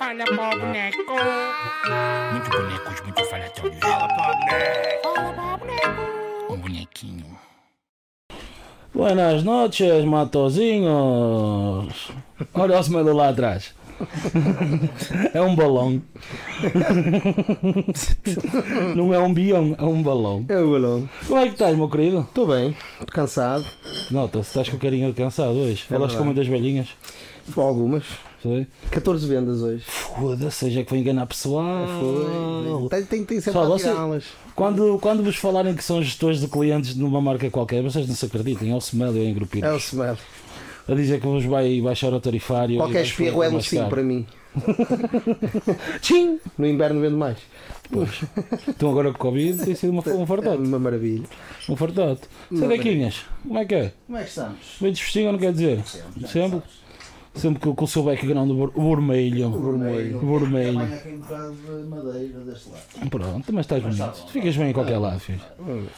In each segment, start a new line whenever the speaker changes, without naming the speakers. Olha pra boneco.
Muito bonecos, muito falatórios.
Olha pra boneco.
Um bonequinho.
Buenas noches, matozinhos. Olha o Osmelo lá atrás. É um balão. Não é um bião, é um balão.
É o balão.
Como é que estás, meu querido?
Estou bem, tô cansado.
Nota-se, estás com carinho cansado hoje. Falaste
verdade.
como das velhinhas.
Com algumas.
Foi?
14 vendas hoje.
Foda-se, já que foi enganar pessoal.
É, Foi. Tem, tem, tem sempre
Ah, Só
a
você-
tirá-las.
Quando, quando vos falarem que são gestores de clientes de uma marca qualquer, vocês não se acreditem, é o Smell em
É o
grupinhos.
smell.
A dizer que vos vai baixar o tarifário. e
É Qualquer
vai-vos
espirro é um
mais
sim
caro.
para mim. Tchim! No inverno vendo mais.
Então agora com Covid tem sido uma, um
É
fartote.
uma maravilha.
Um fartote. Sabequinhas, como é que é?
é. Como é que estamos?
Bem dispostinho ou não quer dizer? Sempre? Sempre que com o seu background ver- vermelho. Vermelho.
Apanha aqui um bocado de madeira deste lado. tá
Pronto, mas estás bonito. Ficas bem em qualquer lado, filho.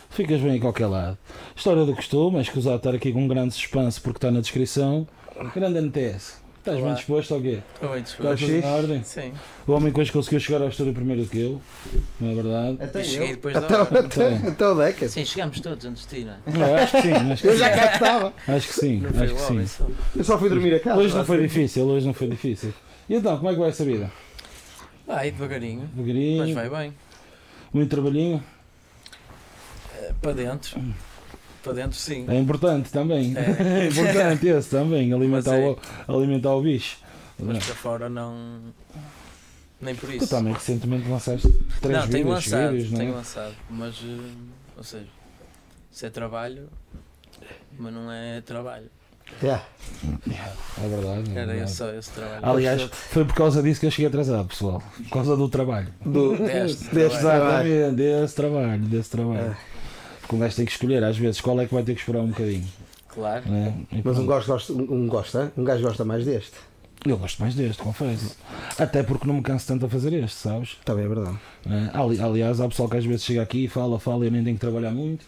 Ficas bem em qualquer lado. História do costume, acho que usar estar aqui com um grande suspense porque está na descrição. Grande NTS. Estás bem disposto ou quê?
Oi,
Está
desculpa.
tudo na ordem?
Sim.
O homem que hoje conseguiu chegar ao estúdio primeiro que eu, não é verdade?
Até
Eu cheguei
eu.
depois da
Então,
hora.
Tá.
até- até o Deca.
Sim, Assim, chegámos todos antes de ti, não é?
Eu acho que sim, acho que
Eu
sim.
já cá estava.
Acho que sim,
Não foi
acho
o
que
homem
sim.
só.
Eu só fui dormir a casa.
Hoje não foi difícil, hoje não foi difícil. E então, como é que vai essa vida?
Vai, devagarinho. Mas
Devagarinho,
vai bem.
muito trabalhinho.
Eh, Para dentro. Para dentro, sim.
É importante também.
É.
É importante esse também, alimentar,
Mas é.
o, alimentar o bicho. é?
Mas para fora não. Nem por
Tu
isso.
também recentemente lançaste três
não,
vídeos
tenho lançado.
seguidos, não é?
tenho lançado. Mas. eh, Ou seja, se é trabalho. Mas não é trabalho.
Yeah.
É verdade. é
Era
verdade.
só esse trabalho.
Aliás, foi por causa disso que eu cheguei atrasado, pessoal. Por causa do trabalho.
Do...
Deste
Deste
trabalho.
trabalho.
Exatamente, desse trabalho, desse trabalho.
É.
Porque um gajo tem que escolher, às vezes, qual é que vai ter que esperar um bocadinho.
Claro.
né? E
Mas um
pronto.
gosto, gosto- um gosta, um gajo gosta mais deste.
Eu gosto mais deste, confesso. Até porque não me canso tanto a fazer este, sabes?
Também é verdade.
Né? Ali- aliás, há pessoal que às vezes chega aqui e fala, fala, eu nem tenho que trabalhar muito.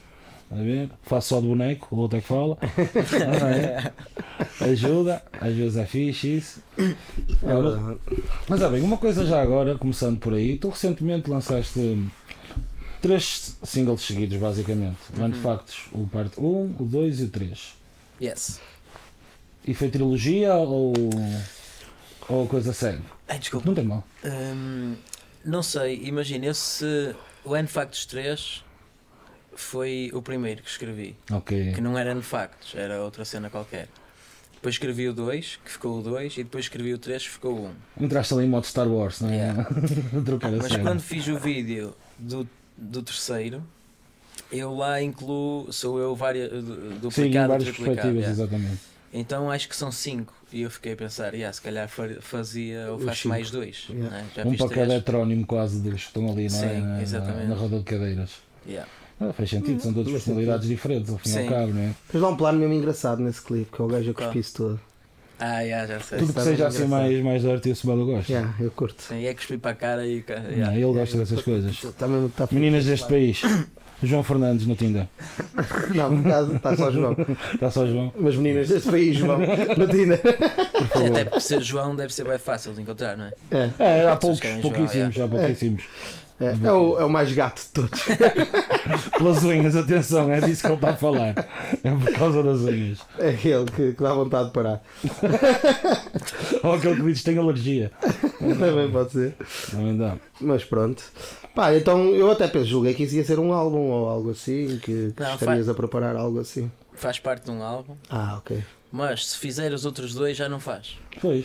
Tá A ver? Faço só de boneco, o outro é que fala. Não é? Ajuda, às vezes é fixe isso.
É
Agora-
verdade.
mas é bem, uma coisa já agora, começando por aí, tu recentemente lançaste hum, três singles seguidos, basicamente. Manufactos, o parte 1, o 2 e o 3.
Yes.
E foi trilogia ou, ou coisa segue?
Ai, desculpa.
Não tem mal.
Hum, não sei, imagina, esse o N Factos 3 foi o primeiro que escrevi,
Ok.
que não era N Factos, era outra cena qualquer. Depois escrevi o 2, que ficou o 2, e depois escrevi o 3, que ficou o 1.
Entraste ali em modo Star Wars, não é?
Yeah. Ah,
Trocar a
Mas
cena.
quando fiz o vídeo do, do terceiro, eu lá incluo, sou eu várias, eh, du-
Sim, em
duplicado,
várias
triplicado.
perspectivas,
yeah.
exatamente.
Então acho que são 5, e eu fiquei a pensar, yeah, se calhar fa- fazia ou
Os
faço
cinco.
mais 2,
Yeah.
já
um
fiz
para cada
3.
heterónimo quase dos que estão ali, não é?
Sim,
Na- na,
exatamente.
na roda de cadeiras.
Yeah.
Ah, faz sentido, são todas
Faz
personalidades diferentes, ao fim e ao
Sim.
cabo, não é?
Mas dá um plano mesmo engraçado nesse clipe, que é o gajo a
Qual?
cuspir-se todo.
Ah, yeah, já sei.
Tudo que
Está
seja
bem
assim
engraçado.
mais, mais da arte e o Sebelo gosta.
Yeah, eu curto.
Sim, é que cuspi para a cara e. ca-
Não, é?
Yeah.
ele gosta dessas coisas.
Tá mesmo, tá
Meninas deste país, João Fernandes no Tinder.
Não, está tá só João.
Está só João?
Mas meninas deste país, João. Na Tinder.
Até porque ser João deve ser bem fácil de encontrar, não é?
É,
É, há
Vocês
poucos,
querem João,
pouquíssimos, há pouquíssimos.
é, é o, é o mais gato de todos.
Pelas unhas, atenção, é disso que ele está a falar. É por causa das unhas.
É ele que, que dá vontade de parar.
Ou aquele que diz que tem alergia.
Também pode ser.
Também dá.
Mas pronto. Pá, então eu até penso, julguei que isso ia ser um álbum ou algo assim, que, que
Não,
estarias a preparar algo assim.
Faz parte de um álbum,
Ah, ok.
mas se fizer os outros dois já não faz.
Pois,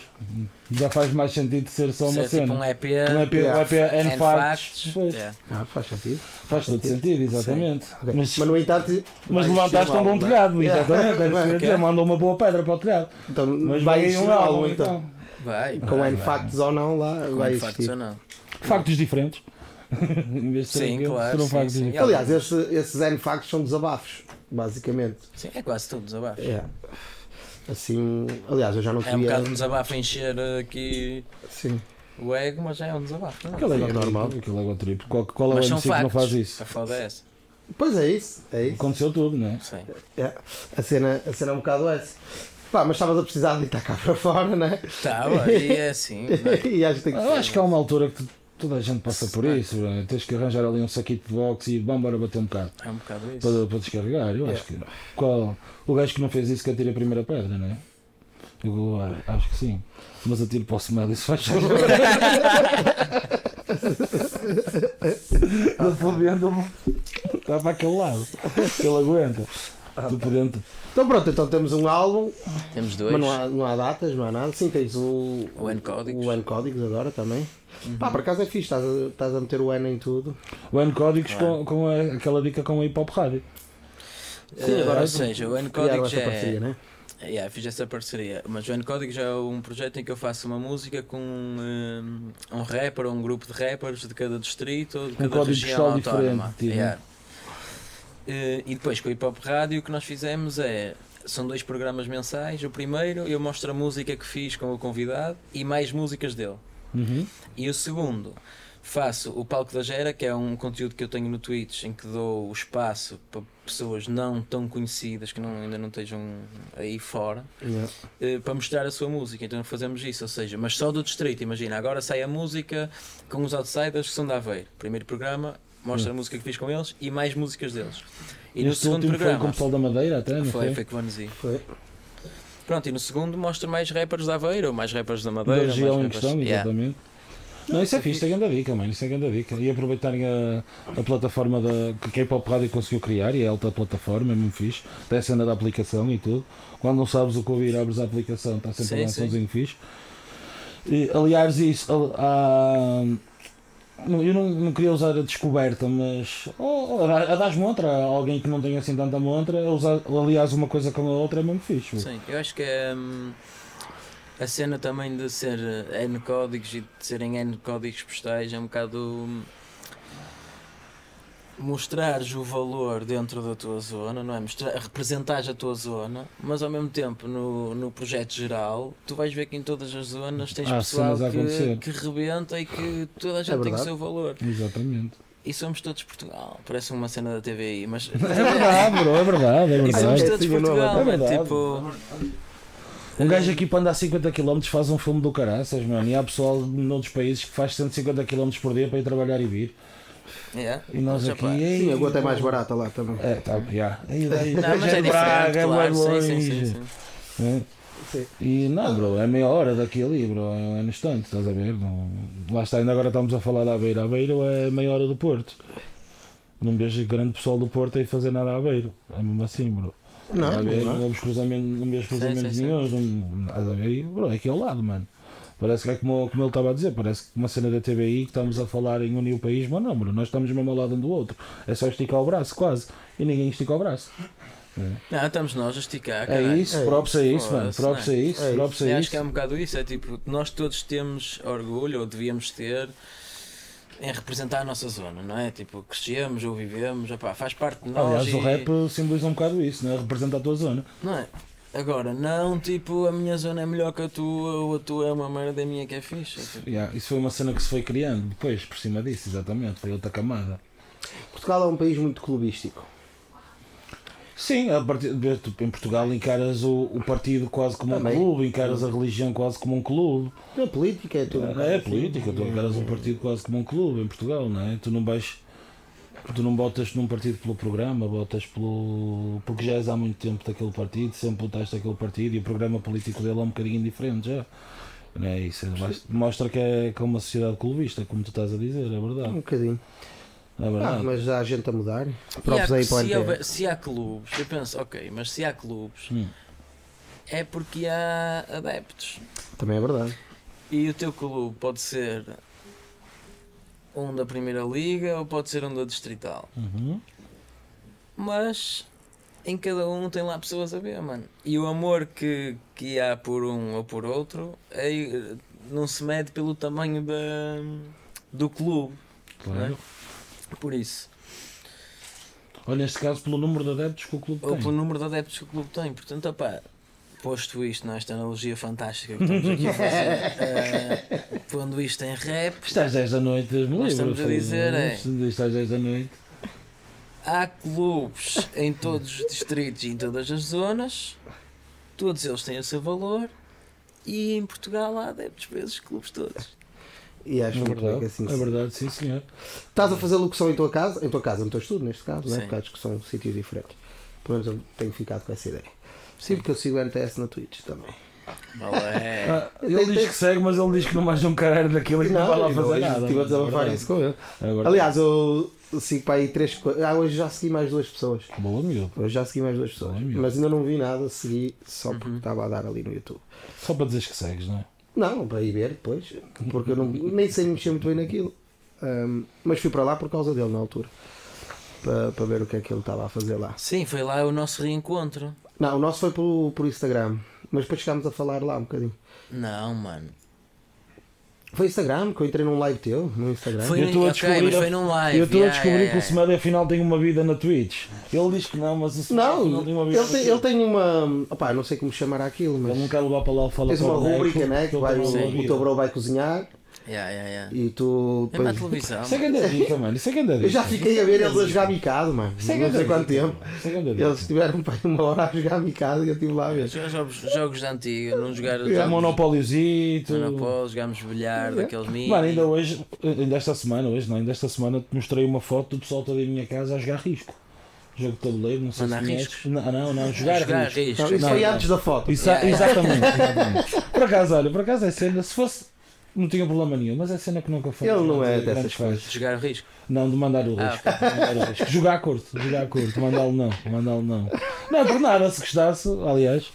já faz mais sentido ser só
Se
uma
é tipo
cena.
um EP,
Um EP, um EP, and facts. Pois.
yeah.
Ah, faz sentido.
Faz todo sentido, exatamente.
Ok.
Mas,
Mas, no entanto.
mas
vai
levantaste
existir
um bom
álbum, não é?
telhado,
Yeah.
exatamente. é isso que eu ia dizer, Mandou uma boa pedra para o telhado.
Então
Mas
vai
vai aí
existir
um álbum então.
Vai.
Com
vai,
N
Ah, vai.
factos ou não, lá
Com
vai
N Facts
existir.
ou não.
Factos diferentes. em vez de ser um
Sim,
aquele,
claro,
serão
sim,
factos
sim.
diferentes.
Aliás, esse, esses N factos são desabafos, basicamente.
Sim, é quase tudo desabafo. É,
É. Assim, aliás, eu já não
um
queria.
bocado um desabafo encher aqui
Sim.
o ego, mas já é um desabafo. Não? é?
Aquele é
Sim, é normal.
normal. Aquele é o trip. Qual, qual é o
Mas são
MC que não
factos.
faz isso?
A foda é essa.
Pois é isso, é isso.
Aconteceu tudo, não é?
Sim.
É. A, cena, a cena é um bocado essa. Pá, mas estavas a precisar de estar cá para fora, não é?
Estava, e é assim. não é?
E acho que tem que
Eu
ser.
acho que há uma altura que tu- toda a gente passa por isso. bro. Tens que arranjar ali um saquito de boxe e vamos embora bater um bocado
É um bocado isso. É.
para, para descarregar. Eu acho que. Qual, o gajo que não fez isso que atira a primeira pedra, não é? Eu ah, acho que sim. Mas atiro para o smell e se faz favor. Ele por dentro, ele está para aquele lado. Ele aguenta.
Ah,
Tu
tá.
por dentro.
Então pronto, então temos um álbum,
Temos dois.
mas não há, não há datas, não há nada. Sim, tens o.
O Uhum. N-Códigos.
O N Códigos agora também. Pá, por acaso é fixe, estás a, estás a meter o N em tudo.
O N Códigos com, com a- aquela dica com o hip hop rádio.
Sim,
Eh,
é
agora
ou seja, o
Criaram
N-Códigos
esta parceria,
é.
né?
Yeah, fiz essa parceria. Mas o N-Códigos é um projeto em que eu faço uma música com um, um rapper ou um grupo de rappers de cada distrito ou de cada
Um código
região
postal
autónoma.
diferente, tipo.
Yeah. Eh, E depois com o Hip Hop Rádio o que nós fizemos é. São dois programas mensais. O primeiro eu mostro a música que fiz com o convidado e mais músicas dele.
Uhum.
E o segundo, faço o Palco da Gera, que é um conteúdo que eu tenho no Twitch, em que dou o espaço para pessoas não tão conhecidas, que não, ainda não estejam aí fora,
Yeah.
eh, para mostrar a sua música. Então fazemos isso, ou seja, mas só do distrito. Imagina, agora sai a música com os outsiders que são da Aveiro. Primeiro programa, mostra a música que fiz com eles e mais músicas deles. E no
Hum. este
segundo
último foi com o
programa.
pessoal da Madeira, até, não
Foi, foi com o Anzi.
Foi.
Pronto, e no segundo mostra mais rappers da Aveiro, ou mais rappers da
da
Madeira. mais
região em
rappers-
questão,
Yeah.
é um exatamente. Não, isso é fixe, isso é grande dica, mano. Isso é grande dica. E aproveitarem a, a plataforma da, que a K-Pop Rádio conseguiu criar, e é alta plataforma, é mesmo fixe. Tem a cena da aplicação e tudo. Quando não sabes o que ouvir, abres a aplicação, está sempre
Sim,
lá um
sim.
somzinho fixe. E, aliás, isso. al- há- não, eu não, não queria usar a descoberta, mas. ou- ou a dar- a dar montra a alguém que não tem assim tanta montra, a usar, aliás, uma coisa com a outra é mesmo fixe.
Sim, eu acho que é hum, a cena também de ser eh, N códigos e de serem N códigos postais é um bocado hum, mostrares o valor dentro da tua zona, não é? Mostrar, representares a tua zona, mas ao mesmo tempo no, no projeto geral tu vais ver que em todas as zonas tens
Há
pessoal
cenas a
que,
acontecer.
que rebenta e que toda a gente tem o
verdade.
seu valor.
Exatamente.
E somos todos Portugal, parece uma cena da TVI, mas
É verdade, bro, é verdade, é
e somos
verdade.
todos
Tinha nova,
é
Portugal, não é?
verdade.
tipo.
Um gajo aqui para andar 50 km faz um filme do caraças, mano. E há pessoal noutros países que faz 150 km por dia para ir trabalhar e vir.
é,
E nós
mas,
aqui.
opá,
ei,
Sim, a gota é mais barata lá também.
É, tá, já. Ei, daí,
Não, mas é diferente,
Braga, é
claro, sim,
mais
sim, sim,
longe.
sim.
É.
Sim.
E não, bro, é meia hora daqui ali, bro, é é no instante, estás a ver? Não- Lá está, ainda agora estamos a falar da Beira. A Beira é meia hora do Porto. Não vejo grande pessoal do Porto aí fazer nada à Beira. É mesmo assim, bro.
Não,
É
Estás a ver?
não.
não vejo cruzamento, não vejo cruzamentos
sim, sim.
nenhum, não- estás a ver? E, bro, é aqui ao lado, mano. Parece que é como, como ele estava a dizer, parece que uma cena da TBI que estamos a falar em unir o país, mas não, bro, nós estamos mesmo ao lado um do outro. É só esticar o braço, quase. E ninguém estica o braço.
Não, estamos nós a esticar.
É
caralho.
isso, props é isso, mano.
Foda-se,
Props
não
é
é?
isso,
É
props
Eu
é
acho que é
isso.
um bocado isso. É tipo, nós todos temos orgulho, ou devíamos ter, em representar a nossa zona, não é? Tipo, crescemos ou vivemos, opá, faz parte de nós.
Aliás,
e-
o rap simboliza um bocado isso, né? Representa a tua zona.
Não é? Agora, não, tipo, a minha zona é melhor que a tua, ou a tua é uma merda e a minha que é fixe. É tipo,
Yeah, isso foi uma cena que se foi criando depois, por cima disso, exatamente. Foi outra camada.
Portugal é um país muito clubístico.
Sim, a partir de- tu, em Portugal encaras o, o partido quase como
Também.
um clube, encaras a religião quase como um clube.
A política é tudo.
É, política, tu encaras um partido quase como um clube em Portugal, não é? Tu não vais. Tu não votas num partido pelo programa, votas pelo. porque já és há muito tempo daquele partido, sempre votaste daquele partido e o programa político dele é um bocadinho diferente já. Não é isso? Mas Mostra que é, que é uma sociedade clubista, como tu estás a dizer, é
Um
verdade.
bocadinho.
É
Ah,
verdade.
mas há gente a mudar.
E há-
Provos aí para o
se,
NTR.
houver- se há clubes, eu penso, ok, mas se há clubes,
Hum.
é porque há adeptos.
Também é verdade.
E o teu clube pode ser um da Primeira Liga ou pode ser um da Distrital.
Uhum.
Mas em cada um tem lá pessoas a ver, mano. E o amor que, que há por um ou por outro é, eh, não se mede pelo tamanho da, do clube. é?
é?
Claro.
Por isso.
Olha, neste caso, pelo número de adeptos que o clube
Ou pelo
tem.
número de adeptos que o clube tem. Portanto, opá, posto isto nesta analogia fantástica que estamos aqui a fazer, eh, pondo isto em rap,
Isto às 10 da noite, Deus me
Nós
livre,
estamos a
filho.
dizer, é.
Isto às 10 da noite.
Há clubes em todos os distritos e em todas as zonas. todos eles têm o seu valor e em Portugal há adeptos para esses clubes todos.
E acho
É
muito bem que
verdade,
assim
é
se-
verdade, sim senhor.
Estás a fazer locução em tua casa, em tua casa, no teu estudo, neste caso, não é?
Sim.
porque acho que são sítios diferentes. Pelo menos eu tenho ficado com essa ideia. Sim, porque eu sigo o NTS na Twitch também.
Olé.
Ah, ele diz que segue, mas ele diz que não mais um caralho daquilo e que não, vai lá
eu
fazer
hoje
nada.
Estive a
mas é
desabafar
verdade.
isso com ele.
É verdade.
Aliás, eu sigo para aí três. co- Ah, hoje já segui mais duas pessoas.
Boa, miúdo.
Eu já segui mais duas pessoas.
Ai, meu.
Mas ainda não vi nada, segui só porque estava a dar ali no YouTube.
Só para dizeres que segues, não é?
Não, para ir ver depois, porque eu não, nem sei mexer muito bem naquilo. Ahm, mas fui para lá por causa dele na altura. Para, para ver o que é que ele estava a fazer lá.
Sim, foi lá o nosso reencontro.
Não, o nosso foi por, por Instagram. Mas depois chegámos a falar lá um bocadinho.
Não, mano.
Foi Instagram que eu entrei num live teu, no Instagram.
Foi-
eu estou a
ok,
descobrir,
mas foi num live,
eu estou a
yeah,
descobrir
yeah,
que o
yeah.
Semedo afinal tem uma vida na Twitch. Ele diz que não, mas o Semedo afinal
Não,
tem uma vida
ele tem, ele tem uma. Opá, eu não sei como chamará aquilo,
Ele não
mas.
quer levar para lá o fala
Tens uma
para o
rubrica, né? Que
ele
vai,
tem uma
o,
vida.
o teu bro vai cozinhar
Yeah, yeah, yeah.
e tu.
É na
Depois...
televisão.
Isso é grande dica, mano. Isso é grande dica.
Eu já fiquei a ver eles a jogar micado, mano.
Isso é
Não sei
grande
quanto
dica,
tempo.
mano. Isso é grande dica.
Eles estiveram para aí uma hora a jogar micado e eu estive lá a ver.
Jogar Jogos, jogos de antiga, não jogar
É um
jogos
monopóliozito.
de Monopólio, jogámos
É.
bilhar daqueles mini.
Mano, ainda hoje, ainda esta semana, hoje não, ainda esta semana te mostrei uma foto do pessoal todo em minha casa a jogar risco. Jogo de tabuleiro, não sei
Mandar
se
riscos?
conheces. Não, não, não, jogar,
jogar
risco.
riscos.
Não, isso
Não,
foi
não.
antes da foto.
Isso-
Yeah.
Exatamente. exatamente. por acaso, olha, por acaso é cena, se fosse, não tinha problema nenhum, mas é cena que nunca foi.
Ele não é
Grandes
dessas
fãs.
Jogar risco.
Não, de mandar
Ah,
o risco. de mandar o risco. Jogar curto, jogar curto, mandá-lo não, mandá-lo não. Não, por nada, se gostasse, aliás,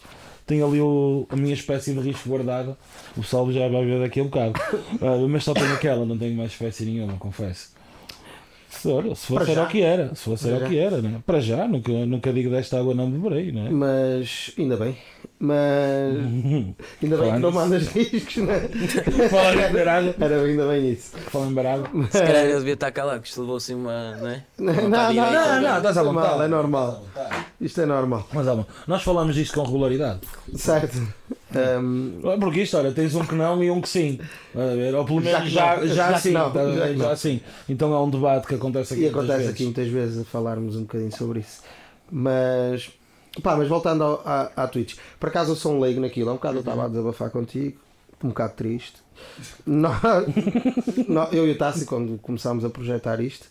tenho ali o- a minha espécie de risco guardada. O salvo já vai ver daqui a um bocado. Ah, mas só tenho aquela, não tenho mais espécie nenhuma, confesso. Se, olha, se
Para
fosse era
já.
o que era, se fosse era
Para
o que era, né? para já, nunca, nunca digo desta água não beberei, não é?
Mas ainda bem. Mas ainda bem que não mandas discos, não é?
Fala em baralho.
Era ainda bem isso.
Fala em baralho.
Se calhar eu devia estar calado, que isto levou assim uma. Não, é?
Não, não,
tá
não,
direito,
não,
não.
não, estás à
Normal,
vontade. É
é
normal. Isto é normal.
Mas, ah, bom, nós falamos disto com regularidade.
Certo. Ahm,
Não é Porque isto, olha, tens um que não e um que sim. Estás a ver? Ou pelo
Já que
menos já,
não,
já,
já que
sim.
não,
estás a ver?
já que não.
Já sim. Então há um debate que acontece aqui.
e
muitas
acontece
vezes.
aqui um muitas vezes a falarmos um bocadinho sobre isso. Mas, pá, mas voltando ao, à, à Twitch. Por acaso eu sou um leigo naquilo. Há um bocado eu
Uhum.
estava a desabafar contigo. Um bocado triste. Nó- nó- eu e o Tassi, quando começámos a projetar isto,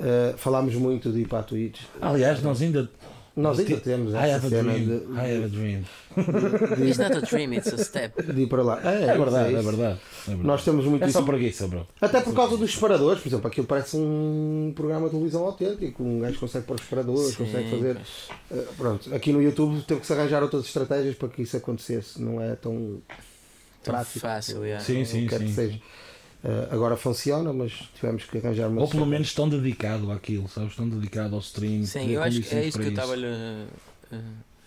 ah, falámos muito de ir para a Twitch.
Aliás, nós ainda.
Nós ainda temos
I
essa
have a
cena
dream.
de-
I have a dream.
It's not a dream, é it's a step.
De ir para lá. É,
É verdade, é
isso.
verdade. É, verdade.
Nós temos muito
é só
isso.
preguiça, bro.
Até por causa dos separadores, por exemplo, aquilo parece um programa de televisão autêntico. Um gajo consegue pôr os separadores, consegue fazer. eh, pronto, aqui no YouTube teve que se arranjar outras estratégias para que isso acontecesse. Não é tão
Tão
prático.
fácil, yeah.
Sim, sim,
quer que
sim.
seja. Eh, agora funciona, mas tivemos que arranjar
Ou
uma
pelo
estratégia.
menos tão dedicado àquilo, sabes? Tão dedicado ao stream.
Sim,
ter
eu acho que é
condições
isso
para
que eu estava-lhe.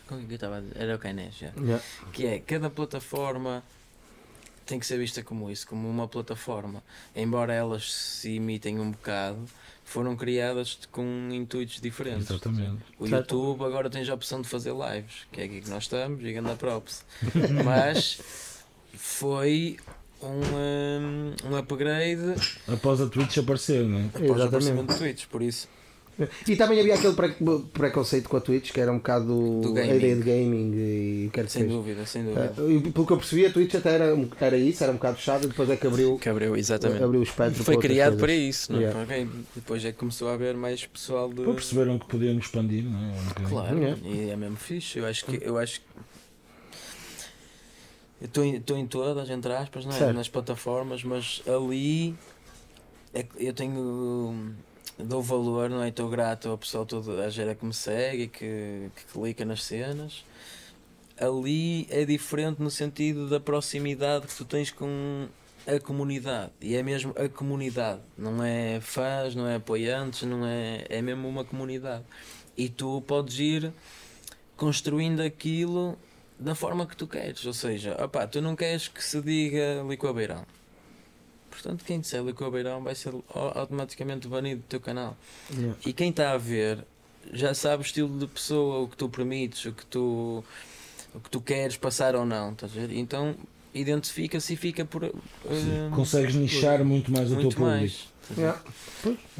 Com que eu estava a dizer? Era o Cainés já.
Yeah.
Que é, cada plataforma tem que ser vista como isso, como uma plataforma. Embora elas se imitem um bocado, foram criadas com intuitos diferentes.
Exatamente.
O
Certo.
YouTube agora tens a opção de fazer lives, que é aqui que nós estamos, e ganda props. Mas foi um, um, um upgrade
Após a Twitch aparecer, não é?
após o
Exatamente.
aparecimento de tweets, por isso.
E também havia aquele pre- preconceito com a Twitch que era um bocado
Do
a
gaming.
ideia de gaming e o que quer que
Sem
seja.
dúvida, sem dúvida.
Eh, e pelo que eu percebi, a Twitch até era, um- era isso, era um bocado fechada, e depois é que abriu,
Cabreu, exatamente.
abriu o espectro. para
Foi
outras
criado
coisas.
para isso, não é?
Yeah.
Para alguém. Depois é que começou a haver mais pessoal de.
Depois perceberam que podíamos expandir, não é? Um bocadinho.
Claro,
Yeah.
e é mesmo fixe. Eu acho que. Eu acho que- eu estou em, estou em todas, entre aspas, não é?
Certo.
nas plataformas, mas ali é que eu tenho. dou valor, não é? Estou grato ao pessoal todo, à gera que me segue e que, que clica nas cenas. Ali é diferente no sentido da proximidade que tu tens com a comunidade. E é mesmo a comunidade. Não é fãs, não é apoiantes, não é. É mesmo uma comunidade. E tu podes ir construindo aquilo da forma que tu queres. Ou seja, opá, tu não queres que se diga Licua Beirão. Portanto, quem disser Licua Beirão vai ser au- automaticamente banido do teu canal.
Yeah.
E quem está a ver já sabe o estilo de pessoa, o que tu permites, o que tu, o que tu queres passar ou não. Estás a ver? Então identifica-se e fica por. eh,
Consegues nichar muito mais o teu
muito
público.
mais. Estás a ver?
Yeah.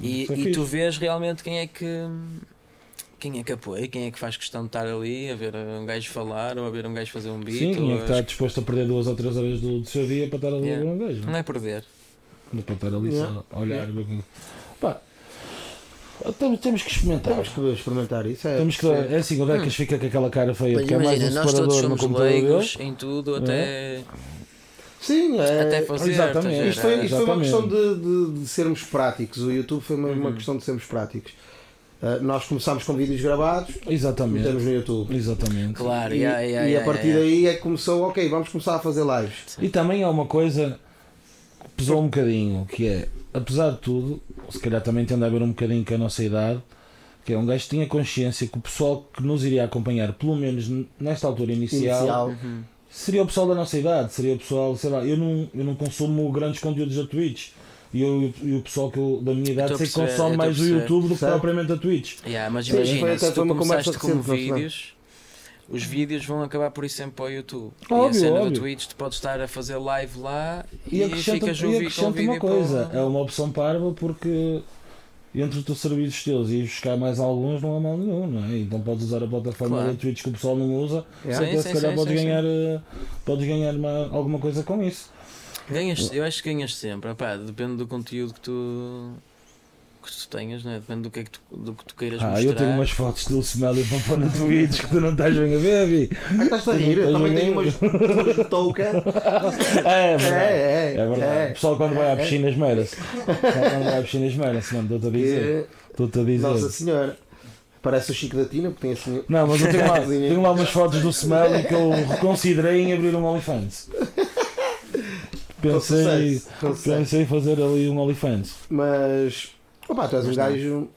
E,
Isso é
e
fixe.
tu vês realmente quem é que quem é que apoia, quem é que faz questão de estar ali a ver um gajo falar ou a ver um gajo fazer um beat.
Sim, quem
ou
é que está
as-
disposto a perder duas ou três horas do, do seu dia para estar ali
Yeah.
a ver um gajo? não é?
Não é perder.
Não para estar ali
Yeah.
só a olhar. ver como- Pá, temos, temos que experimentar.
Temos que experimentar isso. É,
Temos que dar. É assim, o Decas fica com aquela cara feia.
Mas
porque é mais
Hum. imagina,
um
nós
separador
todos
no
somos
computador É.
leigos
dele.
em tudo, até.
Sim, é,
Até fazer,
exatamente.
estás a
Isto foi,
ver?
isto foi uma
Exatamente. Uhum.
questão de, de- de sermos práticos. O YouTube foi uma, uma questão de sermos práticos. Ah, nós começámos com vídeos gravados e
Exatamente.
estamos no YouTube.
Exatamente.
Claro,
e
yeah, yeah,
e
yeah,
a partir
yeah.
daí é que começou, ok, vamos começar a fazer lives.
E também há uma coisa que pesou um bocadinho, que é, apesar de tudo, se calhar também tende a ver um bocadinho com a nossa idade, que é um gajo que tinha consciência que o pessoal que nos iria acompanhar, pelo menos n- nesta altura inicial,
Inicial.
Uhum.
seria o pessoal da nossa idade, seria o pessoal, sei lá, eu não, eu não consumo grandes conteúdos da Twitch. E eu- e o pessoal que eu, da minha idade
Estou a
sei que
perceber, eu
consome
estou a
mais o
perceber.
YouTube do que
Certo.
propriamente a Twitch.
Yeah, mas
Sim, foi
imagina,
até-
se
foi
tu
uma conversa
começaste com
recente, não foi?
vídeos, os vídeos vão acabar por ir sempre para o YouTube. e a
Óbvio,
cena
óbvio.
do Twitch, tu podes estar a fazer live lá
E,
e,
acrescenta,
ficas a
e
ouvir com o
acrescenta
vídeo
uma coisa,
para...
é uma opção parva porque entre tu servir os teus e buscar mais alguns não há mal nenhum, não é? Então podes usar a plataforma
Claro.
da Twitch que o pessoal não usa,
É.
até
Sim,
se
sim,
calhar
sim,
podes,
sim,
ganhar, eh, podes ganhar uma- alguma coisa com isso.
Ganhas, eu acho que ganhas sempre, opá, depende do conteúdo que tu, que tu tenhas, né? depende do que, é que tu, do que tu queiras
Ah,
mostrar.
eu tenho umas fotos do Smelly para pôr no Twitch que tu não estás bem a ver, Vi.
Ah, estás a rir? Eu também tenho umas umas de touca.
É, é verdade. É
É, é,
verdade.
é.
o pessoal quando vai à piscina esmera-se. O pessoal quando vai à piscina esmera-se, não, estou-te a dizer.
Que-
Estou-te a dizer.
É. Nossa Senhora. Parece o Chico da Tina, porque tem assim.
Não, mas eu tenho lá, tenho lá umas fotos do Smelly que eu reconsiderei em abrir um OnlyFans. Pensei,
sucesso, com sucesso.
pensei em fazer ali um OnlyFans.
Mas. Opa, tu és um gajo.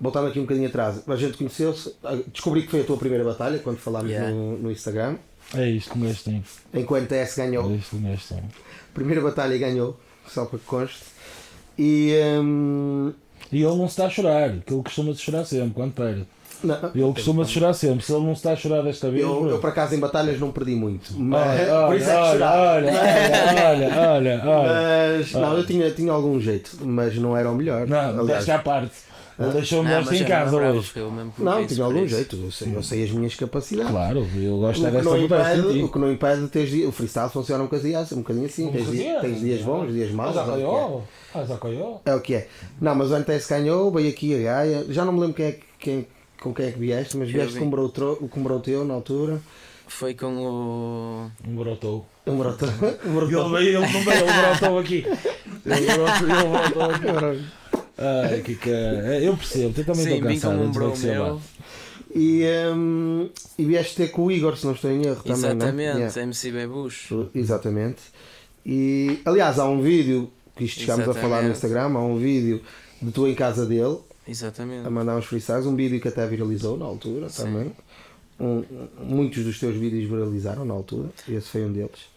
Voltando aqui um bocadinho atrás, a gente conheceu-se, ah, descobri que foi a tua primeira batalha quando falámos
Yeah.
no, no Instagram,
É isto que um gajo tem.
enquanto a S ganhou.
É isto que um gajo tem.
Primeira batalha e ganhou, só para que conste. E. hum,
E ele não se está a chorar, que ele costuma-se chorar sempre quando perde.
não,
Ele costuma-se chorar sempre. Se ele não se está a chorar desta vez.
eu, eu,
bro.
por acaso, em batalhas não perdi muito. Mas,
Olha,
por isso é que
olha,
chorava. É.
olha, olha, olha, olha, olha.
Mas, não, eu tinha, tinha algum jeito, mas não era o melhor.
Não,
Aliás, Ah.
deixa à parte. Ele deixou-me
Não,
esta
mas
em
é eu
casa
lembrava,
hoje.
foi eu mesmo que me
não
disse
tinha
por
algum
isso.
jeito, eu sei, eu sei as minhas capacidades.
Claro, eu gosto
O que,
desta
não
conversa
impede,
contigo.
o que não impede de teres dias. O freestyle funciona um bocadinho assim. Um bocadinho assim.
Um
tens, dia-
bocadinho,
tens dias bons, dias maus.
Mas
é o que é.
acolhou? Mas acolhou?
É o que é. Não, mas o Antes ganhou, veio aqui a Gaia. Já não me lembro quem é que- quem- com quem é que vieste, mas vieste
vim.
com o Brou Tro- com o Brou Teu na altura.
Foi com o...
Um brotou.
Um Brou Teu. Um Brou Teu.
Ele veio, ele não veio, ele brotou aqui. Ele brotou, ele brotou aqui. Ai, que que é? Eu percebo, tu também
Sim,
estou
vim com
cansado.
um
antes de
bro
que se
meu.
abate.
E, hum, e vieste ter com o Igor, se não estou em erro. Também, não é?
Exatamente,
Yeah.
MC Bebush.
Exatamente. E aliás, há um vídeo que isto chegámos a falar no
Exatamente.
Instagram. Há um vídeo de tu em casa dele. a
Exatamente.
mandar uns freestyles, um vídeo que até viralizou na altura também. Um- muitos dos teus vídeos viralizaram na altura, esse foi um deles.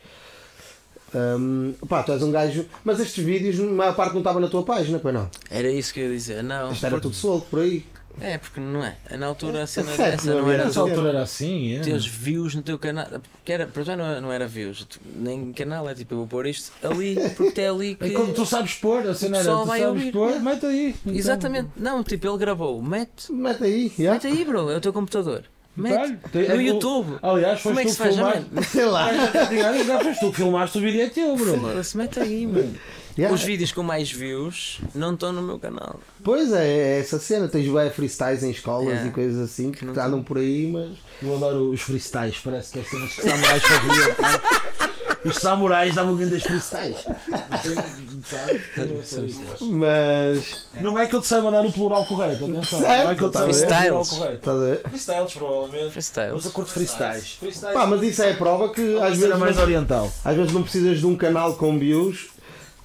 Hum, pá, tu és um gajo, mas estes vídeos, a maior parte não estava na tua página, pois não?
Era isso que eu ia dizer. Não,
Isto era
porque-
tudo solto por aí.
É, porque não é. Na altura a cena
certo,
essa
não
não
era
era
Nessa altura era assim, é?
teres views no teu canal. Porque era, para já não, não era views, tu- nem canal, é tipo, eu vou pôr isto ali, porque é ali
É
que.
como tu sabes pôr, a cena era
Só
tu
vai
sabes
ouvir.
pôr, mete aí. Então,
Exatamente, não, tipo, ele gravou, mete,
Mete aí, já.
mete aí, bro, é o teu computador. Mete
Caralho, tem-
no
é,
YouTube.
o- Aliás,
Como
foste
é
tu
que se
que
faz, já,
filmaste.
mano?
Sei lá.
Já foste tu que filmaste o vídeo é teu, bro.
Foda-se, mete aí, mano.
já.
Os vídeos com mais views não estão no meu canal.
Pois é, é essa cena. Tens bué freestyles em escolas
Yeah.
e coisas assim que
É. não
andam por aí, mas.
Eu adoro os freestyles, parece que é cenas que samurais faziam. pá. Os samurais davam grandes freestyles.
Mas.
Não é que eu te saiba dar o plural correto, atenção.
Certo,
não é que eu te saiba
tá
dar
bem.
o plural correto.
Estás a ver?
Freestyles, provavelmente.
Freestyle.
Mas eu curto freestyles. Freestyles
Pá, mas isso é a prova que às vezes.
era mais oriental.
Às vezes não precisas de um canal com views,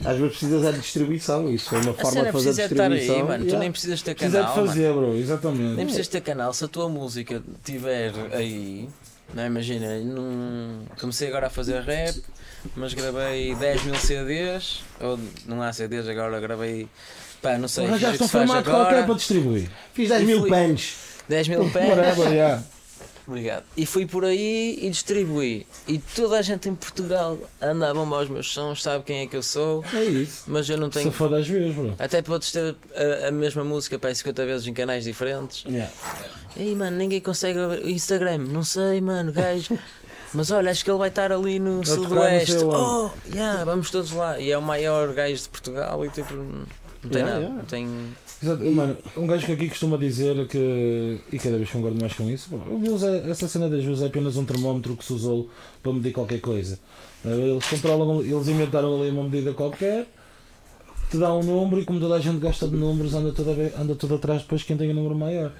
às vezes precisas é de distribuição. Isso é uma
A
forma
cena
de fazer
precisa de estar
distribuição.
aí, mano. Tu
Yeah.
nem precisas ter
Precisa de
canal. mano.
fazer, bro,
Nem
exatamente.
precisas ter canal, se a tua música estiver aí, não é? imagina, num... comecei agora a fazer rap, mas gravei 10 mil CDs, ou não há CDs agora, gravei, pá, não sei, fiz o
Arranjaste
que
um
se faz
formato qualquer
agora,
para distribuir.
Fiz 10 mil
Fui-
pans.
10 mil pés,
Whatever, yeah.
Obrigado. E fui por aí e distribuí. E toda a gente em Portugal anda a bombar os meus sons, sabe quem é que eu sou,
É isso.
mas eu não tenho.
Se for das vezes, bro.
Até podes ter a, a mesma música para aí 50 vezes em canais diferentes.
Yeah.
Ei, mano, ninguém consegue abrir o Instagram. Não sei, mano, gajo. Mas olha, acho que ele vai estar ali no
tocar não
Sudoeste.
sei
Oh,
onde.
yeah, vamos todos lá. E é o maior gajo de Portugal e tipo. Não tem
Yeah,
nada.
yeah.
Não tem.
Exato. Mano, um gajo que aqui costuma dizer que, e cada vez concordo mais com isso, pô, o views é- essa cena das views é apenas um termómetro que se usou para medir qualquer coisa. Eh, Eles controlam, eles inventaram ali uma medida qualquer, te dá um número e como toda a gente gosta de números, anda toda, ve- anda toda atrás depois quem tem o número maior.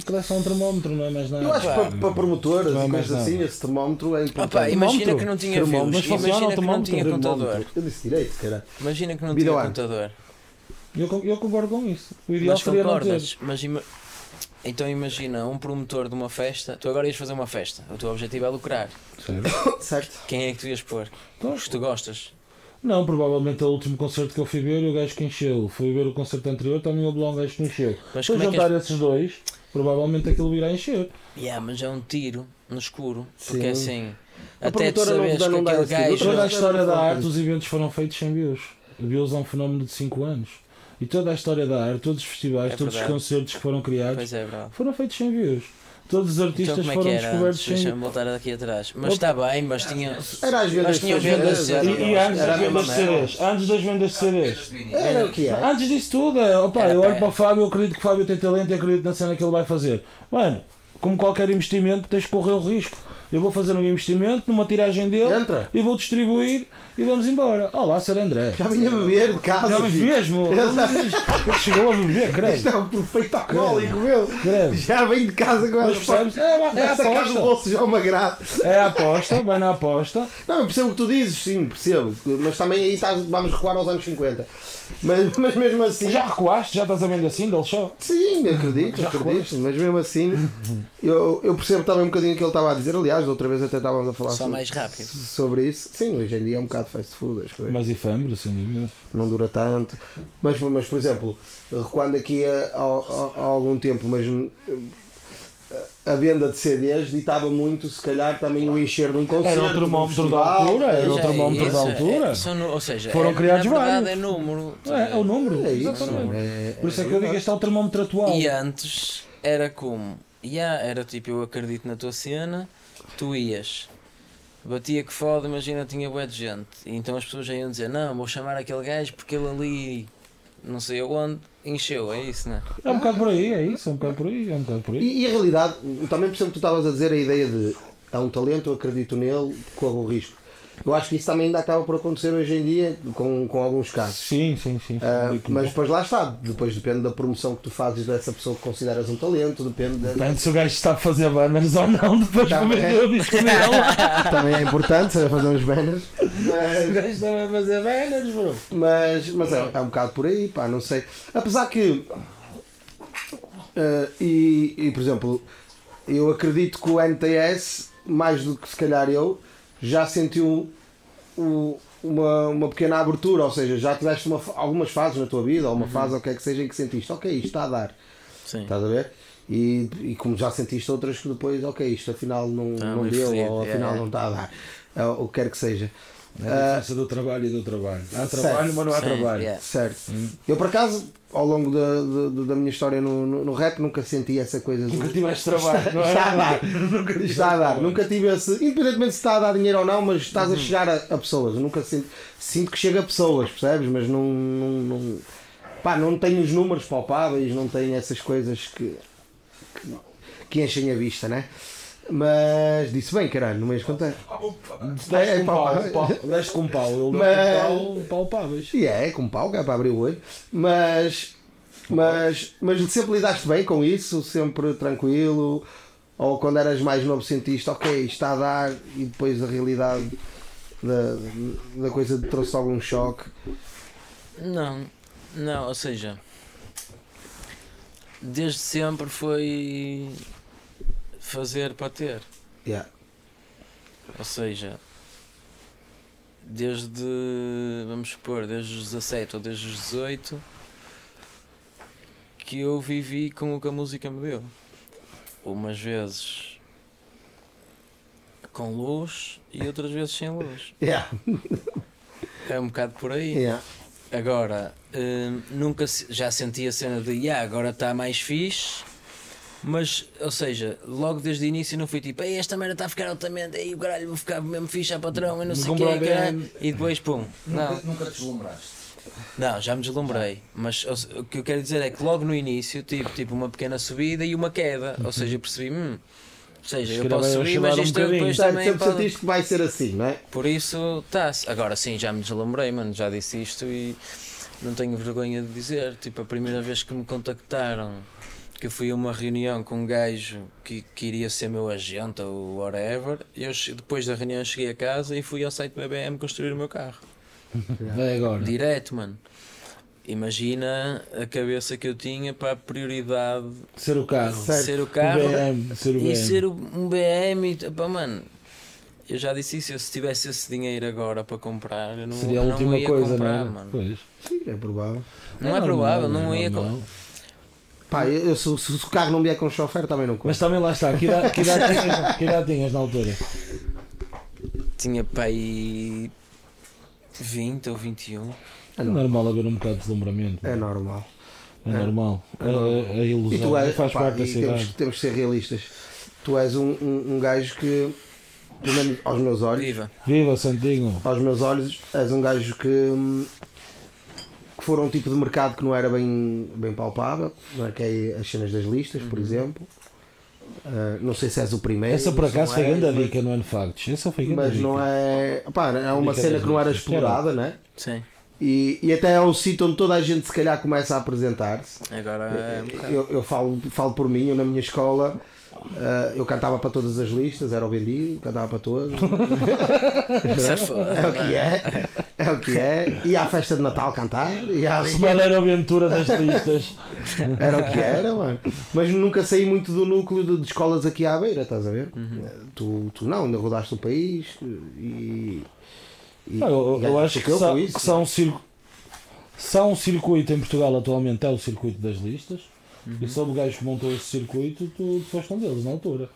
Aquilo é só um termómetro, não é mais nada.
Eu acho que para, para promotoras
Não é
e
mais
coisas assim,
nada.
esse termómetro é importante.
Opa, imagina
termómetro.
que não tinha
Termómetro.
views.
Mas funciona
Imagina que não
automático,
um
tinha contador.
Termómetro. Eu disse direito, cara.
Imagina que não
Vida
tinha
ao ar.
contador.
Eu, con- eu concordo com isso. O ideal
Mas
seria não ter.
concordas, mas ima- então imagina um promotor de uma festa, tu agora ias fazer uma festa, o teu objetivo é lucrar.
Certo.
Quem é que tu ias pôr?
Então,
Os que tu gostas.
Não, provavelmente é o último concerto que eu fui ver e o gajo que encheu. Fui ver o concerto anterior, também houve lá um gajo que encheu.
Mas
Se eu
como é que
juntar esses dois, provavelmente aquilo virá encher.
Yeah, mas é um tiro no escuro,
Sim.
porque assim,
A
até tu
promotora não
sabes
dá-
que
não dá
aquele
esse tiro.
gajo.
Toda a
Outra-
história da arte, os eventos foram feitos sem views. Views é um fenómeno de 5 anos. E toda a história da arte, todos os festivais,
É
todos os
verdade.
concertos que foram criados,
Pois é, bro.
foram feitos sem views. Todos os
Então
artistas
como é que
foram
era?
descobertos
antes?
sem É, views.
Deixa-me voltar daqui atrás. Mas está bem, mas tinha.
Era às vendas
Mas tinha
de
vendas
CDs,
de
era-
CDs.
E, e antes
Era
das
a mesma
vendas de
merda.
CDs, antes das vendas de CDs.
Era o que é.
Antes disso tudo, é, opa,
Era
eu
pé.
olho para o Fábio, eu acredito que o Fábio tem talento e acredito na cena que ele vai fazer. Mano, como qualquer investimento, tens que correr o risco. Eu vou fazer um investimento numa tiragem dele
Entra.
e vou distribuir e vamos embora. Olá, Sr. André.
Já vinha beber de casa.
Já me
filho.
mesmo? Ele chegou a beber,
Isto
creio.
é um perfeito alcoólico, meu.
Creio.
Já vem de casa com
Mas
as
percebes? É, a- é a
Essa casa do
aposta.
bolso já é uma grata.
É a aposta, vai na aposta.
Não, eu percebo o que tu dizes, sim, percebo. Mas também aí estás, vamos recuar aos anos 50. Mas, mas mesmo assim.
Já recuaste? Já estás a vender assim, dele só?
Sim, eu acredito, acredito. Mas mesmo assim, eu, eu percebo também um bocadinho o que ele estava a dizer. Aliás, da outra vez até estávamos a falar
Só
sobre,
mais rápido.
sobre isso. Sim, hoje em dia é um bocado fast food as coisas.
Mas assim, efêmero, sem dúvida.
não dura tanto. Mas, mas por exemplo, recuando aqui a, a- a- a algum tempo, mas hum, a venda de CDs ditava muito, se calhar, também o encher de um concerto.
Era o
de um
termómetro da
festival.
altura, era o
Já,
termómetro da
isso é-
altura.
são nu- ou seja,
Foram
é-
criados
na verdade
vários.
é número.
É, é o número.
É isso,
exatamente.
é-
Por isso é que eu digo este é o termómetro atual.
E antes era como? Yeah, era tipo, eu acredito na tua cena, tu ias. Batia que foda, imagina, tinha bué de gente. E então as pessoas já iam dizer, não, vou chamar aquele gajo porque ele ali, não sei aonde, encheu, é isso, né?
É um bocado por aí, é isso, é um bocado por aí, é um bocado por aí.
E, e a realidade, eu também percebo que tu estavas a dizer a ideia de há um talento, eu acredito nele, corro o risco. Eu acho que isso também ainda acaba por acontecer hoje em dia, com, com alguns casos.
Sim, sim, sim. sim.
Ah,
Muito
mas
bom.
depois lá está, depois depende da promoção que tu fazes dessa pessoa que consideras um talento, depende da.
Depende se o gajo está a fazer banners ou não, depois
Tá
como é
bem.
que eu disse que não.
Também é importante saber fazer uns banners.
O gajo estava a fazer banners, bro.
Mas, mas é, é um bocado por aí, pá, não sei. Apesar que. eh, e, e, por exemplo, eu acredito que o NTS, mais do que se calhar eu, já sentiu o- uma, uma pequena abertura, ou seja, já tiveste uma fa- algumas fases na tua vida, ou
Uhum.
uma fase, ou o que é que seja, em que sentiste, ok, isto está a dar.
Sim.
Estás a ver? E, e como já sentiste outras que depois, ok, isto afinal não,
Tá
não
meio
deu,
fodido,
ou
é,
afinal
é.
não está a dar, ou o que quer que seja. Ah,
A diferença do trabalho e do trabalho. Há trabalho,
Certo.
mas não há
Sim,
trabalho.
É.
yeah.
Certo. Eu, por acaso, ao longo da, da- da minha história no, no, no rap, nunca senti essa coisa de.
Nunca tiveste trabalho, não é?
Está a dar. Está a dar. Nunca tive Uhum. esse. Independentemente se está a dar dinheiro ou não, mas estás a chegar a, a pessoas. Eu nunca sinto. Sinto que chega a pessoas, percebes? Mas não. não, não pá, não tenho os números palpáveis, não tenho essas coisas que. que, que enchem a vista, né? Mas disse bem, caralho, não me ias contar.
Deste
É,
com
palpável.
pau, pau, deste com pau, ele
Mas-
deu com pau, palpáveis.
E é, é com pau, cá para abrir o olho. Mas, mas, mas sempre lidaste bem com isso, sempre tranquilo. Ou quando eras mais novo sentiste, ok, está a dar, e depois a realidade da, da coisa te trouxe algum choque.
Não, não, ou seja, desde sempre foi fazer para ter.
Yeah.
Ou seja, desde, vamos supor, desde os 17 ou desde os 18, que eu vivi com o que a música me deu. Umas vezes com luz e outras vezes sem luz.
Yeah.
É um bocado por aí.
Yeah.
Agora, hum, nunca se- já senti a cena de yeah, agora está mais fixe, mas, ou seja, logo desde o início não foi tipo, Ei, esta merda está a ficar altamente, ei o caralho, vou ficar mesmo fixe a patrão, eu não sei o que,
Comprou bem.
e depois pum, não,
Nunca, nunca te deslumbraste.
não, já me deslumbrei, mas ou se- o que eu quero dizer é que logo no início tive tipo uma pequena subida e uma queda,
Uhum.
ou seja, eu percebi, hum, ou seja, eu
Isto
posso
vai
subir,
oscilar
mas
um
isto
bocadinho.
depois
Portanto,
também
Então, sempre
pode...
sentiste que vai ser assim, não é?
Por isso, tá-se. Agora sim, já me deslumbrei, mano. Já disse isto e não tenho vergonha de dizer. Tipo, a primeira vez que me contactaram, que eu fui a uma reunião com um gajo que queria ser meu agente ou whatever, eu, che- depois da reunião cheguei a casa e fui ao site da BM construir o meu carro.
Vai agora.
Direto, mano. Imagina a cabeça que eu tinha para a prioridade
Ser o carro.
de ser o carro
BM, ser o
e
BM.
ser o- um BM, e- pá, mano. Eu já disse isso, eu se tivesse esse dinheiro agora para comprar, eu não,
Seria a
eu não
última
ia
coisa,
comprar,
não é?
mano.
Pois.
Sim, é provável.
Não é
normal,
provável, não,
é
ia
normal.
comprar.
Pá, eu, eu, se, se o carro não vier com chofer, também não
Mas
consta.
também lá está, que idade, que idade tinhas, que idade tinhas na altura?
Tinha pai 20 ou 21.
É normal haver um bocado de deslumbramento.
É normal.
É normal. A, a
E
ilusão
tu és,
faz
pá,
parte da
e temos,
cidade.
temos que ser realistas. Tu és um, um, um gajo que, pelo menos aos meus olhos,
Viva.
Viva Santinho!
aos meus olhos, és um gajo que, hum, que foram um tipo de mercado que não era bem, bem palpável, não é? que é as cenas das listas, por exemplo. Ah, não sei se és o
Uhum.
primeiro.
Essa por
se
acaso
não
foi
és,
grande a
mas-
dica no Unfacts. Essa foi grande a
Mas
dica.
não é. Pá, é uma
Dica
cena
das
que não era
listas,
explorada, né?
Sim.
E, e até é o sítio onde toda a gente se calhar começa a apresentar-se.
Agora é um bocado.
Eu, eu falo, falo por mim, eu na minha escola ah, eu cantava para todas as listas, era o vendido, cantava para todas.
Isso é foda.
É o que é, é o que é. Ia à festa de Natal cantar, ia à
Semana era é a aventura das listas.
era o que era, mano. Mas nunca saí muito do núcleo de, de escolas aqui à beira, estás a ver? Eh, Tu, tu não, ainda rodaste o país e. e-
Ah, eu,
e
eu acho
o
que,
eu
são,
com
que são, cir- são um circuito em Portugal atualmente é o circuito das listas.
Uhum.
E só o gajo que montou esse circuito, tu, tu foste um deles na altura.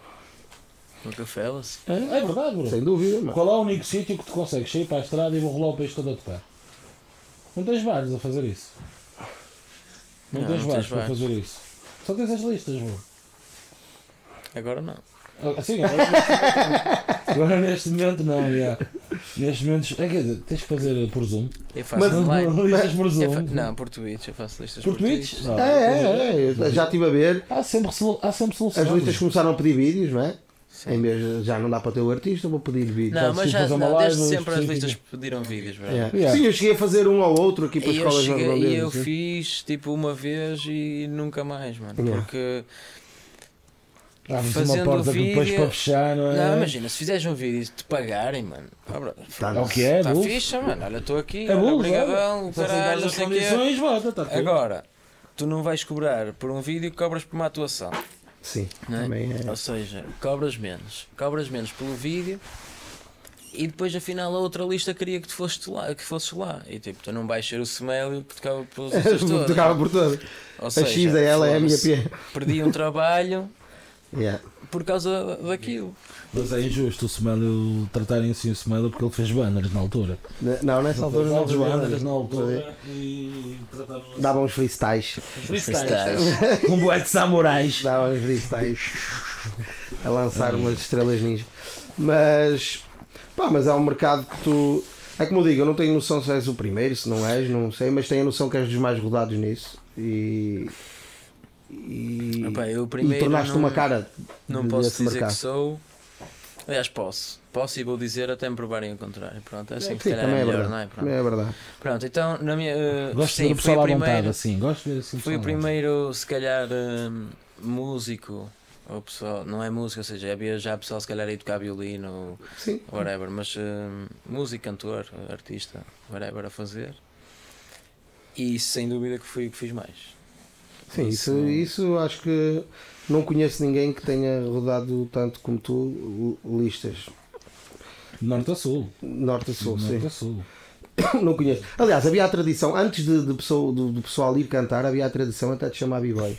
Nunca fala-se.
É, é verdade, bro.
Sem dúvida, mano.
Qual é o único sítio que tu consegues sair para a estrada e vou rolar o país todo a tocar? Não tens vários a fazer isso. Não,
Não,
tens
não
vários
tens
para
bares.
fazer isso. Só tens as listas, bro.
Agora não.
Ah, Sim, agora, agora neste momento não, já. Neste momento, é, quer dizer, tens que fazer por Zoom.
Eu faço online.
listas por Zoom.
Eu é fa- Não, por Twitch, eu faço listas
Por Twitch? Ah,
É, é, é, eu já estive a ver.
Há sempre, solu- há sempre soluções.
As listas começaram a pedir vídeos, não é?
Sim.
Em vez de já não dá para ter o artista, vou pedir vídeos.
Não, mas
se
já
fazer uma
não, desde
live
sempre as
específica.
listas pediram vídeos, bro.
Yeah.
Yeah.
Sim, eu cheguei a fazer um ao outro aqui para as
E eu,
escolas assim.
cheguei- e eu
redondezas. sim.
fiz tipo uma vez e nunca mais, mano.
Yeah.
Porque.
Abre-se uma
fazendo
porta
um
que depois
vídeo-
para fechar, não é?
Não, imagina, se fizeres um vídeo e te pagarem, mano. Ah, bro,
Tá,
É o que é, é
tá
bom.
ficha, mano. Olha, estou aqui,
É bom,
obrigadão, o
Se aceitares
caralho, não
as
sei o quê.
condições, bota, está tudo.
Agora, tu não vais cobrar por um vídeo que cobras por uma atuação.
Sim,
não é?
também é.
Ou seja, cobras menos. Cobras menos pelo vídeo e depois afinal a outra lista queria que tu fosses lá, que fosses lá. E tipo, tu não vais ser o semelho que tocava pelos listas todas.
Tocava por todas.
Ou
A X, a L, é a minha
foda-se,
pia.
Perdi um trabalho
Yeah.
por causa daquilo.
Mas é injusto o Smelly tratarem assim o Smelly porque ele fez banners na altura.
Não, nessa altura não
Fez banners na
desvendam.
altura e trataram
Dava uns freestyles.
com boé de samurais.
Dava uns freestyles. A lançar umas estrelas ninja. Mas. Pá, mas é um mercado que tu. É como eu digo, eu não tenho noção se és o primeiro, se não és, não sei, mas tenho a noção que és dos mais rodados nisso. E. E,
Epá, eu
e
primeiro
tornaste
não-
uma cara
Não
de-
posso
desse
dizer
mercado.
que sou. Aliás, posso. Posso e vou dizer até me provarem o contrário. Pronto, é assim que
Sim,
se calhar
também
é
é
melhor,
verdade.
não é?
Também
Pronto,
é verdade.
Pronto, então, na minha. eh,
Gosto de
sim,
ver o
fui
pessoal à
primeiro-
vontade, assim. Gosto de ver assim. o
Fui o
pessoal à
primeiro, se calhar, hum, músico. Ou pessoal, não é música, ou seja, havia já pessoal se calhar aí tocar violino
Sim.
ou whatever, mas hum, músico, cantor, artista, whatever a fazer. E sem dúvida que fui o que fiz mais.
Sim, isso, isso acho que não conheço ninguém que tenha rodado tanto como tu l- listas
vontade. Norte a Sul.
norte a sul.
Norte
Sim.
a Sul.
Não conheço. Aliás, havia a tradição, antes de, de pessoa- do, do pessoal ir cantar, havia a tradição até de chamar b-boys.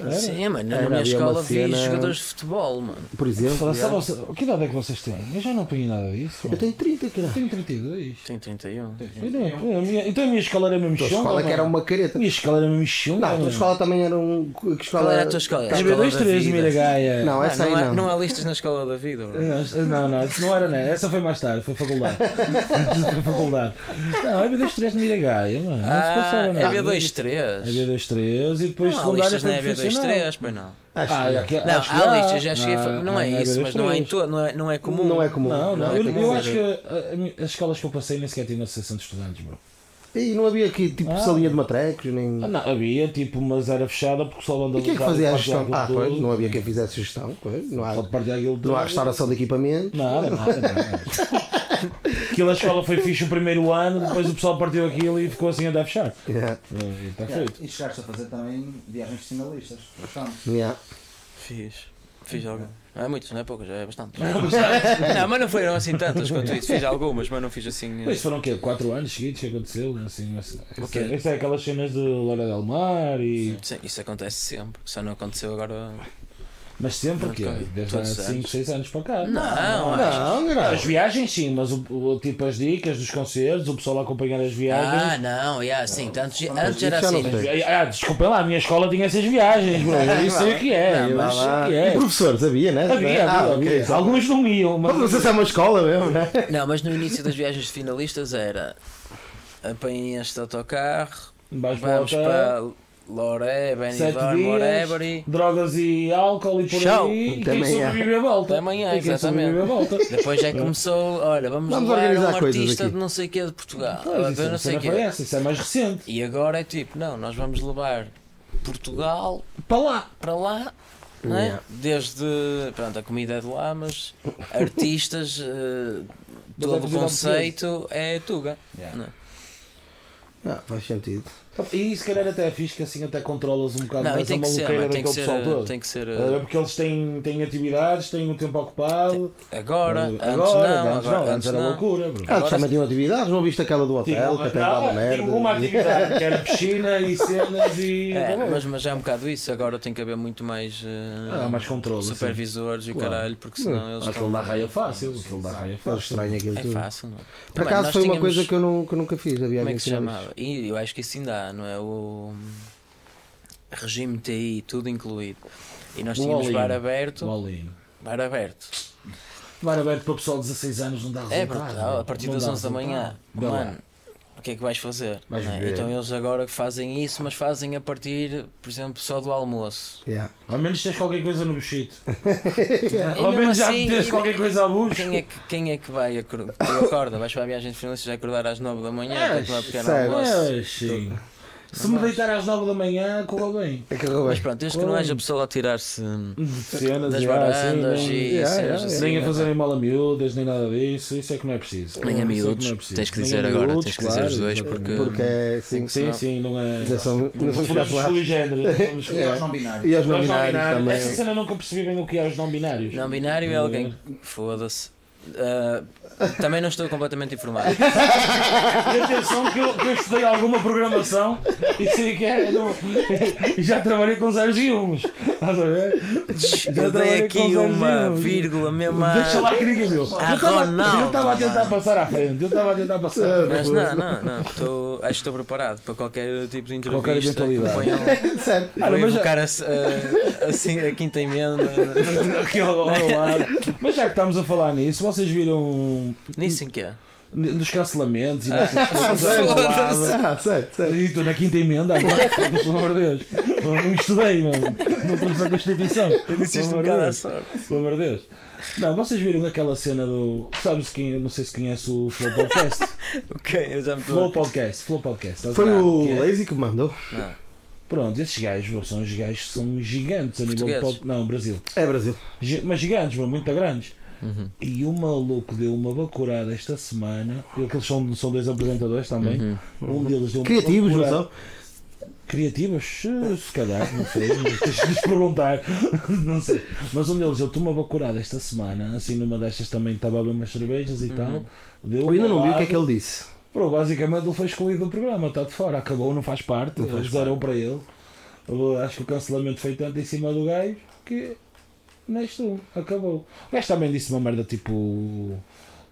Era?
Sim, mano.
Era,
na minha
havia uma
escola
cena-
vi jogadores de futebol, mano.
Por exemplo,
Fala, sabe, você- que idade é que vocês têm? Eu já não apanhei nada disso.
eu tenho 30,
Eu
caralho.
tenho 32.
Tem 31.
Eu não- a minha- então a minha escola era mesmo
A tua
chunga.
escola que
mano.
era uma
A
careta.
minha escola era mesmo chunga.
Não, a tua
mano.
escola também era um. Que escola...
Qual era a tua escola? A escola da
2-3 de
vida.
Miragaia.
Não,
Ah,
essa
não,
aí
há,
não.
não há listas na escola da vida, bro.
É, Não, não, não, isso não era, né? Essa foi mais tarde, foi faculdade. foi faculdade. Não, é B23 de Miragaia, mano. Não se
Ah,
passava
é
nada.
B23.
É B23 e depois
Não é
secundárias
há listas na
tem profissional.
B23, pois não.
Ah, já que-
Não,
acho que
há listas, já cheguei. a fa-
Não,
Não é
não é
isso, mas não é em
B23.
todo, não é- não é comum.
Não é comum.
Não, não,
é
eu,
comum.
eu acho que a- a minha- as escolas que eu passei nem sequer tinham associação de estudantes, bro.
E não havia aqui tipo
Ah.
salinha de matrecos, nem.
Ah, não, havia, tipo, mas era fechada porque só andava
E quem é que fazia a gestão? Ah, pois, não havia quem fizesse gestão, pois. Não há,
Só de partilhar aquilo
não há
todo.
restauração de equipamento.
Nada, nada, nada. Aquilo a escola foi fixe o primeiro ano, depois o pessoal partiu aquilo e ficou assim a dar fechar.
Yeah,
Está feito.
E chegaste a fazer também viagens sinalistas. Bastante.
yeah.
Fiz. Fiz algumas. Não é muitos, não é poucos, é bastante. não, mas não foram assim tantas quanto isso. Fiz algumas, mas não fiz assim.
Mas foram o quê? 4 anos seguidos que aconteceu? Assim, assim,
Ok.
isso, é, isso é aquelas cenas de Loura del Mar e.
Sim, isso acontece sempre. Só não aconteceu agora.
Mas sempre o quê?
Ok.
Desde há
Todos os
5,
anos.
6 anos para cá.
Não, acho-
Não,
As
garoto.
viagens sim, mas o, o- tipo as dicas dos concertos, o pessoal a acompanhar as
Ah,
viagens.
não, yeah, sim, tantos, antes
isso
era
já não
assim.
tem.
Ah, desculpem lá, a minha escola tinha essas viagens, bro. Eu sei o que
Ah,
é, eu sei o que
E
é.
professores, havia, né?
Havia,
ah,
havia, havia.
ok.
Alguns não iam, mas.
Mas não sei se é uma escola mesmo, né?
Não, mas no início das viagens de finalistas era apanhem este autocarro,
Vais para o
vamos
hotel.
para Loré, Benidorm, Morebury.
drogas e álcool e por
Show.
aí, e quem
Também é.
sobrevive a volta.
Também é,
E quem sobrevive a
exatamente.
volta.
Depois já começou, olha, vamos,
Vamos
levar um
organizar coisas
artista
aqui.
de não sei o que de Portugal.
Pois, isso,
eu não
isso
sei
não
o que.
foi essa, isso é mais recente.
E agora é tipo, não, nós vamos levar Portugal
Para lá.
para lá, não é? Desde, pronto, a comida é de lá, mas artistas, eh,
Mas é
todo o
convidado
conceito é Tuga. não é?
Ah, faz sentido.
E se calhar até é fixe que assim até controlas um bocado
Não, e
mais a
tem que ser,
maluqueira
mano, tem que
daquele
ser,
pessoal todo.
tem que ser eh,
É porque eles têm, têm atividades, têm o tempo ocupado.
eh, agora, antes
agora,
não,
antes
agora, antes
antes era
não.
loucura, bro. Tipo,
Ah, também tinham atividades, não viste aquela do
Tinha
hotel, que
uma-
até
não,
dava merda.
tinha uma atividade que era piscina e cenas e.
É, mas, mas é um bocado isso, agora tem que haver muito mais, eh,
Ah, mais controle, assim.
supervisores e o
Claro.
caralho, porque senão eles
Aquilo
estão...
dá raia é fácil, aquilo dá raia
Foi
fácil.
estranho aquilo
É
tudo.
fácil, não é?
Por
Bem,
acaso
nós
foi uma
tínhamos-
coisa que eu, não, que eu nunca fiz, a viagem
Como é que se
finalista.
chamava? E eu acho que isso ainda há, não é? O regime TI, tudo incluído. E nós
Um
tínhamos
all-in.
bar aberto.
Molinho.
Bar aberto.
Bar aberto para o pessoal de 16 anos não dá resultado.
É brutal, a partir
Não
das
dá
11 da manhã.
resultado. Vê lá.
Mano, o que é que vais fazer?
Vais
não é?
beber.
Então eles agora que fazem isso, mas fazem a partir, por exemplo, só do almoço.
Yeah.
Ao menos tens qualquer coisa no bichito.
E
Ao
mesmo
menos já
assim,
meteste
e-
qualquer coisa à bucha.
Quem é, que, quem é que vai acor- que acorda? Vais para a viagem de finalistas vai acordar às 9 da manhã, tem que tomar pequeno
sério?
almoço.
É, sim. Se me deitar às 9 da manhã, corra bem.
É que roubei.
Mas pronto, desde que não haja pessoal a tirar-se.
Cenas
Das
e ah,
varandas
assim,
e
não-
cenas assim,
Nem a
não é?
fazerem mal a miúdas, nem nada disso. Isso é que não é preciso.
Nem a
Isso é que
miúdos.
não é preciso.
Tens que
Nem a
dizer agora,
miúdos,
tens que dizer os dois,
exatamente.
porque-
Porque é assim.
Sim, sim, não é.
Já são-
Não
já são
somos
claros.
subgêneros, não somos
E aos
claros.
não binários.
E
Nós
aos
não
nominados
binários.
também.
Essa cena eu nunca percebi bem o que é os não binários.
Não binário é alguém. Foda-se. Ah, também não estou completamente informado.
E atenção que eu, que eu estudei alguma programação e sei que é. não- e já trabalhei com zeros e uns. Estás a ver?
Eu dei
trabalhei com
aqui
zeros e
uma
uns.
vírgula mesmo. a-
Deixa lá que ninguém viu. Eu estava- Eu
Ronaldo,
estava a tentar
mano.
passar à frente. Eu estava a tentar passar.
Mas
Ah,
não, não, não. Estou, acho que estou preparado para qualquer tipo de entrevista.
Qualquer eventualidade.
Ponham-
Sério.
Vou
Olha, mas já-
invocar a, se- a- assim, a quinta emenda.
Aqui ao, ao lado. Mas já que estamos a falar nisso, vocês viram
Nisso em que é?
n- nos cancelamentos e nessas
Foda-se.
Ah, sério, sério.
E estou na quinta emenda agora, pelo amor de Deus. Não estudei, mano. Não estou na Constituição.
Disse isto um
Pelo amor de
bocado à
Deus.
sorte.
Pelo amor de Deus. Não, vocês viram aquela cena do. Sabes quem? Não sei se conhece o Flow Podcast.
Ok, eu já me
Flow
estou.
Podcast, Flow Podcast. estás a
é? Foi
ver?
o
Que é-
Lazy que me mandou.
Pronto, esses gajos meu, são os gajos que são gigantes a nível de
Portugueses?
pod... Não, Brasil.
É Brasil.
Gi- Mas gigantes, meu, muito grandes. E o maluco deu uma bacurada esta semana. Aqueles são, são dois apresentadores também. Um deles deu uma
Uhum. Criativos, não
bacurada-
são?
Criativas? Se se calhar, não sei, mas tens de lhes perguntar. Não sei. Mas um deles, eu tomo uma bacurada esta semana, assim numa destas também estava a beber umas cervejas e tal. Deu
Eu ainda
uma
não vi o que é
lado.
que ele disse.
Pô, basicamente ele foi excluído do programa, está de fora, acabou, não faz parte, fizeram para ele. Eu acho que o cancelamento foi tanto em cima do gajo que neste um, acabou. O gajo também disse uma merda tipo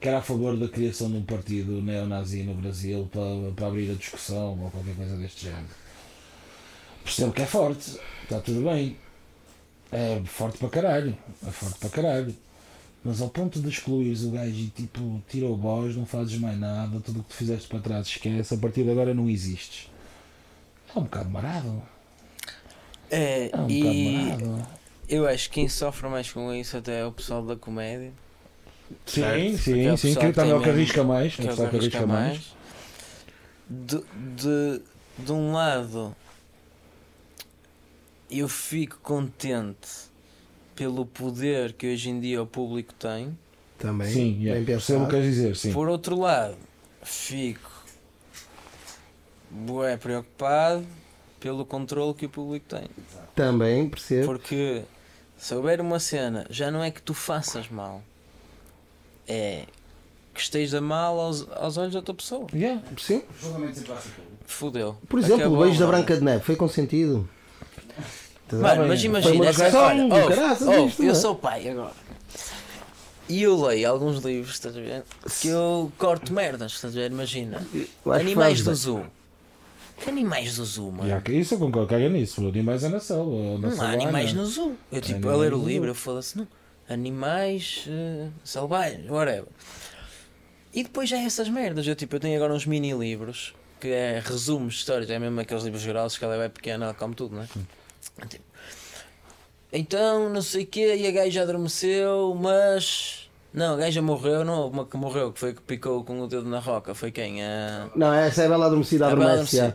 que era a favor da criação de um partido neonazi no Brasil para, para abrir a discussão ou qualquer coisa deste género. Percebo que é forte, está tudo bem. É forte para caralho, é forte para caralho. Mas ao ponto de excluires o gajo e tipo, tira o voz, não fazes mais nada, tudo o que tu fizeste para trás esquece, a partir de agora não existes. É um bocado marado.
É,
É um
e
bocado marado.
eu acho que quem sofre mais com isso até é o pessoal da comédia.
Sim,
Porque é
sim,
o
sim.
pessoal
Que
que
está melhor
tem
que
mesmo-
arrisca mais. Que
que é o
pessoal que arrisca mais.
De, de, de um lado, eu fico contente pelo poder que hoje em dia o público tem.
Também.
Sim, yeah.
bem
percebo o
pensado.
que queres dizer, sim.
Por outro lado, fico bué preocupado pelo controle que o público tem.
é-
Também percebo.
Porque se houver uma cena, já não é que tu faças mal, é que estejas a mal aos, aos olhos da outra pessoa.
Yeah.
Sim.
Julgamento sempre passa público.
Fudeu.
Por exemplo,
Acabou,
o beijo da
é?
mano.
Branca de Neve foi consentido.
Mano, mas
Foi
imagina,
uma um,
agora,
discussão do
ouve,
caraças
ouve,
isto, não
oh, eu
é?
sou pai agora. E eu leio alguns livros, estás a ver? Que eu corto merdas, estás a ver? Imagina.
Eu acho que faz
Animais do
bem.
zoo. Que animais do zoo, mano?
Yeah, que isso eu concordo, caga nisso. Animais é na selva. Na
Não há
savana.
animais no zoo. Eu tipo, a
Animais
ler
no
o livro,
zoo.
eu falo assim, não. Animais eh, selvagens, whatever. E depois já há essas merdas. Eu tipo, eu tenho agora uns mini livros que é resumos de histórias, é mesmo aqueles livros grossos que ela é bem pequena, ela come tudo, né? Tipo, então, não sei o quê, e a gaja adormeceu, mas. Não, a gaja morreu, não houve uma que morreu, que foi a que picou com o dedo na roca, foi quem? A-
Não, essa é a bela adormecida
A Bela
adormece. já.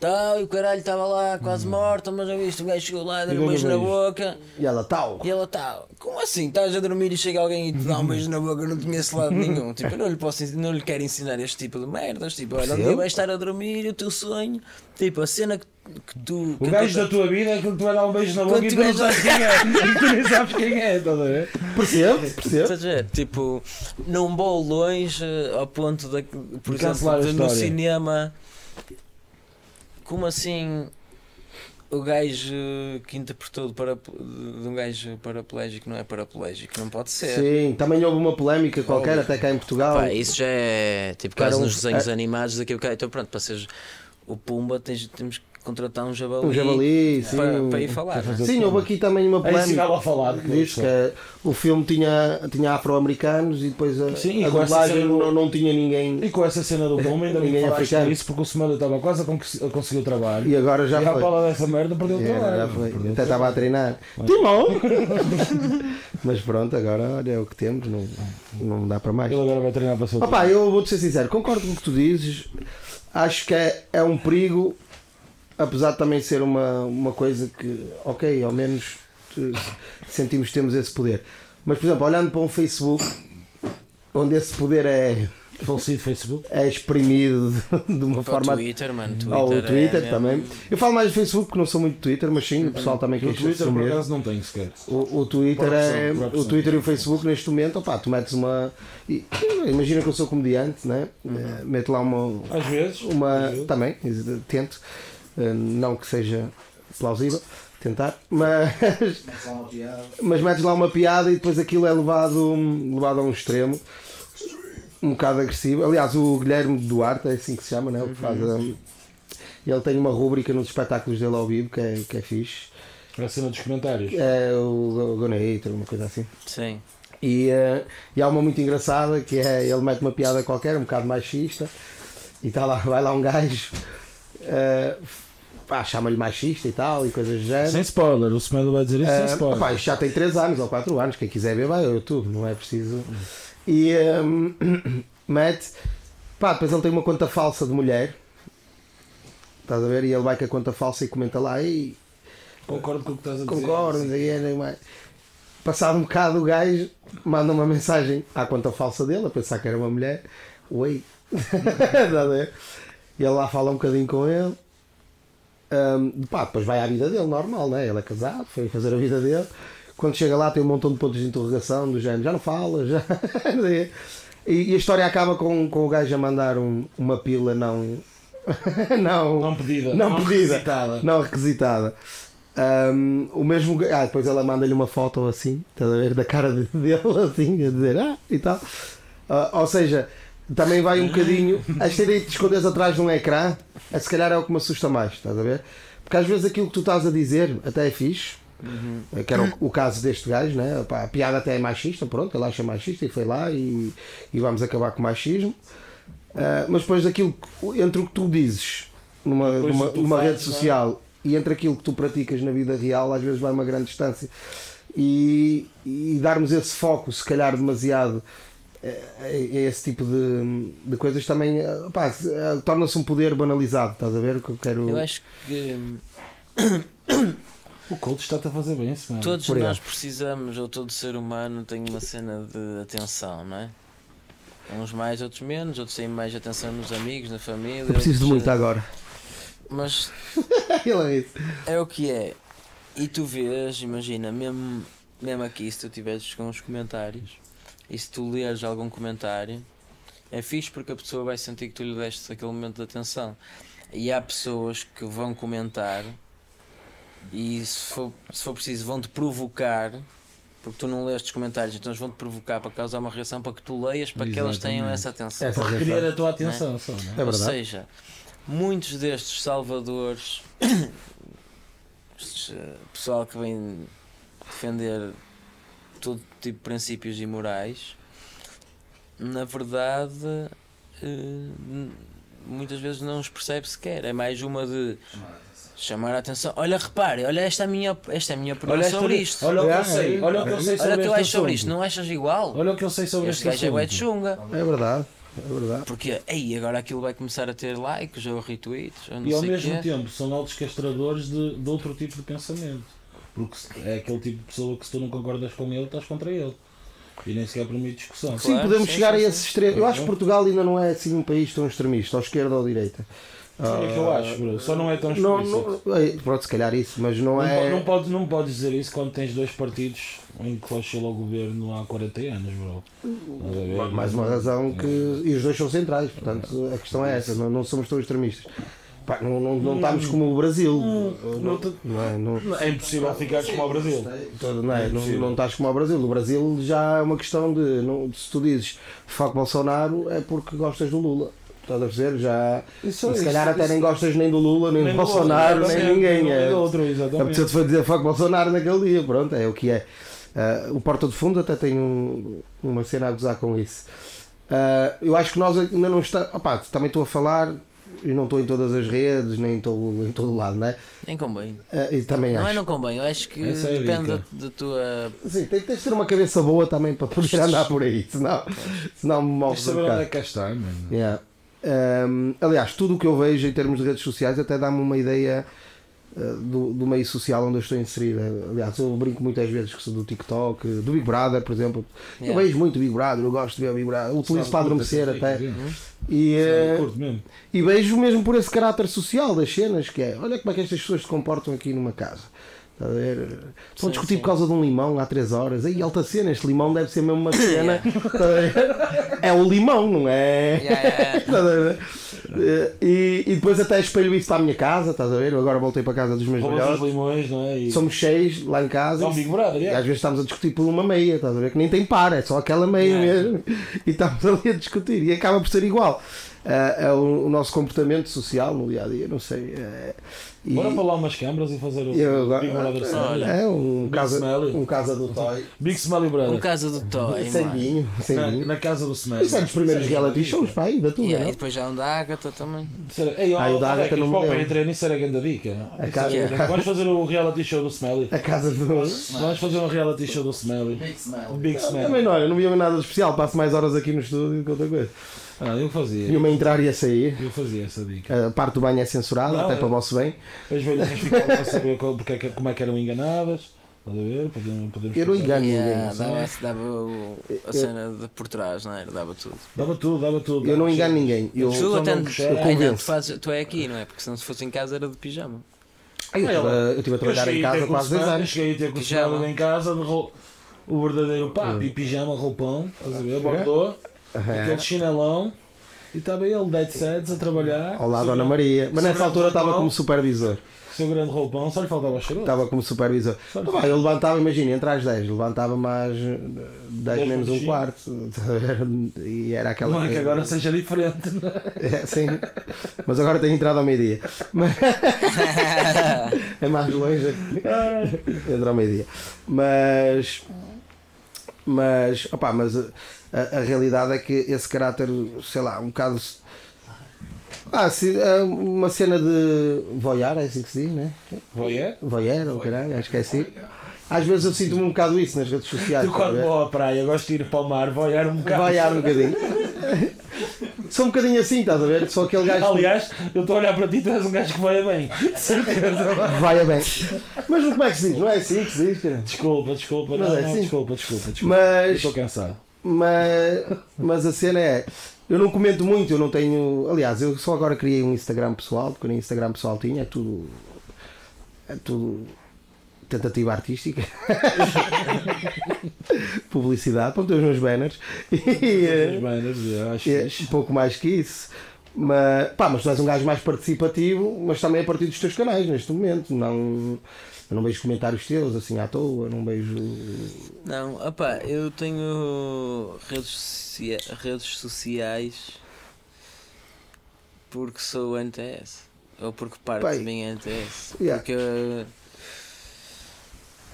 Tal, e o caralho estava lá quase
Hum.
morta, mas já viste, o gajo chegou lá, deu um
Deu-lhe um
beijo na
beijo.
boca.
E ela tal.
E ela está, como assim? Estás a dormir e chega alguém e te dá um beijo na boca, eu não conheço lado nenhum. Tipo, eu não lhe, posso, ens- não lhe quero ensinar este tipo de merdas. Tipo, olha, um dia
Percebo.
vais estar a dormir, o teu sonho. Tipo, a cena que, que tu.
O
que
gajo
tu-
da tua vida é aquele que te vai dar um beijo na boca
Quando
e tu não
tiveres-
sabes quem é. E tu nem sabes quem é, estás a ver?
Percebo, percebo.
Estás a ver? Tipo, não vou longe eh, ao ponto de, por
cancelar a
exemplo, de no
história.
cinema. Como assim o gajo que interpretou de, para, de um gajo paraplégico não é paraplégico? Não pode ser.
Sim, também houve uma polémica qualquer, até cá em Portugal.
Pá, isso já é tipo
Para
caso
um-
nos desenhos
é-
animados daqui a bocado. Então pronto, para seres o Pumba tens- temos que contratar um javali,
Um javali,
para,
sim. um
para ir falar. não é?
Sim, houve aqui também uma
É ensinar
polémica.
a falar.
Diz que o filme tinha, tinha afro-americanos e depois a,
Sim, e
a
com essa
dublagem
cena do-
não, não tinha ninguém.
E com essa cena do Puma ainda me
Ninguém é
falaste
africano.
isso porque o Semedo estava quase a conqui- a conseguir o trabalho.
E agora já
e à
foi.
pala dessa merda perdeu o
Era, já
trabalho.
foi.
Perdeu o
Até estava a treinar. Timão! Mas pronto, agora olha é o que temos, não, não dá para mais.
Ele agora vai treinar para ser o
Opa, eu vou-te ser sincero, concordo com o que tu dizes. Acho que é, é um perigo, apesar de também ser uma, uma coisa que, ok, ao menos eh, sentimos que temos esse poder. Mas, por exemplo, olhando para um Facebook, onde esse poder é,
falecido Facebook.
é exprimido de uma
Para o
forma.
Twitter, mano. Twitter
Ou Ah, o
é
Twitter
mesmo-
também. Eu falo mais do Facebook, porque não sou muito do Twitter, mas sim, o pessoal também
O
quer
Twitter por acaso não tem sequer.
o, o Twitter
Por opção,
é,
por opção.
o Twitter e o Facebook neste momento, opá, tu metes uma e- imagina que eu sou comediante, né? Eh, Meto lá uma
Às vezes.
uma
às vezes.
também, tento, eh, não que seja plausível tentar, mas
É só uma piada.
mas metes lá uma piada e depois aquilo é levado, levado a um extremo um bocado agressivo. Aliás, o Guilherme Duarte, é assim que se chama, né? O que faz a- ele tem uma rúbrica nos espetáculos dele ao vivo que é, que é fixe.
Para a cena dos comentários.
É o Go- Gonna Hater, uma coisa assim.
Sim.
E, eh, e há uma muito engraçada que é ele mete uma piada qualquer, um bocado machista, e tá lá, vai lá um gajo, eh, pá, chama-lhe machista e tal, e coisas do género.
Sem spoiler, o Semedo vai dizer isso sem
Eh,
spoiler.
opá, isto já tem 3 anos ou 4 anos, quem quiser ver vai ao YouTube, não é preciso. E eh, mete, pá, depois ele tem uma conta falsa de mulher, estás a ver? E ele vai com a conta falsa e comenta lá, e
Concordo com o que estás a dizer.
Concordo, não sei quê, nem mais. Passado um bocado, o gajo manda uma mensagem à conta falsa dele, a pensar que era uma mulher. Oi. Estás a ver? e ele lá fala um bocadinho com ele. Ahm, pá, depois vai à vida dele, normal, né? Ele é casado, foi fazer a vida dele. Quando chega lá, tem um montão de pontos de interrogação, do género, já não fala, já. não sei quê. e, e a história acaba com, com o gajo a mandar um- uma pila não não,
Não pedida.
Não pedida.
requisitada.
não requisitada. Ahm, o mesmo. ga- Ah, depois ela manda-lhe uma foto assim, estás a ver, da cara de- dele, assim, a dizer ah e tal. Ah, ou seja, também vai um bocadinho. As terem de te esconderes atrás de um ecrã, a se calhar é o que me assusta mais, estás a ver? Porque às vezes aquilo que tu estás a dizer até é fixe,
Uhum.
que era o, o caso deste gajo, né? Pá, a piada até é machista, pronto, ele acha machista e foi lá e, e vamos acabar com o machismo. Ah, mas depois daquilo que- entre o que tu dizes numa,
Depois
numa,
o que tu
numa
fazes,
rede
não é?
social e entre aquilo que tu praticas na vida real, às vezes vai uma grande distância. E, e darmos esse foco, se calhar demasiado, eh, a, a esse tipo de, de coisas também ah, pá, se- ah, torna-se um poder banalizado, estás a ver? O que eu quero.
Eu acho que hum,
O coach está-te a fazer bem, isso, mano.
todos
Obrigado.
nós precisamos, ou todo ser humano tem uma cena de atenção, não é? Uns mais, outros menos, outros têm mais atenção nos amigos, na família.
Eu preciso de
outros- eh,
muito agora.
Mas
Ele é isso.
É o que é. E tu vês, imagina, mesmo, mesmo aqui, se tu tiveres com os comentários e se tu leres algum comentário, é fixe porque a pessoa vai sentir que tu lhe deste aquele momento de atenção. E há pessoas que vão comentar e se for, se for preciso vão-te provocar porque tu não leste os comentários, então eles vão-te provocar para causar uma reação para que tu leias para que elas tenham
Exatamente.
essa atenção.
Essa
Para
reação.
requerer a
né?
tua atenção só, não é?
É
Ou
verdade.
seja, muitos destes salvadores, estes, eh, pessoal que vem defender todo tipo de princípios e morais, na verdade, eh, n- muitas vezes não os percebe sequer. É mais uma de chamar a atenção. Olha, repare, olha, esta é a minha, op- esta é a minha opinião
esta-
sobre isto.
Olha o que
É,
eu sei.
é.
Olha o que eu sei sobre
Olha o que eu
este
acho sobre
assunto.
isto, não achas igual?
Olha o que eu sei sobre
este
este
gajo é bué de
assunto.
chunga.
É verdade, é verdade.
Porque aí agora aquilo vai começar a ter likes ou retweets ou não
E ao
sei
mesmo
é.
quê.
tempo são altos castradores de, de outro tipo de pensamento. Porque se- é aquele tipo de pessoa que se tu não concordas com ele, estás contra ele. E nem sequer permite discussão.
Claro.
Sim, podemos
sim,
chegar
sim,
a esses extremos. Eu acho que Portugal ainda não é assim um país tão extremista, ou esquerda ou direita.
Sim, é que eu acho, bro. Só não é tão
Não,
explícito.
não, é, pronto, se calhar isso, mas não
Não,
é.
po- não, pode, não podes dizer isso quando tens dois partidos em que oscila o governo há 40 anos, bro. Estás a ver?
É Mais uma razão que. E os dois são centrais, portanto a questão é essa, não, não somos tão extremistas. Pá, não, não, não estamos como o Brasil.
Não te-
Não é? Não,
É impossível ficares como o Brasil.
todo- não, é? não, não estás como o Brasil. O Brasil já é uma questão de. Não, se tu dizes foco Bolsonaro é porque gostas do Lula. Estás a perceber? Já.
Então, Isso-
e se calhar
isso-
até
isso-
nem gostas nem do Lula, é nem,
Nem
do
do
Bolsonaro,
Lula,
nem
nem-
ninguém.
nem
É.
do outro, exatamente.
A pessoa te foi dizer fuck Bolsonaro naquele dia, pronto, é o que é. Ah, o Porta de Fundo até tem um- uma cena a gozar com isso. Ah, eu acho que nós ainda não está. Opá, também estou a falar e não estou em todas as redes, nem estou em todo lado, não é?
Nem convém.
Ah, e também
Não
acho.
é não convém, eu acho que
Essa é a
depende
dica.
da, da tua.
Sim, tem- tens de ter uma cabeça boa também para poder andar por aí, senão, senão me
Tens de
morres um
saber onde é
bocado.
que cá está, mano.
Yeah. Um, aliás, tudo o que eu vejo em termos de redes sociais até dá-me uma ideia uh, do, do meio social onde eu estou inserida. Aliás, eu brinco muitas vezes que sou do TikTok, do Big Brother, por exemplo.
Yeah.
Eu vejo muito Big Brother, eu gosto de ver o Big Brother, utilizo para adormecer até.
Uhum.
E, uh,
Curto mesmo.
e vejo mesmo por esse caráter social das cenas, que é olha como é que estas pessoas se comportam aqui numa casa. Está a ver? Estão a
Sim,
discutir
sim.
por causa de um limão há 3 horas. Aí alta cena, este limão deve ser mesmo uma cena. Está a ver? É o limão, não é?
Yeah, yeah, yeah.
Estás a ver? E, e depois até espelho isso para a minha casa, estás a ver? Eu agora voltei para a casa dos meus
Roubas
melhores.
os limões, não é? E...
Somos seis lá em casa.
É um Big Brother,
E
é.
às vezes estamos a discutir por uma meia, estás a ver? Que nem tem par, é só aquela meia mesmo. E estamos ali a discutir. E acaba por ser igual. Ah, é o, o nosso comportamento social no dia a dia, não sei. é- e-
Bora para lá umas câmaras e fazer o
e eu
Big Brother
agora,
Summer.
é um
Big
casa,
Smelly.
um casa do Toy.
Big Smelly
Um
Brother.
casa do Toy, é?
sem
mano.
vinho, sem
Na,
vinho.
na casa do Smelly.
Isso é dos primeiros reality shows, pá, ainda tudo.
Yeah,
não?
e depois já um da Agatha também.
Será... Ei, ó,
Ah, eu da
Alex,
Agatha não me
pá,
lembro.
para entrar nisso era a grande dica.
A casa,
é.
Vamos fazer o reality show do Smelly.
a casa do.
Vamos fazer um reality show do Smelly.
Big smile.
Big Smelly.
Também É, não, eu não via nada de especial, passo mais horas aqui no estúdio que outra coisa.
Ah, eu
E
fazia.
uma entrar e a sair.
Eu fazia essa dica.
A parte do banho é censurada,
Não,
até
é.
para o vosso bem.
As velhinhas ficavam a saber qual- porque é que- como é que eram enganadas. Estás a ver? Podemos, podemos
Eu não
contar.
engano
Yeah,
ninguém.
ah, dava, dava o- a cena de por trás, não era? Dava tudo.
Dava tudo, dava tudo.
Eu não engano ninguém. Eu,
tu até
eu
ah, não, tu,
convenço.
fazes, tu é aqui, não é? Porque se não se fosse em casa era de pijama.
Eu estive a- eu estive a
Eu
trabalhar em
cheguei a ter
casa
com
quase
o
10
Smelly,
anos.
Cheguei a ter com o
Pijama.
Smelly em casa de rou-
Hum.
o verdadeiro papo e pijama, roupão, estás a ver? Bordô, aquele chinelão. E estava ele, Dead Sets, a trabalhar.
Olá,
seu
Dona
grande-
Maria. Mas nessa
Sobre-
altura estava
Não.
como supervisor.
Seu grande roupão, só lhe faltava o charuto.
Estava como supervisor.
Só lhe
Ah, pá, eu levantava, imagina, entre às 10, levantava mais 10
Dez
menos um
minutinhos.
quarto. E era aquela.
Não é que agora seja diferente.
É, sim. Mas agora tenho entrado ao meio-dia. Mas- é mais longe. Entra ao meio-dia. Mas. Mas. Opá, mas a, a- a realidade é que esse caráter, sei lá, um bocado. Ah, se, é uma cena de voyar, é assim que se diz, né?
Vou é?
Voyeur, ou caralho, acho que é assim. Às vezes eu sinto-me um bocado isso nas redes sociais.
Eu quando
estás a ver?
vou à praia, gosto de ir para o mar, vou olhar um bocado.
Voyeur um bocadinho. Sou um bocadinho assim, estás a ver? Sou aquele gajo. que-
Aliás, eu estou a olhar para ti, tu és um gajo que vai bem.
Vai a bem. Mas como é que se diz? Não é assim que se diz, cara.
Desculpa, desculpa, não,
Mas é
não,
assim.
desculpa, desculpa, desculpa. Eu
Mas,
Estou cansado.
mas, mas a cena é. Eu não comento muito, eu não tenho. Aliás, eu só agora criei um Instagram pessoal, porque nem Instagram pessoal tinha, é tudo. É tudo. Tentativa artística. Publicidade, para meter os meus banners. E, eh,
Os banners, eu acho
É,
fixe.
um pouco mais que isso. Mas, pá, mas tu és um gajo mais participativo, mas também é a partir dos teus canais neste momento. Não, eu não vejo comentários teus assim à toa, não vejo.
Não, opá, eu tenho redes, socia- redes sociais porque sou NTS. Ou porque parte
Pai.
de mim é NTS.
Yeah.
Porque uh,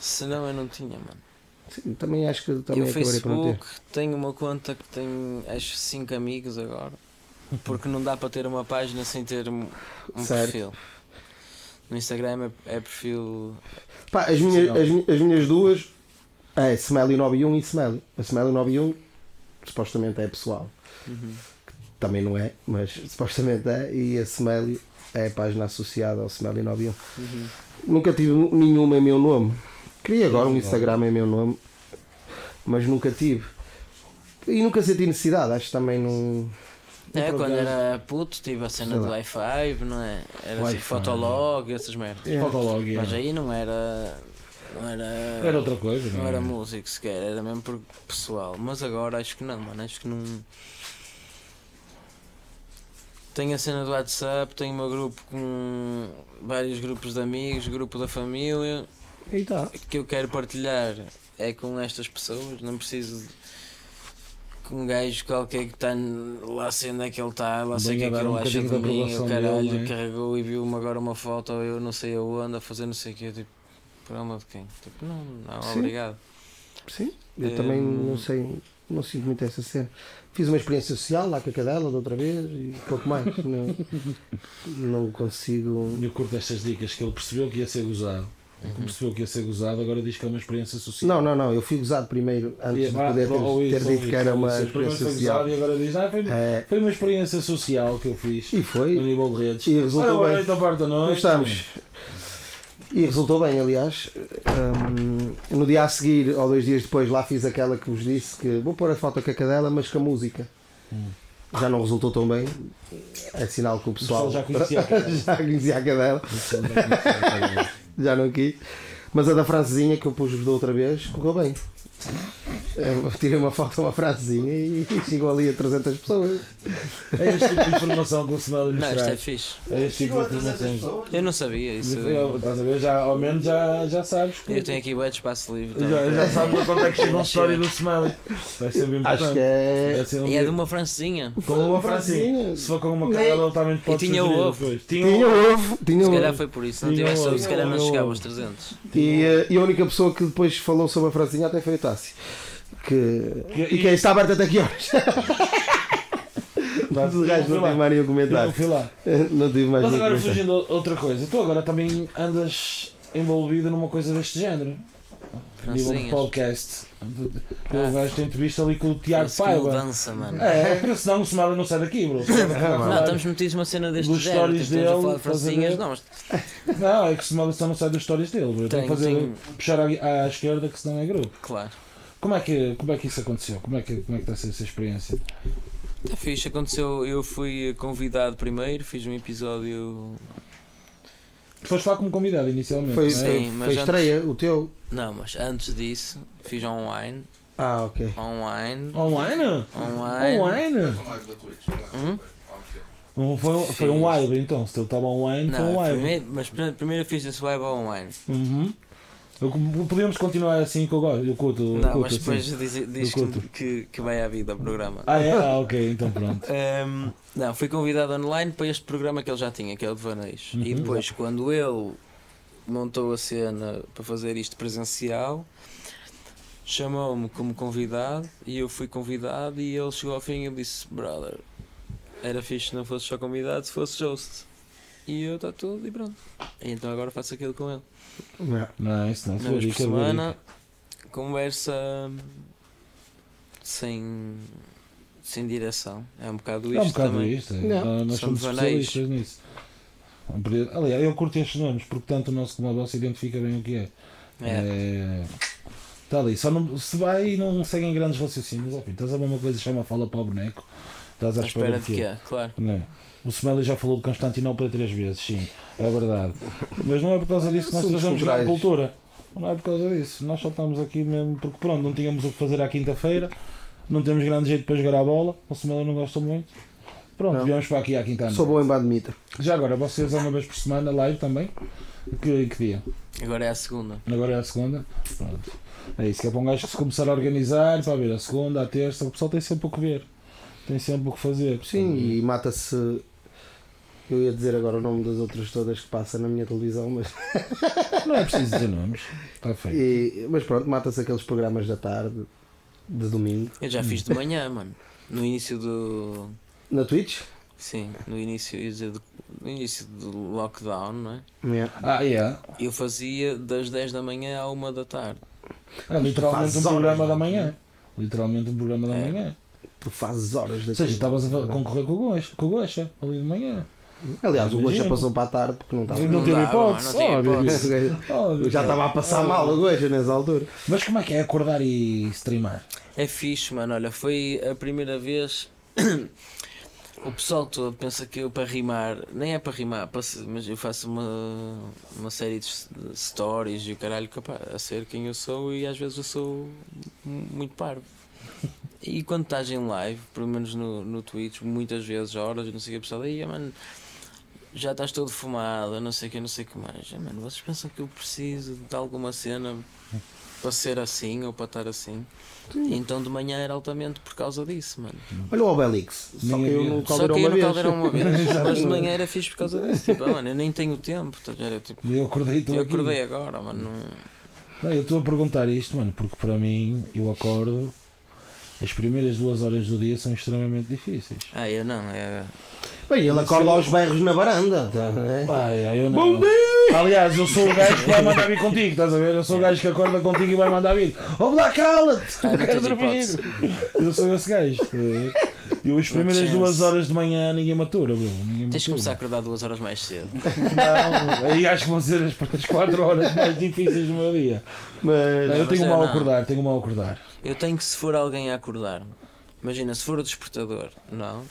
senão eu não tinha, mano.
Sim, também acho que
E
também
o
acabarei por não ter.
Facebook tenho uma conta que tenho acho 5 amigos agora. Porque não dá para ter uma página sem ter um, um
Certo.
perfil. No Instagram é, é perfil.
Pá, as, minhas, as, mi- as minhas duas é Smelly 91 e Smelly. A Smelly 91 supostamente é pessoal. Também não é, mas supostamente é. E a Smelly é a página associada ao Smelly 91. Uhum. Nunca tive nenhuma em meu nome. Queria agora um Instagram em meu nome, mas nunca tive. E nunca senti necessidade, acho que também não.
Tipo,
É,
por
quando
acaso-
era puto tive a cena
Sei
do
lá.
Wi-Fi, não é? Era
Wi-Fi.
assim, Fotolog, essas merdas.
É.
Falta logo, é.
Mas aí não era. Não era.
Era outra coisa,
Não
não
era
é?
músico sequer, era mesmo por pessoal. Mas agora acho que não, mano. Acho que não. Tenho a cena do WhatsApp, tenho o meu grupo com vários grupos de amigos, grupo da família.
E tá.
O que eu quero partilhar é com estas pessoas, não preciso de- com um gajo qualquer que está lá sendo é que ele está, lá sei o que
Venha
é que
dar
ele
um
acha
bocadinho de
de mim, o
aprovação
caralho
dele, né?
carregou e viu-me agora uma foto ou eu não sei aonde a fazer não sei o que, tipo, por alma de quem? Tipo, não, não,
Sim.
obrigado.
Sim, eu
É,
também
hum.
não sei, não sinto muito essa cena. Fiz uma experiência social lá com a cadela da outra vez e pouco mais. não, não consigo.
Eu curto estas dicas que ele percebeu que ia ser gozado. É Ele Percebeu que ia ser gozado, agora diz que é uma experiência social. é
Não, não, não, eu fui gozado primeiro antes de
ah,
poder ter, ter dito que era uma experiência social.
E agora diz, ah, foi,
É.
foi uma experiência social que eu fiz
E
no
foi.
nível de redes.
E
Ora,
resultou bem.
Boa noite, à parte da noite.
Gostamos. E resultou bem, aliás. Hum, no dia a seguir, ou dois dias depois, lá fiz aquela que vos disse que vou pôr a foto com a cadela, mas com a música. Já não resultou tão bem. É sinal que o pessoal,
pessoal já conhecia a cadela.
já conhecia a cadela. já não quis. Mas a da francesinha que eu pus-vos da outra vez correu bem. É, Eu tirei uma foto a uma francesinha e chegou ali a 300 pessoas.
É este tipo de informação que o Senado lhe
Não, isto é
traz.
fixe.
É este tipo
Chegou a
de
300
informação.
pessoas.
Eu não sabia isso.
Eu- Estás a ver? Já, ao menos já, já sabes. que-
Eu tenho aqui bem de espaço livre. tá?
Já, já sabes a quanto é que chegou a história do Smiley. Vai ser bem importante.
Acho que é.
Vai ser um
E é
dia-
de uma francesinha.
Com uma francinha. Se for com uma cara, tá ele também pode
tinha
sugerir
ovo.
depois.
Né? Tinha um ovo, tinha
Se
ovo.
calhar um foi por isso, não
Tinha
tivesse
um-
sabido, se calhar não
tinha um-
chegava aos 300.
E, eh, e a única pessoa que depois falou sobre a francesinha até foi o Tassi. Que,
Que-
e que está aberto até que horas?
Tá,
Os gajos
fui
não
lá.
têm mais nenhum
Eu
comentário.
fui lá.
Não tive mais
Mas
nenhum
agora
comentário.
fugindo a outra coisa, tu agora também andas envolvido numa coisa deste género. A nível de
Francinhas.
podcast. Tu
Ah.
vais ter entrevista ali com o Tiago
Parece que
Paiva.
mudança, mano.
É, porque senão o Smiley não sai daqui, bro.
Não, estamos metidos numa cena deste
Dos
género. Tipo,
stories
estamos a
dele,
falar de
estás a
francinhas,
ver?
não.
Não, é que o Smiley só não sai das histórias dele, bro. Tem que
Tenho,
fazer,
tenho.
puxar à, à esquerda que senão é grupo.
Claro.
Como é que, como é que isso aconteceu? Como é que, como é que está a ser essa experiência?
É fixe, aconteceu. Eu fui convidado primeiro, fiz um episódio.
Tu foste lá como convidado inicialmente,
Foi,
não é?
Sim,
foi,
mas
foi
antes-
estreia, o teu.
Não, mas antes disso, fiz online
Ah, ok.
Online.
Online?
Online.
Online?
Mais da Twitch.
Hum?
Não foi, foi um live então, se eu estava online, foi um
Não,
live.
primeiro, mas pr- primeiro eu fiz esse live online.
Uhum. Eu- Podemos continuar assim que eu gosto, eu curto. eu
Não,
curto
mas
assim.
depois diz, diz
Do culto.
que, que, que vai à vida o programa.
Ah, é? Ah, ok, então pronto.
Ahm, não, fui convidado online para este programa que ele já tinha, que é o de Vaneios.
Uhum.
E depois, quando ele montou a cena para fazer isto presencial, chamou-me como convidado e eu fui convidado. E ele chegou ao fim e ele disse: Brother, era fixe se não fosse só convidado, se fosse host. E eu está tudo e pronto. E então agora faço aquilo com ele.
Yeah.
Nice, nice. Boa
Uma vez por
dica, boa
semana,
dica.
conversa hum, sem, sem direção. É um bocado isto
É um bocado
também.
isto. é.
Não.
Nós- Nós
Somos
somos
anéis.
especialistas nisso. Aliás, eu curto estes nomes, porque tanto o nosso como o vosso identifica bem o que é.
É.
É. Está ali, só não, se vai e não seguem grandes raciocínios. ó, filho, Estás a ver uma coisa que chama Fala para o Boneco. Estás à
À espera de
quê?
quê? Claro.
Não é? O Smelly já falou de Constantinopla três vezes, sim, é verdade. Mas não é por causa disso que nós
Assuntos
trazemos cá a
culturais.
cultura. Não é por causa disso. Nós só estamos aqui mesmo porque, pronto, não tínhamos o que fazer à quinta-feira, não temos grande jeito para jogar a bola. O Smelly não gosta muito. Pronto,
Não.
viemos para aqui à quinta
Sou
noite.
bom em badminton.
Já agora, vocês é uma vez por semana live também? Que, em que dia?
Agora é a segunda.
Agora é a segunda? Pronto. É isso que é para um gajo que se começar a organizar para ver a segunda, a terça. O pessoal tem sempre o que ver, tem sempre o que fazer.
Sim, e mata-se. Eu ia dizer agora o nome das outras todas que passa na minha televisão, mas.
Não é preciso dizer nomes. Está feito.
e- mas pronto, mata-se aqueles programas da tarde, de domingo.
Eu já fiz de
Hum.
manhã, mano. No início do.
Na Twitch?
Sim, no início, ia dizer, do- no início do lockdown, não é?
Yeah.
Ah, é.
Eu fazia das 10 da manhã à 1 da tarde.
É literalmente um
Faz
programa
horas, é?
da manhã. Literalmente um programa da
É.
manhã.
Tu fazes horas
Ou seja,
daquilo.
estavas a fa- concorrer com o Gocha, com o Gocha ali de manhã.
Aliás, o Goja
Imagino.
passou para a tarde porque não estava.
não, teve
dava,
hipótese.
não tinha
óbvio.
hipótese.
Óbvio.
Eu já estava a passar mal o Goja nessa altura.
Mas como é que é acordar e streamar?
É fixe, mano. Olha, foi a primeira vez. O pessoal todo pensa que eu para rimar, nem é para rimar, para se- mas eu faço uma, uma série de s- de stories e o caralho capaz, a ser quem eu sou e às vezes eu sou mu- muito parvo. E quando estás em live, pelo menos no, no Twitch, muitas vezes, horas, não sei o que, o pessoal, aí, mano, já estás todo fumado, não sei o que, não sei o que mais. Ah, Mano, vocês pensam que eu preciso de alguma cena para ser assim ou para estar assim? Então de manhã era altamente por causa disso, mano.
Olha o Obelix. Só
Nem
que eu
havia.
no
Só
caldeirão uma
que eu no
vez.
caldeirão uma vez. Mas de manhã era fixe por causa disso. Tipo, ah, mano, eu nem tenho tempo. tá? Era, tipo,
E Eu acordei estou
eu
aqui.
acordei agora, mano. não-
Não, eu estou a perguntar isto, mano, porque para mim eu acordo. As primeiras duas horas do dia são extremamente difíceis.
Ah, eu não. É...
Bem, ele acorda aos berros na varanda. tá, né?
Ai, ai, é, eu não. Aliás, eu sou o gajo que vai mandar vir contigo, estás a ver? Eu sou o gajo que acorda contigo e vai mandar vir. Ó, lá, cala-te!
Ah,
Eu
não
quero
tens
dormir!
hipótese.
Eu sou esse gajo. estás a ver? Eu, as primeiras
chance.
duas horas de manhã, ninguém me atura, bro. Ninguém me
Tens de começar a
atura.
acordar duas horas mais cedo.
Não, aí acho que vão ser as, as quatro horas mais difíceis do meu dia.
Mas.
eu
mas
tenho
eu
mal a
não.
acordar, tenho mal a acordar.
Eu tenho que, se for alguém a acordar, imagina, se for o despertador, não.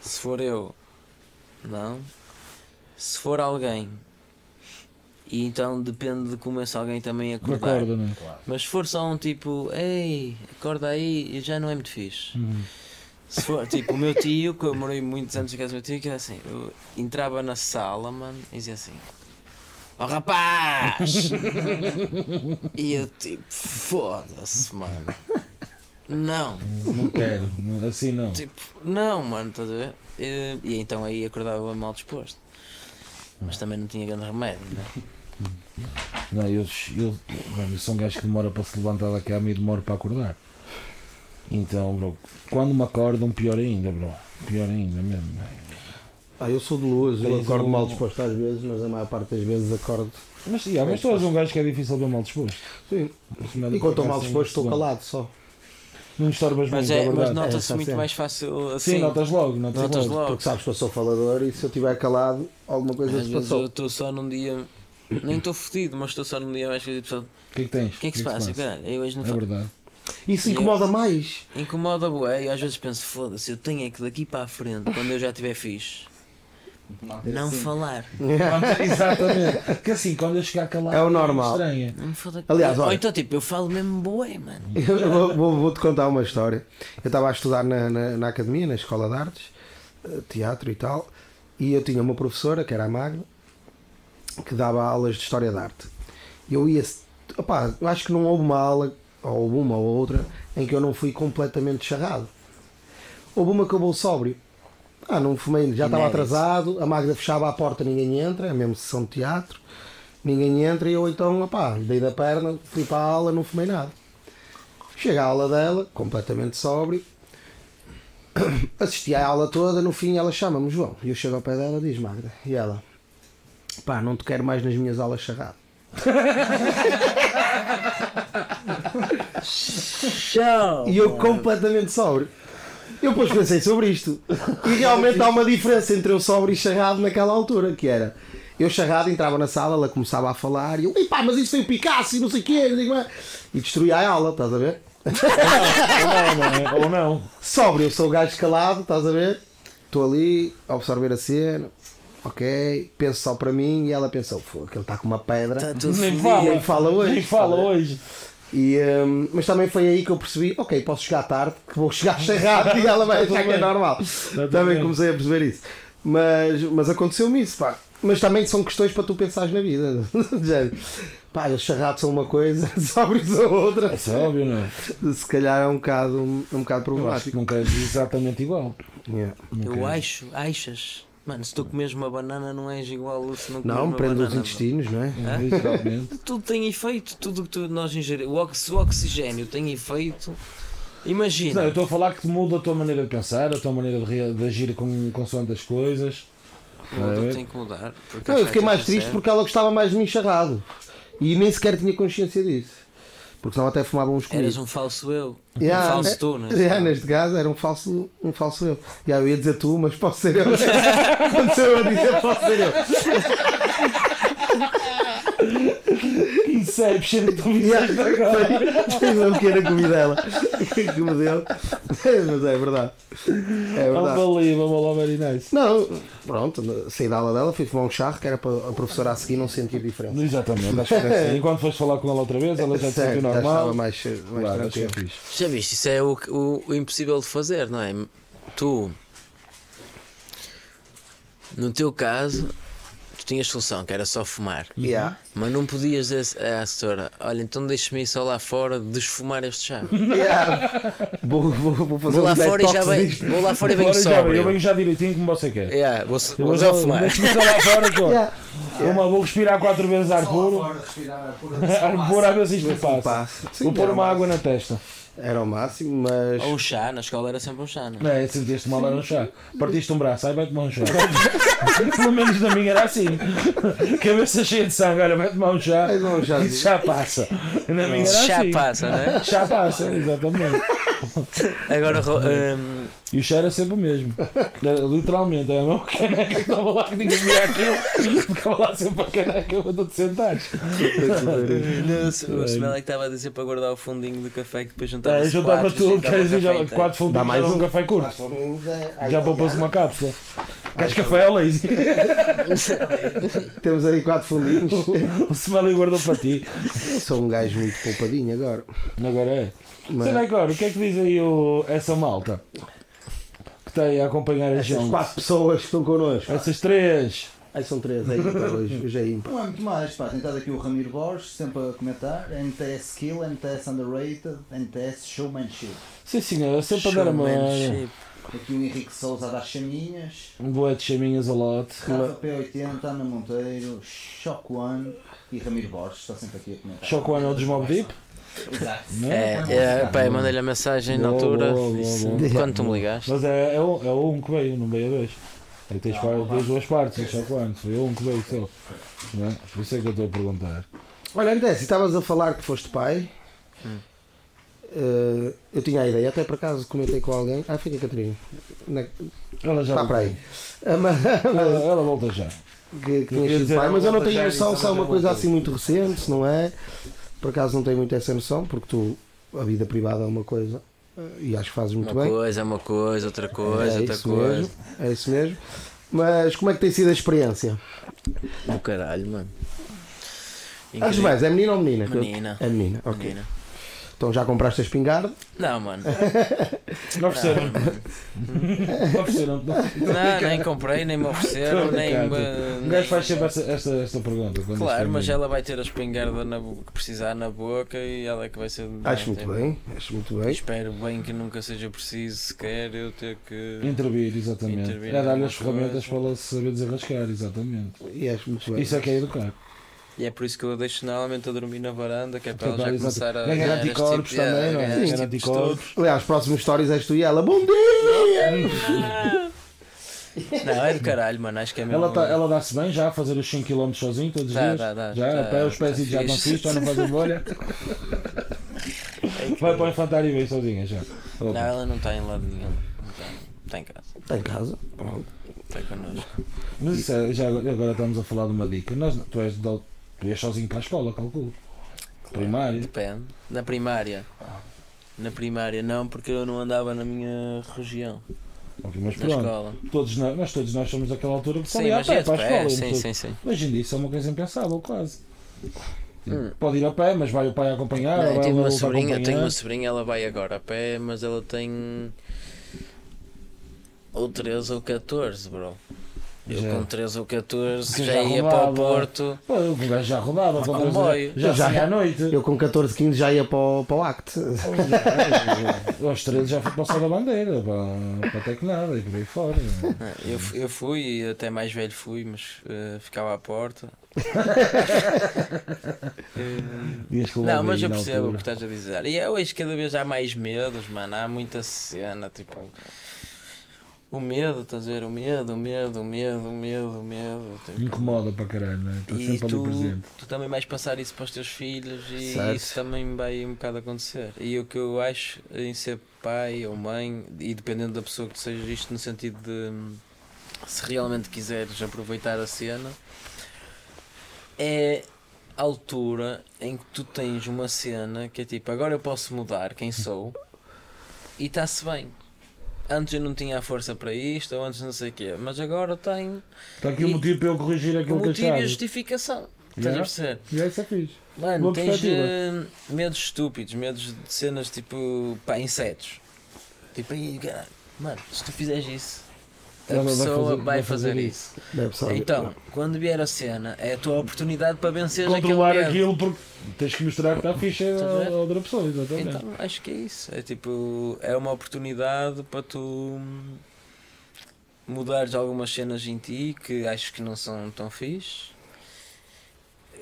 Se for eu, não. Se for alguém, e então depende de como esse alguém também
Me
acordar.
acorda, não é?
Mas se for só um tipo, ei, acorda aí, já não é muito fixe.
Hum.
Se for, tipo, o meu tio, que eu morei muitos anos em casa do meu tio, que era assim, eu entrava na sala, mano, e dizia assim, oh rapaz! e eu tipo, foda-se, mano. Não,
Não quero, não- assim não.
tipo, não, mano, estás a ver? E, e então aí acordava mal disposto. Mas também não tinha grande remédio, né?
Não, eu, eu, mano, eu sou um gajo que demora para se levantar da cama e demoro para acordar. Então, bro, quando me acordam, pior ainda, bro. Pior ainda mesmo.
Ah, eu sou de luz, eu
Tens
acordo
um-
mal disposto às vezes, mas a maior parte das vezes acordo.
Mas, yeah, mas tu és um gajo que é difícil ver mal disposto.
Sim. E quando estou mal disposto, estou calado só.
Não estorbas
Mas,
muito,
é,
é
mas
verdade.
nota-se
essa
muito
cena.
mais fácil assim.
Sim, notas logo, notas,
Notas
logo.
logo.
Porque sabes que eu sou falador e se eu estiver calado, alguma coisa
Às
se
vezes eu
passou.
estou só num dia. Nem estou fodido, mas estou só num dia mais fodido. pessoal.
O que é que tens?
O que é que se passa? então. Caralho, eu hoje não
É
falo.
verdade.
Isso
E eu-
incomoda mais.
Incomoda bué e às vezes penso, foda-se, eu tenho é que daqui para a frente, quando eu já estiver fixe, Não
assim.
falar.
Quando- Exatamente. Que assim, quando eu chegar calado,
É o normal.
estranha.
Não me foda
Aliás,
Ou
olha-
então tipo, eu falo mesmo bué, mano.
Eu vou- vou- Vou-te contar uma história. Eu estava a estudar na, na, na academia, na escola de artes, eh, teatro e tal, e eu tinha uma professora, que era a Magna, que dava aulas de história da arte. E Eu ia. Opá, eu acho que não houve uma aula, ou houve uma ou outra, em que eu não fui completamente charrado. Houve uma que eu vou sóbrio. Ah, não fumei, já estava
Inédito.
atrasado, a Magda fechava a porta, ninguém entra, é mesmo sessão de teatro, ninguém entra, e eu então, opá, dei da perna, fui para a aula, não fumei nada. Chega à aula dela, completamente sóbrio. Assisti à aula toda, no fim ela chama-me João. E eu chego ao pé dela e diz Magda. E ela, pá, não te quero mais nas minhas aulas charrado.
Show!
E eu completamente sóbrio. Eu depois pensei sobre isto. E realmente há uma diferença entre eu sóbrio e charrado naquela altura, que era. Eu charrado entrava na sala, ela começava a falar e eu, "Ei, pá, mas isso foi o Picasso e não sei o quê. não sei o que mais." E destruía a aula, estás a ver? É
Ou não.
Sóbrio, eu sou o gajo calado, estás a ver? Estou ali a absorver a cena, ok, penso só para mim e ela pensou, fogo, aquele está com uma pedra.
Está Tá tudo
Nem
fodido.
fala.
Nem fala hoje.
Tá Nem fala hoje.
E, hum, mas também foi aí que eu percebi, ok, posso chegar tarde, que vou chegar chegado e ela vai achar que é normal. Também
bem.
comecei a perceber isso. Mas, mas aconteceu-me isso, pá. Mas também são questões para tu pensares na vida. De género, pá, eles charrados são uma coisa, sóbrios são outra.
É sóbrio, não é?
Se calhar é um bocado, um bocado
Eu acho que
problemático.
nunca é exatamente igual.
Yeah.
Eu acho, achas? Mano, se tu comes uma banana não és igual se não comes
Não,
uma
prende
banana.
os intestinos, não é?
Literalmente.
Tudo tem efeito, tudo o que tu- nós ingerimos. O ox- Se o oxigênio tem efeito,
Não, eu
imagina.
estou a falar que te muda a tua maneira de pensar, a tua maneira de, rea- de agir com, consoante as coisas.
Tudo
é?
tem que mudar. porque
Não, eu
afeta
fiquei mais
o
triste
cérebro.
porque ela gostava mais de mim charrado. E nem sequer tinha consciência disso. Porque senão até fumavam uns comigo.
Eras um falso eu.
Yeah,
um falso
né?
tu, não é?
Yeah, neste caso era um falso, um falso eu. Yeah, eu ia dizer tu, mas posso ser eu. Quando sou eu a dizer, posso ser eu.
Inception, tu me
Yeah,
disseste agora.
foi- Fez um pequeno comida dela que me deu. Mas é verdade. É
um
verdade.
Unbelievable, oh, very nice.
Não, pronto, saí da aula dela, fui fumar um charro que era para a professora a seguir não sentir diferença.
Exatamente, acho que era assim. Enquanto foste falar com ela outra vez, ela já te
Certo,
sentiu
já estava
normal.
mais, mais
Claro, acho que é
tranquilo.
fixe.
Já viste, isso é o, que- o- o impossível de fazer, não é? Tu, no teu caso, tu tinhas solução, que era só fumar.
Yeah.
Mas não podias dizer à assessora: olha, então deixa-me ir só lá fora desfumar este chá.
Yeah. Uhum. Vou, vou, vou fazer
Vou lá
um
fora e já
detox
venho,
disto.
vou lá fora e venho
Agora já, eu venho
sóbrio.
já direitinho como você quer.
Yeah, vou,
Eu
vou já fumar.
Deixa-me só lá fora, tô.
Yeah.
Uma, vou respirar quatro vezes ar puro.
Fora, respirar a pura
Ar puro, a ver se isto me passa.
Passa. Sim, é
Vou pôr
era o
uma água
máximo.
na testa.
Era o máximo, mas.
Ou um chá, na escola era sempre um chá, não é?
Não é? Sentiste mal era um chá. Partiste um braço, aí vai tomar um chá. Pelo menos na minha era assim. Cabeça cheia de sangue, olha, vai tomar um chá.
Aí não, já-
Isso já passa. Na minha era
Chá
assim.
passa, não é?
Já passa, exatamente.
Agora, ro- hum,
E o chá era sempre o mesmo. Era Literalmente, era a mesma caneca que estava lá que ninguém via aquilo. Ficava lá sempre a caneca quando tu te sentares.
Não, se- o Smell é que estava a dizer para guardar o fundinho do café que depois juntava.
É, juntava tudo,
então,
queres dizer, já
tá? é.
quatro
Dá
fundinhos,
mais
mais um
um. é
café curto. Já poupou-se uma cápsula. Queres café ou lazy?
Temos ali quatro fundinhos.
O Smiley guardou para ti.
Eu sou um gajo muito poupadinho agora.
Agora é.
Mas-
Será agora, o que é que diz aí o- essa malta? Que está aí a acompanhar a
Essas
gente.
quatro pessoas que estão connosco.
Essas três.
Ai, são três, é ímpar hoje. Hoje é ímpar.
Não é muito mais, pá. Tem estado aqui o Ramiro Borges, sempre a comentar. NTS Skill, NTS Underrated, NTS Showmanship.
Sim senhora, sempre a dar a mão.
Aqui o Henrique Souza a dar chaminhas.
Boa de chaminhas a lote.
Rafa P80, Ana Monteiro, Choco One e Ramiro Borges. Está sempre aqui a comentar.
Choco ano dos Mob Deep.
Exato.
É, é, pá, eu mandei-lhe a mensagem na
Boa,
altura.
boa, boa,
disse,
boa.
Quando tu me ligaste?
Mas é, é, o, é o um que veio, não veio a dois. É que tens par- tens duas partes, o Choco ano. Foi o um que veio só. Não é? Por isso é que eu estou a perguntar.
Olha, Andrés, estavas a falar que foste pai.
Hum.
Eh, eu tinha a ideia, até por acaso comentei com alguém. Ah, foi a Catarina. Na-
Ela já
Está Tá para aí. Ah, mas-
Ela, ela volta já.
que, que
Eu ia
tinha sido
dizer,
pai, mas eu não tenho
já
noção
disse,
se é
mas
uma
já
coisa
voltei.
assim muito recente, se não é. Por acaso não tenho muito essa noção, porque tu, a vida privada é uma coisa eh, e acho que fazes muito
Uma
bem.
coisa, é uma coisa, outra coisa,
é
outra
isso
coisa.
mesmo, é isso mesmo. Mas como é que tem sido a experiência?
Do caralho, mano.
Acho
Incrível.
mais, é menino ou menina? Que eu-
Menina.
É menina, ok.
Menina.
Então já compraste a espingarda?
Não,
É,
mano.
Não ofereceram. Não ofereceram. não.
Não, nem comprei, nem me ofereceram,
Estou a
nem.
brincar,
me-
Um gajo faz sempre esta, esta, esta pergunta. quando é
Claro,
escreve.
mas ela vai ter a espingarda na bo- que precisar na boca e ela é que vai ser.
Acho muito bem, acho muito bem.
Espero bem que nunca seja preciso sequer eu ter que.
Intervir, exatamente. é
Intervir
dar-lhe as
em alguma
ferramentas para
coisa.
ela se saber desenrascar, exatamente.
E acho muito bem.
Isso é que é educar.
E é por isso que eu a deixo normalmente a dormir na varanda, que é para
Para
ela
dar- Então,
já
exato.
começar a.
Ganhar
ganhar este
anticorpos
tipo-
também, não
ganhar
é?
este
Ganhar
tipo de
anticorpos.
Aliás, próximos stories és tu e ela. Bom dia!
estudos. Não, é do caralho, mano. Acho que é mesmo.
Ela, tá- ela dá-se bem já a fazer os 5km sozinho todos os
Dá,
dias?
dá, dá,
já,
tá-
a pé, os pés
tá
já não
fixe.
fiz, já não fazem bolha. Vai para o infantário e vem sozinha já.
É Não, ela não está em lado nenhum. Não Está está em casa.
Está em casa. Pronto.
Está connosco.
Mas isso é, já agora agora estamos a falar de uma dica. Nós, tu, és de, tu ias sozinho para a escola, calculo. Primário.
Depende. Na primária. Na primária não, porque eu não andava na minha região,
Ok, mas
na
pronto,
escola.
todos nós, nós todos nós somos daquela altura que só
Sim,
ia a
mas
pé
é de
para a escola.
pé. Sim,
portanto,
sim, sim.
Hoje em dia isso é uma coisa impensável, quase. Tipo,
Hum.
Pode ir a pé, mas vai o pai a acompanhar, ou
Não, eu
Ah, vai
tive
o
uma
avô a
sobrinha, eu tenho
acompanhar.
uma sobrinha, ela vai agora a pé, mas ela tem ou 13 ou 14, bro. Eu
Já.
com 13 ou 14
Porque
já,
já
ia para o
arrumava.
Porto.
Pô, o gajo já rodava,
Ao
pelo menos
comboio.
já,
Eu já-
já saía à noite.
Eu com 14, 15 já ia para o, para o act.
Aos 13 já fui passar a bandeira, para, para até que nada, e por aí fora.
Ah, Eu, fu- eu fui, e até mais velho fui, mas eh, ficava à porta. Eh,
Dias que eu
não,
ouvi
mas eu
na
percebo o que
altura.
estás a dizer. E eu hoje cada vez há mais medos, mano. Há muita cena, tipo. O medo, estás a ver? O medo, o medo, o medo, o medo, o medo. tipo.
Incomoda para caralho, não é? Está
E
sempre ali
tu,
presente.
tu também vais passar isso para os teus filhos e
Certo.
isso também vai um bocado acontecer. E o que eu acho em ser pai ou mãe, e dependendo da pessoa que tu sejas, isto no sentido de hum, se realmente quiseres aproveitar a cena, é a altura em que tu tens uma cena que é tipo, agora eu posso mudar quem sou e está-se bem. Antes eu não tinha a força para isto, ou antes não sei o quê, mas agora tenho
Está Tá aqui o
E-
motivo para eu corrigir
o
aquilo que
motivo e a
achava.
justificação. Estás
Yeah.
a perceber?
E é isso é fixe.
Mano,
Boa
tens
perspectiva.
eh, medos estúpidos, medos de cenas tipo pá, insetos. Tipo, aí, caralho, mano, se tu fizeres isso, a
Ela vai
pessoa
fazer-
vai,
vai
fazer,
fazer
isso.
Deve saber.
Então, quando vier a cena, é a tua oportunidade para vencer
Controlar
aquele medo.
aquilo porque tens que mostrar que está fixe
Estás a ver?
a outra pessoa, exatamente.
Então, acho que é isso. É tipo, é uma oportunidade para tu mudares algumas cenas em ti que acho que não são tão fixe.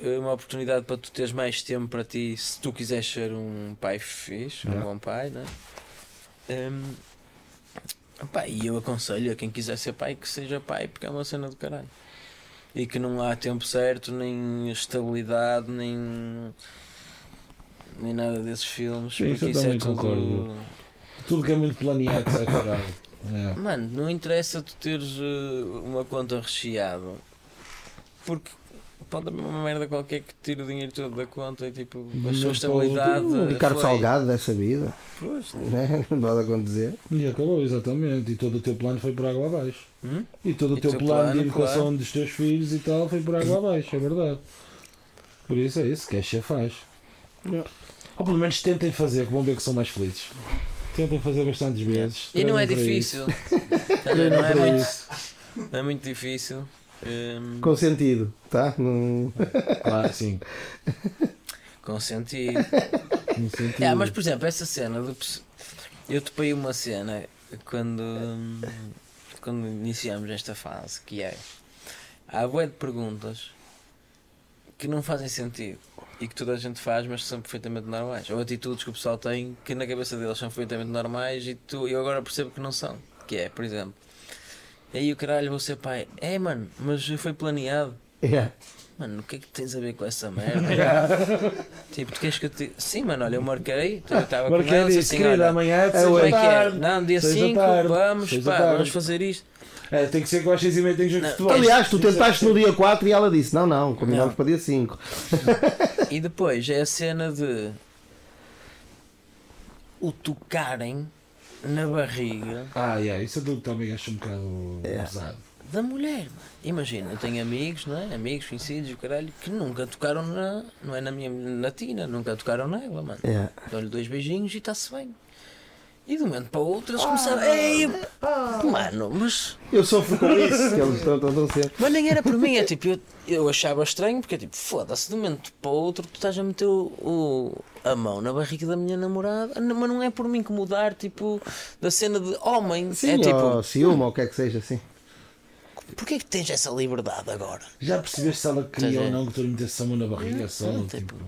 É uma oportunidade para tu teres mais tempo para ti se tu quiseres ser um pai fixe, um
Yeah.
bom pai, né? Hum, pá, e eu aconselho a quem quiser ser pai que seja pai, porque é uma cena do caralho. E que não há tempo certo, nem estabilidade, nem, nem nada desses filmes.
Sim, isso
porque
eu
isso é
também
tudo.
concordo. Tudo que é muito planeado, sai caralho. É.
Mano, não interessa tu teres eh, uma conta recheada. Porque pode haver uma merda qualquer que tire o dinheiro todo da conta e tipo, a
Mas
sua
pô,
estabilidade. eh,
O Hum, Ricardo
foi.
Salgado dessa vida,
Pois,
né? não pode acontecer.
E acabou, exatamente. E todo o teu plano foi por água abaixo.
Hum?
E todo o
E
teu
teu
plano,
plano,
de educação
claro.
dos teus filhos e tal foi por água abaixo, é verdade. Por isso é isso, que é faz. Ou pelo menos tentem fazer, que vão ver que são mais felizes. Tentem fazer bastantes vezes.
E não é
treinem para
difícil.
isso,
não, é
treinem para
muito,
isso.
não é muito difícil. Hum,
Com sentido, tá? Não-
Claro, sim.
com sentido.
No sentido.
É, mas por exemplo, essa cena do pes- Eu topei uma cena quando, ehm, quando iniciamos esta fase, que é há bué de perguntas que não fazem sentido e que toda a gente faz, mas que são perfeitamente normais. Ou atitudes que o pessoal tem que na cabeça deles são perfeitamente normais e tu, eu agora percebo que não são. Que é, por exemplo, aí o caralho vou ser pai. É mano, mas foi planeado.
É.
Mano, o que é que tens a ver com essa merda? tipo, tu queres que eu te. Sim, mano, olha, eu marquei, eu estava com
Marquei
ela, disse
disso,
assim,
querida,
olha,
amanhã é de
é
seis
como
da
é que é?
tarde.
Não, dia
Seis da
5,
tarde,
vamos,
seis da
pá,
tarde.
vamos fazer isto.
É, tem que ser com as 6 e meia, tem que jogo de
Não.
futebol.
Aliás, tu tentaste no dia 4 e ela disse: Não, não, combinamos
Não.
para dia 5.
E depois é a cena de. o tocarem na barriga.
Ah, yeah, isso é do que também acho um bocado pesado.
da mulher, mano. Imagina, eu tenho amigos, não é? Amigos, conhecidos, o caralho, que nunca tocaram na. Não é na minha. Na Tina, nunca tocaram nela, mano.
Yeah.
Dão-lhe dois beijinhos e está-se bem. E de um momento para o outro eles começaram. Ei, mano, mas.
Eu sofro com isso, que eles estão estão a ser.
Mas nem era para mim, é tipo, eu, eu achava estranho porque é tipo, foda-se, de um momento para o outro tu estás a meter o, o- a mão na barriga da minha namorada, Não, mas não é por mim que mudar, tipo, da cena de homem.
Sim,
é
ou
tipo,
ciúme, ou o que é que seja, sim.
porquê que tens essa liberdade agora?
Já percebeste se ela queria
Estás
ou
a ver?
não que tu lhe metesse a mão na barriga só?
é. Não,
tipo,
tipo,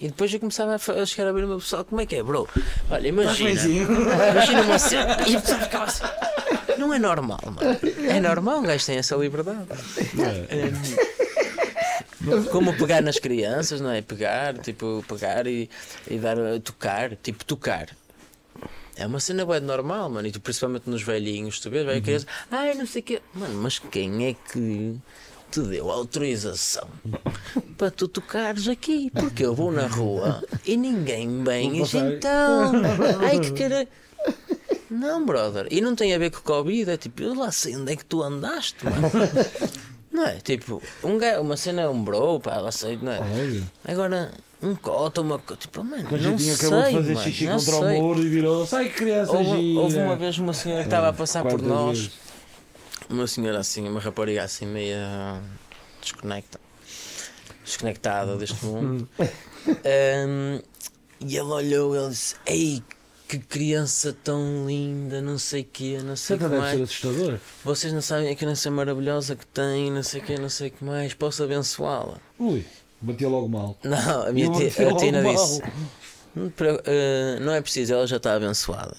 E depois eu começava a fa- a chegar a ver o meu pessoal, como é que é, bro? Olha, imagina. Imagina uma cena. E o pessoal ficava assim. Não é normal, mano. É normal, um gajo tem essa liberdade. É. Como pegar nas crianças, não é? Pegar, tipo, pegar e, e dar a tocar, tipo, tocar. É uma cena bem normal, mano. E tu, principalmente nos velhinhos, tu vês,
Uhum.
vai a criança, ai, não sei o quê. Mano, mas quem é que te deu autorização para tu tocares aqui? Porque eu vou na rua e ninguém bem.
Vou
E
passar.
então, ai que caralho. Não, brother. E não tem a ver com Covid. É tipo, eu lá sei onde é que tu andaste, mano. Não é? Tipo, um ga- uma cena é um bro, pá, lá sei, não é?
Olha.
Agora, um cota, uma. co- Tipo, mano,
Quando
não
a gente
sei,
acabou de fazer
mano,
xixi
não
contra
sei.
o muro e virou, sai criança,
Houve,
gira.
houve uma vez uma senhora que estava a passar por
Quantas
nós,
vezes?
uma senhora assim, uma rapariga assim, meia desconecta, desconectada deste mundo. Ahm, e ela olhou e ela disse: Ei, que criança tão linda, não sei o quê, não sei o que
Então deve ser
mais.
assustador.
Vocês não sabem a criança maravilhosa que tem, não sei o quê, não sei o que mais. Posso abençoá-la?
Ui, batia logo mal.
Não, a minha
Não
tia-
bateu
a Tina
mal.
disse: não, te preo- eh, não é preciso, ela já está abençoada.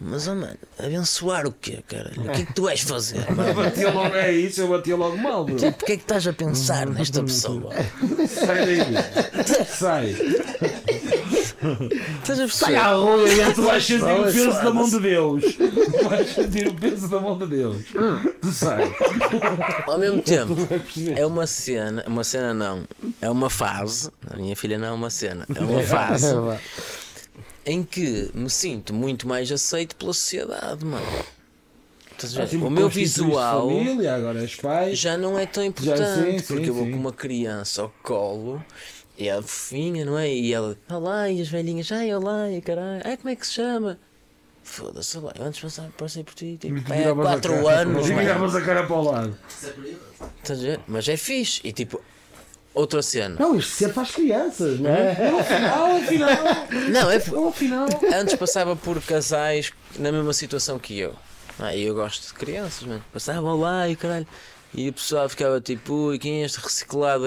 Mas, oh mano, abençoar o quê, caralho? O que é que tu vais fazer, mano?
Batia logo, é isso, eu batia logo mal, bro.
Tipo, Porquê é que estás a pensar nesta pessoa?
Sai daí, bro. Sai.
Estás a
Sai à
perceber?
rua e a
Tu vais sentir o
Olha,
peso da mão de Deus. Tu vais sentir o peso da mão de Deus. Tu sai.
Ao mesmo tempo,
Vai perceber.
é uma cena, uma cena não, é uma fase. A minha filha não é uma cena, é uma fase em que me sinto muito mais aceito pela sociedade, mano. Estás a ver?
Tipo,
É, O meu
constituíste
visual.
Família, agora és pai.
já não é tão importante
sim, sim,
porque eu vou
sim.
com uma criança ao colo e ela fofinha, não é? E ela, olá, e as velhinhas, ai, olá, e caralho, ai, como é que se chama? Foda-se, olá, eu antes passava, passei por ti, tipo, pá, há
Viravas a
4
cara.
anos,
E
mano.
viravas a cara para o lado.
Estás a ver? Mas é fixe, e tipo, outra cena.
Não, isto sempre faz crianças, não é?
Ah, afinal.
Não, é
tipo,
Antes passava por casais na mesma situação que eu. Ah, e eu gosto de crianças, mano. Passavam lá e caralho. E o pessoal ficava tipo, ui, quem é este reciclado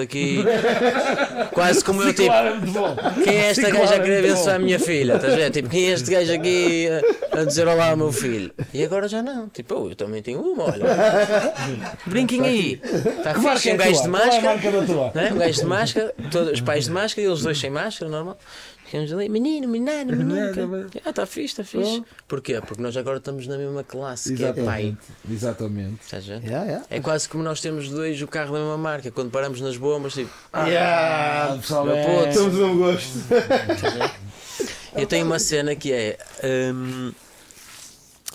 aqui? Quase como eu, tipo,
Claro, é muito bom.
Quem é esta
Reciclar
gaja
é
que querer
muito
abençoar a
bom.
minha filha? Estás a ver? Tipo, quem é este gajo aqui a, a dizer olá ao meu filho? E agora já não. Tipo, oh, eu também tenho uma, olha. Brinquem aí. Está
Que Tá marca
fixe,
é
um
a tua?
gajo de
Qual é a
máscara.
marca da tua?
não é? Um gajo de máscara, todos os pais de máscara, eles dois sem máscara, normal. Ficamos ali, menino, menina, menino. Ah, está fixe, está fixe. Porquê? Porque nós agora estamos na mesma classe, que é pai.
Exatamente. Exatamente.
Estás a ver?
Yeah, yeah.
É quase como nós temos dois o carro da mesma marca. Quando paramos nas bombas, tipo,
Ah, pessoal,
meu
é-
puto,
Temos um gosto.
Então
Eu tenho uma cena que é hum,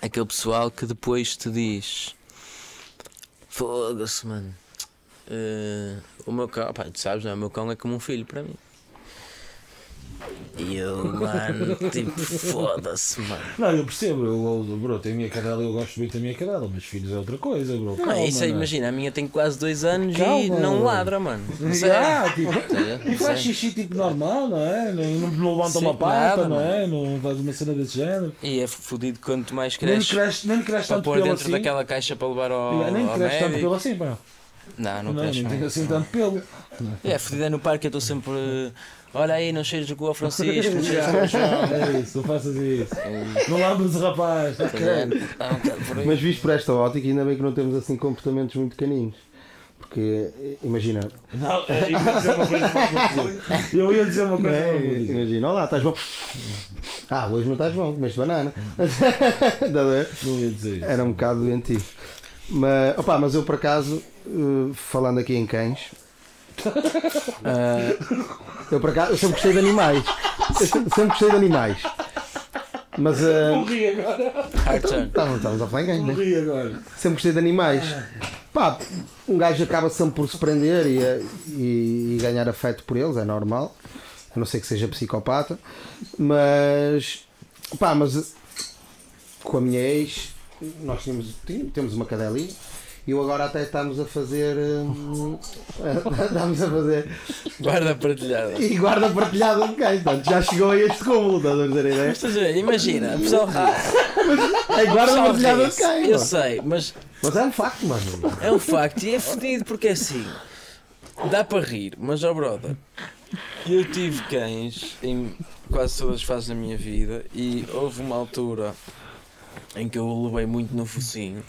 aquele pessoal que depois te diz Foda-se, mano. Eh, o meu cão, pá, tu sabes, não é? O meu cão é como um filho para mim. E eu, mano, tipo, foda-se, mano.
Não, eu percebo, eu, eu, bro, tenho a minha cadela, eu gosto muito da minha cadela, mas filhos é outra coisa, bro.
Não, é isso aí, imagina, a minha tem quase dois anos e
Calma,
não
mano.
ladra, mano. Não sei. Tá
Ah, tipo, e
Não
faz
sei.
xixi tipo normal, não é? Não, não- não levanta
Sim,
uma pata,
nada,
não é? Não faz uma cena desse género.
E é fodido quanto mais
Nem lhe
cresce
cresce, nem lhe cresce
para
tanto
pôr
pelo
dentro
assim. ah,
daquela caixa para levar ao,
nem lhe
ao
cresce tanto
médico.
pelo assim, pá.
Não, não,
Não,
cresce.
nem
bem.
tem assim tanto pelo.
É, fodida no parque, eu estou sempre. eh, Olha aí, não cheiras o cu ao Francisco, não cheiras o cu ao João.
É isso, não faças isso.
É
Não lambres o rapaz. tá
Estás a
é,
ver? Dá um bocado por aí.
Mas visto por esta ótica, ainda bem que não temos assim comportamentos muito caninos. Porque, eh, imagina,
Não,
é
eu ia dizer uma coisa mal vou Eu ia dizer uma coisa mal
É
vou
É imagina, olá, estás bom? Ah, hoje não estás bom, comeste banana. Dá a ver?
Não ia dizer isso.
né? Tá Era um bocado doentio. Mas, opá, mas eu por acaso, eh, falando aqui em cães, eh, eu por acaso eu sempre gostei de animais. Eu sempre gostei de animais. Mas ah,
Morri agora.
Hard turn.
então, estamos a falar em ganho, né?
Morri agora.
Sempre gostei de animais. Pá, um gajo acaba sempre por se prender e, e- e ganhar afeto por eles, é normal. A não ser que seja psicopata. Mas. Pá, mas. Com a minha ex, nós tínhamos, tính- temos uma cadelinha. E eu agora até estamos a fazer. hum, estamos a fazer.
Guarda partilhada.
E guarda partilhada de gajo. Portanto, já chegou a este cúmulo, estás a dizer a ideia?
Mas estás a ver, imagina, o pessoal ri.
É guarda
Ah, pessoal
partilhada de
ri-se.
quem?
Eu
mano?
sei, mas
Mas é um facto, mano.
é um facto e é fodido porque é assim. Dá para rir, mas ó brother, eu tive cães em quase todas as fases da minha vida e houve uma altura em que eu o levei muito no focinho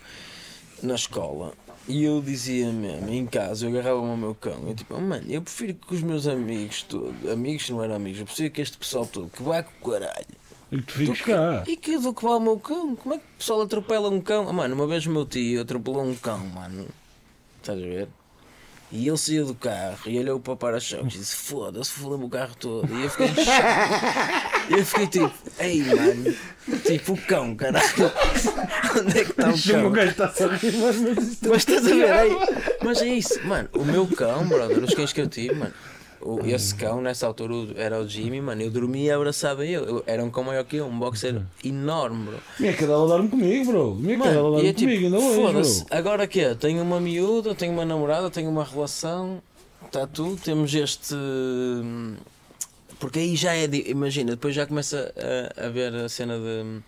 na escola e eu dizia mesmo, em casa, eu agarrava-me ao meu cão, eu tipo, "Oh, mano, eu prefiro que os meus amigos, todos, amigos não eram amigos, eu prefiro que este pessoal todo, que vá com o caralho,
E que tu fiques cá.
E que eu vou covar o meu cão? Como é que o pessoal atropela um cão? Ah, mano, uma vez o meu tio atropelou um cão, mano. Estás a ver? E ele saiu do carro e olhou para o para-choques e disse: Foda-se, fodeu-me o carro todo. E eu fiquei em choque. E eu fiquei tipo: Ei, mano, tipo o cão, caralho. Onde é que está o
Deixa-me
cão?
o gajo está a rir, mas mas-
Mas estás a ver aí? Mas é isso, mano. O meu cão, brother, os cães que eu tive, mano. o- esse cão, nessa altura, o- era o Jimmy, mano. Eu dormia e abraçava eu. eu. Era um cão maior que eu, um boxer enorme, bro.
Minha cadela dorme comigo, bro. Minha cadela
Mano, e
dorme
é tipo,
comigo, ainda hoje,
foda-se.
bro.
Agora que é? Tenho uma miúda, tenho uma namorada, tenho uma relação. Está tudo. Temos este. hum, Porque aí já é. di- Imagina, depois já começa a, a ver a cena de. hum,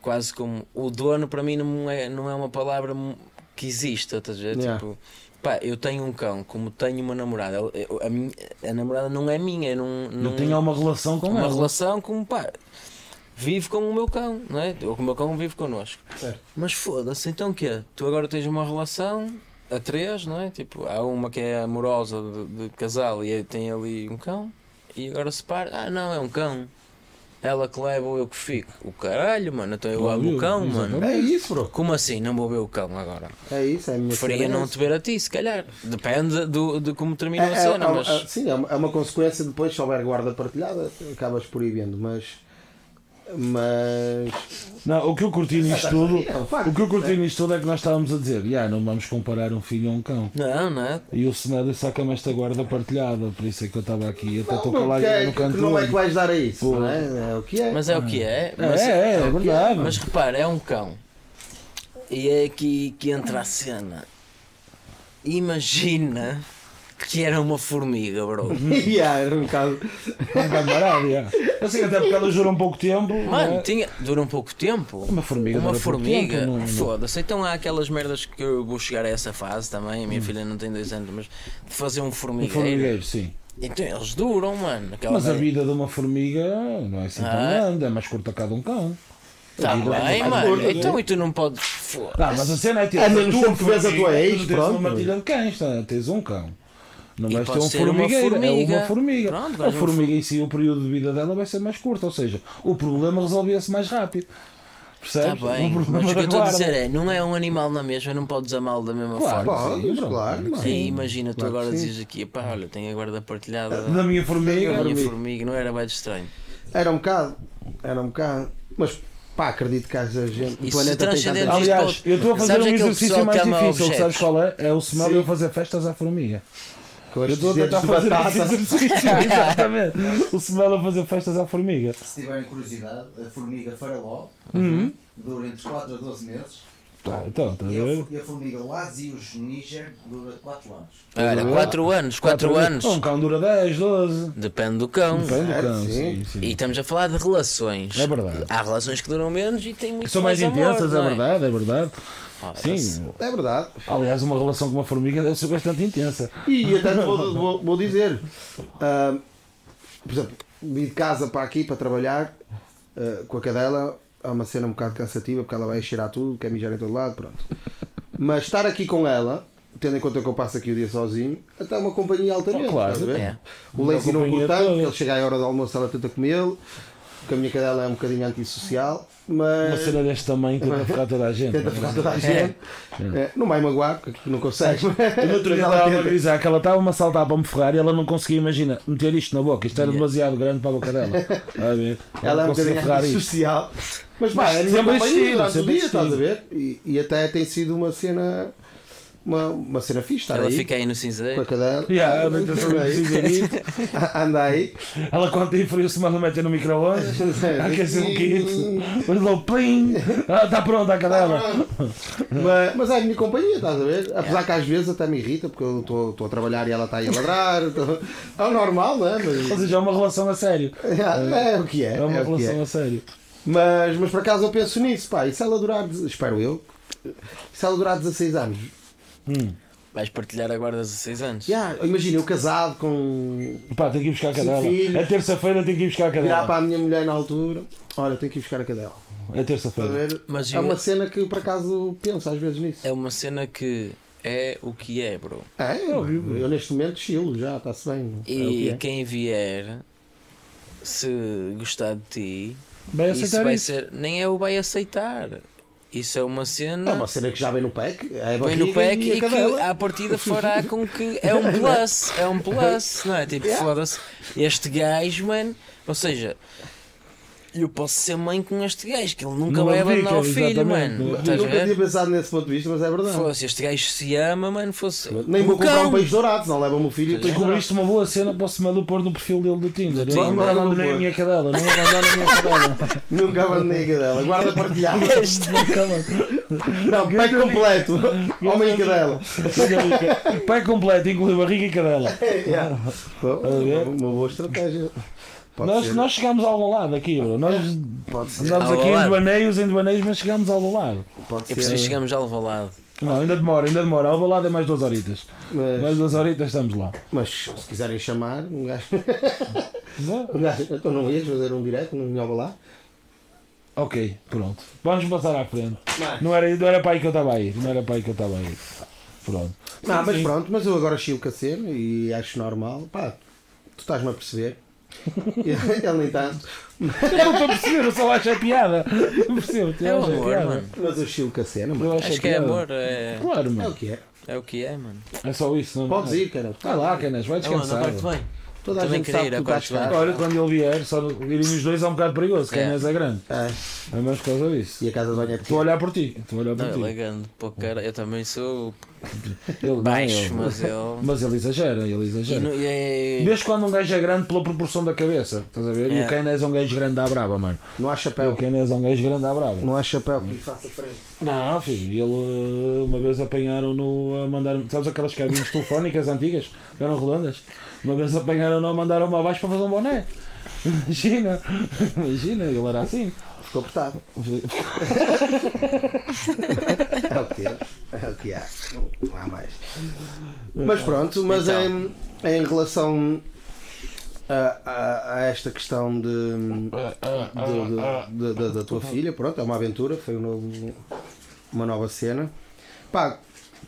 Quase como. O dono para mim não é, não é uma palavra mu- que exista, estás a ver?
Yeah.
Tipo. Pá, eu tenho um cão, como tenho uma namorada. Eu- eu- a, minha- a namorada não é minha, eu não, não,
Eu tenho uma relação com
É
é
uma
ela.
relação como pá. Vive com o meu cão, não é? Ou com o meu cão vive connosco. Mas foda-se, então o quê? Tu agora tens uma relação a três, não é? Tipo, há uma que é amorosa de, de casal e aí tem ali um cão e agora separa. Ah, não, é um cão. Ela que leva ou eu que fico. O caralho, mano, então eu amo o
Óbvio,
cão,
exatamente.
mano.
É isso, bro.
Como assim? Não vou ver o cão agora.
É isso, é a minha
Preferia
cena.
não te ver a ti, se calhar. Depende do, de como
É-
termina a
é-
cena,
é-
mas.
é- sim, é uma, é uma consequência depois, se houver guarda partilhada, acabas proibindo, mas. Mas.
Não, o que eu curti nisto tudo,
É um facto,
o que eu curti nisto tudo é que nós estávamos a dizer, "Ya, não vamos comparar um filho a um cão.
Não, não é?
E o Senado saca-me esta guarda partilhada, por isso é que eu estava aqui, até estou
Não,
com lá
que é-
no
que
canto do
não é
olho.
que vais dar a isso,
Pô.
não é? É o que é.
Mas é o que é. mas-
É, é, é
o que
verdade.
Mas repara, é um cão. E é aqui que entra a cena. Imagina que era uma formiga, bro.
Yeah, era um bocado.
Não vai parar, ya. Assim, até porque ela dura um pouco tempo. não
Mano,
é?
tinha. Dura um pouco tempo.
Uma formiga
Uma
dura pouco
formiga.
tempo, não- não-
Foda-se. Então há aquelas merdas que eu vou chegar a essa fase também. A minha filha não tem dois anos, mas de fazer um
Hum. Um
formigueiro.
formigueiro, sim.
Então eles duram, mano. Aquela
Mas a
merda.
vida de uma formiga não é assim tão
Ah.
grande, é mais curta que a de um cão.
Tá bem,
mais
mano.
curta,
Então e tu não podes. Foda-se.
Tá, mas a cena é tipo,
É menos tempo que vês a tua ex,
tu tens
pronto.
uma matilha de cães, tá? tens um cão. Não
E
vais ter
pode
um
ser uma
formigueiro, é
formiga.
uma formiga.
Pronto,
a
vais um
formiga em si, o período de vida dela vai ser mais curto, ou seja, o problema resolvia-se mais rápido.
Está
Percebes?
tá bem,
o problema
mas o que eu
da
estou a
guarda.
dizer é, não é um animal na mesma, não podes amá-lo da mesma
Claro,
forma.
Podes,
sim, pronto.
claro, mano.
Aí imagina, tu
Claro que
agora
sim.
dizes aqui, pá, olha, tenho a guarda partilhada
Da
da
minha
minha
formiga.
formiga. não era bem estranho.
Era um bocado. Era um bocado. Mas pá, acredito que haja gente.
Isso
o planeta tem
transcendente.
tanta...
Aliás, eu estou a fazer
Sabes
um
aquele
exercício
pessoal
mais
que ama
difícil, que sabes
objetos?
qual é? É o smell e eu fazer festas à formiga.
Com
Eu
estes
estou a tentar
dedos de
fazer esse
batata.
exercício, exatamente. O smell a fazer festas à formiga.
Se tiverem curiosidade, a formiga faraló dura entre 4 a 12 meses
Tá, então, estás
e
a ver?
Uhum. a, e a formiga Lasius niger dura 4 anos.
Olha,
é.
4 anos, 4 anos,
Um cão dura 10, 12.
depende do cão.
Depende do
Certo,
cão,
sim.
sim, sim.
E estamos a falar de relações.
É verdade.
Há relações que duram menos e têm muito
São mais
amor,
intensas,
não Ah,
é verdade, é verdade. Sim.
É verdade.
Aliás, uma relação com uma formiga deve ser bastante intensa.
E até te vou, vou- vou dizer, ah, por exemplo, vim de casa para aqui para trabalhar ah, com a cadela é uma cena um bocado cansativa porque ela vai cheirar tudo, quer mijar em todo lado, pronto. Mas estar aqui com ela, tendo em conta que eu passo aqui o dia sozinho, até é uma companhia altamente.
Oh, claro,
estás a ver?
é.
O Lazy
Uma
não
companhia
curta,
toda.
porque ele chega à hora do almoço, ela tenta comê-lo. porque a minha cadela é um bocadinho antissocial, mas.
Uma cena deste tamanho tenta ferrar toda a gente.
Tenta
não é?
ferrar toda a gente. É, Não vai magoar, porque aqui não consegues.
Eu no outro dia
Mas ela
estava a
tenta.
avisar que ela estava-me a saltar para me ferrar e ela não conseguia, imagina, meter isto na boca. Isto era demasiado grande para a boca dela. Está a ver?
Ela é um
conseguia
bocadinho antissocial. Mas pá, é a minha
sempre
companhia
existiu,
durante o
sempre
dia, estás a
existiu.
ver? E, e até tem sido uma cena. Uma, uma cena fixe,
Tá
estar
Ela
aí
fica aí no
com a
cinzeiro.
cadela.
Yeah, ela
Anda
tenta fazer isso.
aí. Anda aí.
Ela quando tem frio se manda meter no micro-ondas, aquecer um quente, mas logo plim, ah, está pronta a cadela.
mas, mas é a minha companhia, estás a ver? Apesar que às vezes até me irrita, porque eu estou estou a trabalhar e ela está aí a ladrar. estou- É o normal, não é?
Ou
Mas,
seja, é uma relação a sério.
é, é o que é.
É uma
é o que é.
relação a sério.
Mas, mas por acaso eu penso nisso, pá. E se ela durar, de- espero eu, se ela durar 16 anos?
Vais partilhar a guarda aos 16 anos.
Já, imagina eu casado com.
Pá, tenho que ir buscar a cadela.
Sim, filho.
É terça-feira, tenho que ir
É
buscar a
virar para
cadela.
a minha mulher na altura. Olha, eu tenho que ir buscar a cadela.
É
Estás a
terça-feira.
ver?
Tá Mas
é
eu-
uma cena que eu, por acaso penso às vezes nisso.
É uma cena que é o que é, bro.
É, eu, eu neste momento chilo já, está-se bem. é o
E
que é.
quem vier, se gostar de ti,
Vai
isso
aceitar
vai
isso.
ser. Nem é o vai aceitar. Isso é uma
É
cena.
Ah,
uma cena que já vem no pack. É a
Põe no
barriga
pack
e a
e que
cadela.
à partida fará com que é um plus, é um plus, não é? Tipo, foda-se, este gajo, mano, ou seja, eu posso ser mãe com este gajo, que ele nunca
Não
vai
abdica,
abandonar o filho,
exatamente,
mano.
não
Estás a
Nunca tinha
ver?
pensado nesse ponto de vista, mas é verdade.
Fosse, este gajo se ama, mano, fosse.
Nem vou
um
comprar
cão.
um peixe dourado, não leva-me o filho e o peixe dourado.
Descobriste uma boa cena para o Semelo pôr no perfil dele do Tinder.
Sim,
Não
mano,
abandono
boa.
nem a minha cadela, não abandono a minha cadela.
Nunca abandonei a cadela. Guarda partilhada. Não, pack completo. Homem e cadela.
Pai completo, inclui barriga e cadela.
Yeah. Bom,
Tá
a ver?
É, Uma boa estratégia. Pode
Nós,
ser.
nós chegámos ao do lado aqui, bro. Nós
Pode ser.
andámos
Ao
aqui em
lado.
devaneios, em devaneios, mas chegámos ao do lado.
Pode
É por isso que
ser.
chegamos ao Alvalade.
Não, ainda demora, ainda demora. Ao do lado é mais duas horitas. Mais
Mas,
duas horitas estamos lá.
mas se quiserem chamar, um gajo.
Não?
Um gajo então não ias fazer um direto, não vinhava lá.
Ok, pronto. Vamos passar à frente. Não era, não era para aí que eu estava aí. Não era para aí que eu estava aí. Pronto.
Não, mas
Sim.
pronto, mas eu agora chego com a cena e acho normal. Pá, tu estás-me a perceber. Ele nem tá- tanto.
Eu não estou a perceber, eu só acho a piada. Não percebo, tu
É o
achas
amor,
piada.
mano.
Mas eu chego com a cena, mano.
Eu acho,
Acho
a
que é
piada.
amor, é,
Claro,
É o
mano.
que é.
é o que é, mano.
É só isso, não
Podes ir, cara. Tá
Vai lá, Canas, vai
É onde?
descansar.
Agora te vem.
Toda a
Também
gente
queria
sabe
ir
que tu
agora
estás
que vai.
cá.
Olha, quando ele vier, só irem os dois é um bocado perigoso.
É.
Canas é grande.
Ah,
É mais por causa disso.
E a casa de banho é
Estou a
pequena.
olhar por ti. Estou a olhar por
Não, ele é
ti.
grande, pô, cara. Eu também sou
Ele,
baixo,
não, ele-
mas eu.
mas ele exagera, ele
E
exagera.
no- e- e-
Vês quando um gajo é grande pela proporção da cabeça, estás a ver? E
É.
o Canas é um gajo grande à brava, mano.
Não há
O
chapéu.
Canas é um gajo grande à brava.
Não há chapéu que lhe faça frente.
Não, filho, ele uh, uma vez apanharam-no a mandar. Sabes aquelas cabines telefónicas antigas? Que eram redondas? Uma vez apanharam-no a mandaram-me abaixo para fazer um boné. Imagina, imagina, ele era assim.
Ficou apertado. É o que é. É o que há. Não há mais. Então. Mas pronto, mas em, em relação a, a- a esta questão de, de- de- de- de- da tua filha, pronto, é uma aventura, foi um novo- uma nova cena. Pá,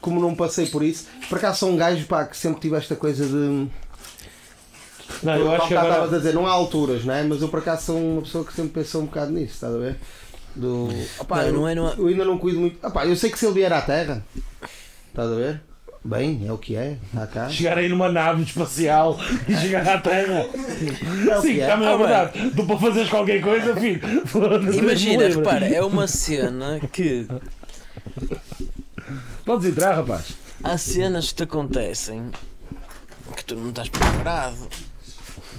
como não passei por isso, por acaso sou um gajo pá, que sempre tive esta coisa de.
Não,
Eu
eu acho que
estavas a
agora.
dizer, não há alturas, não é? Mas eu por acaso sou uma pessoa que sempre pensou um bocado nisso, estás a ver? Do. Opá,
Não,
eu,
não é, não é.
eu ainda não cuido muito. Opá, eu sei que se ele vier à Terra, estás a ver? Bem, é o que é, está cá.
Chegar aí numa nave espacial e chegar à Terra.
É o
Sim,
que é.
está-me a
Ah,
verdade. Tu para fazeres qualquer coisa, filho. foda-se,
Imagina,
Deus me livre.
repara, é uma cena que
Podes entrar, rapaz.
há cenas que te acontecem que tu não estás preparado.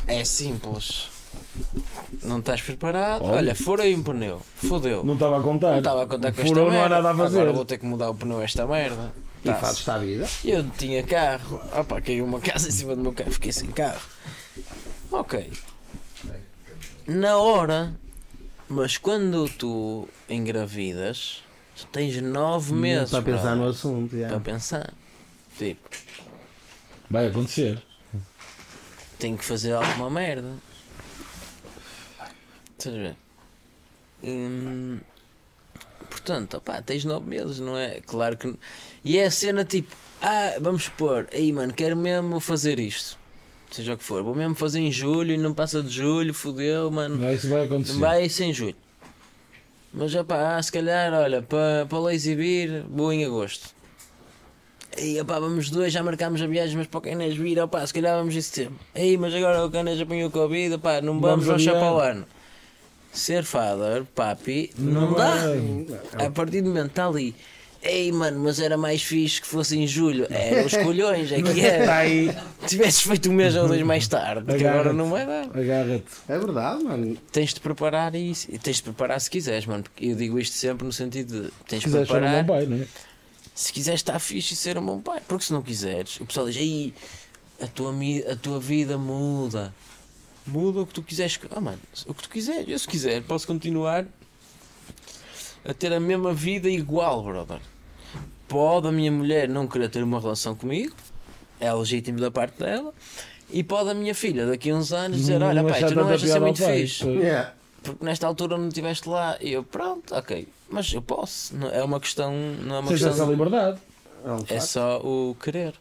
É simples. Não estás preparado.
Óbvio.
Olha, furei um pneu. Fodeu.
Não
Não
estava a contar.
estava a contar com esta
Furou, não
merda.
há nada a fazer.
Agora vou ter que mudar o pneu a esta merda. Tá,
E
Tá-se.
fazes-te à vida.
Eu não tinha carro. Opa, caiu uma casa em cima do meu carro, fiquei sem carro. Ok. Na hora, mas quando tu engravidas, tu tens nove meses
Para tá pensar
brother, Tá
no assunto, já.
para pensar. Tipo,
Vai acontecer.
tenho que fazer alguma merda. Estás a ver? Hum, portanto, opá, tens nove meses, não é? Claro que. E é a cena tipo, ah, vamos pôr, aí mano, quero mesmo fazer isto. seja o que for. Vou mesmo fazer em julho e não passa de julho, fodeu, mano.
Vai, isso vai acontecer.
Vai ser em julho. Mas já pá, se calhar, olha, para pa lá exibir, vou em agosto. E opá, vamos dois, já marcámos a viagem, mas para o Canas vir, opá, se calhar vamos em setembro. Aí, mas agora o Canas apanhou Covid, opá, não
Vamos
vamos, vamos já
adiar.
para o ano. Ser father, papi, não, é. dá.
É.
A partir do momento está ali. Ei, mano, mas era mais fixe que fosse em julho. Era os colhões, é que
Está
era.
aí,
Tivesses feito um mês ou dois mais tarde, que agora
Agarra-te.
não vai dar.
agarra-te.
É verdade, mano.
Tens de preparar isso. E tens de preparar se quiseres, mano. Porque eu digo isto sempre no sentido de
Se
tens de
quiseres ser um
preparar
bom pai, não é?
se quiseres estar fixe e ser um bom pai. Porque se não quiseres, o pessoal diz, aí a tua, mi- a tua vida muda. Muda o que tu quiseres. que- Ah, mano, o que tu quiseres. Eu se quiser, posso continuar a ter a mesma vida igual, brother. Pode a minha mulher não querer ter uma relação comigo, é legítimo da parte dela, e pode a minha filha daqui a uns anos dizer, olha
Não
pai,
achar
tu não
tanta
és a ser
piada assim. ao
muito
pai.
fixe
Yeah.
porque nesta altura não estiveste lá e eu pronto, ok, mas eu posso, não, é uma questão, não é uma
Tens essa
questão,
liberdade.
É um
é
facto.
só o querer.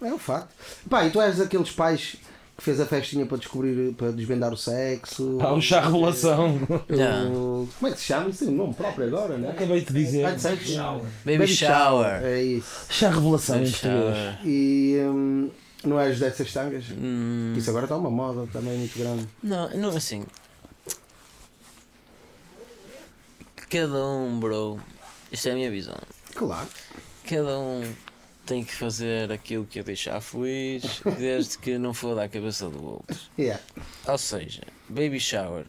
É um facto. Pá, e tu és daqueles pais que fez a festinha para descobrir, para desvendar o sexo.
Há um chá revelação.
Eu-
Já.
Como é que se chama? Isso tem um nome próprio agora, não é?
Acabei de dizer.
Pai de sexo?
Baby,
Baby
shower.
É isso.
Chá revelação.
Baby
em português.
shower.
E hum, não és dessas tangas?
Hum,
Isso agora está uma moda também muito grande.
não, não assim. Cada um, bro, isto é a minha visão.
Claro.
Cada um tem que fazer aquilo que eu deixar feliz, desde que não for da cabeça do outro.
Yeah.
Ou seja, baby shower.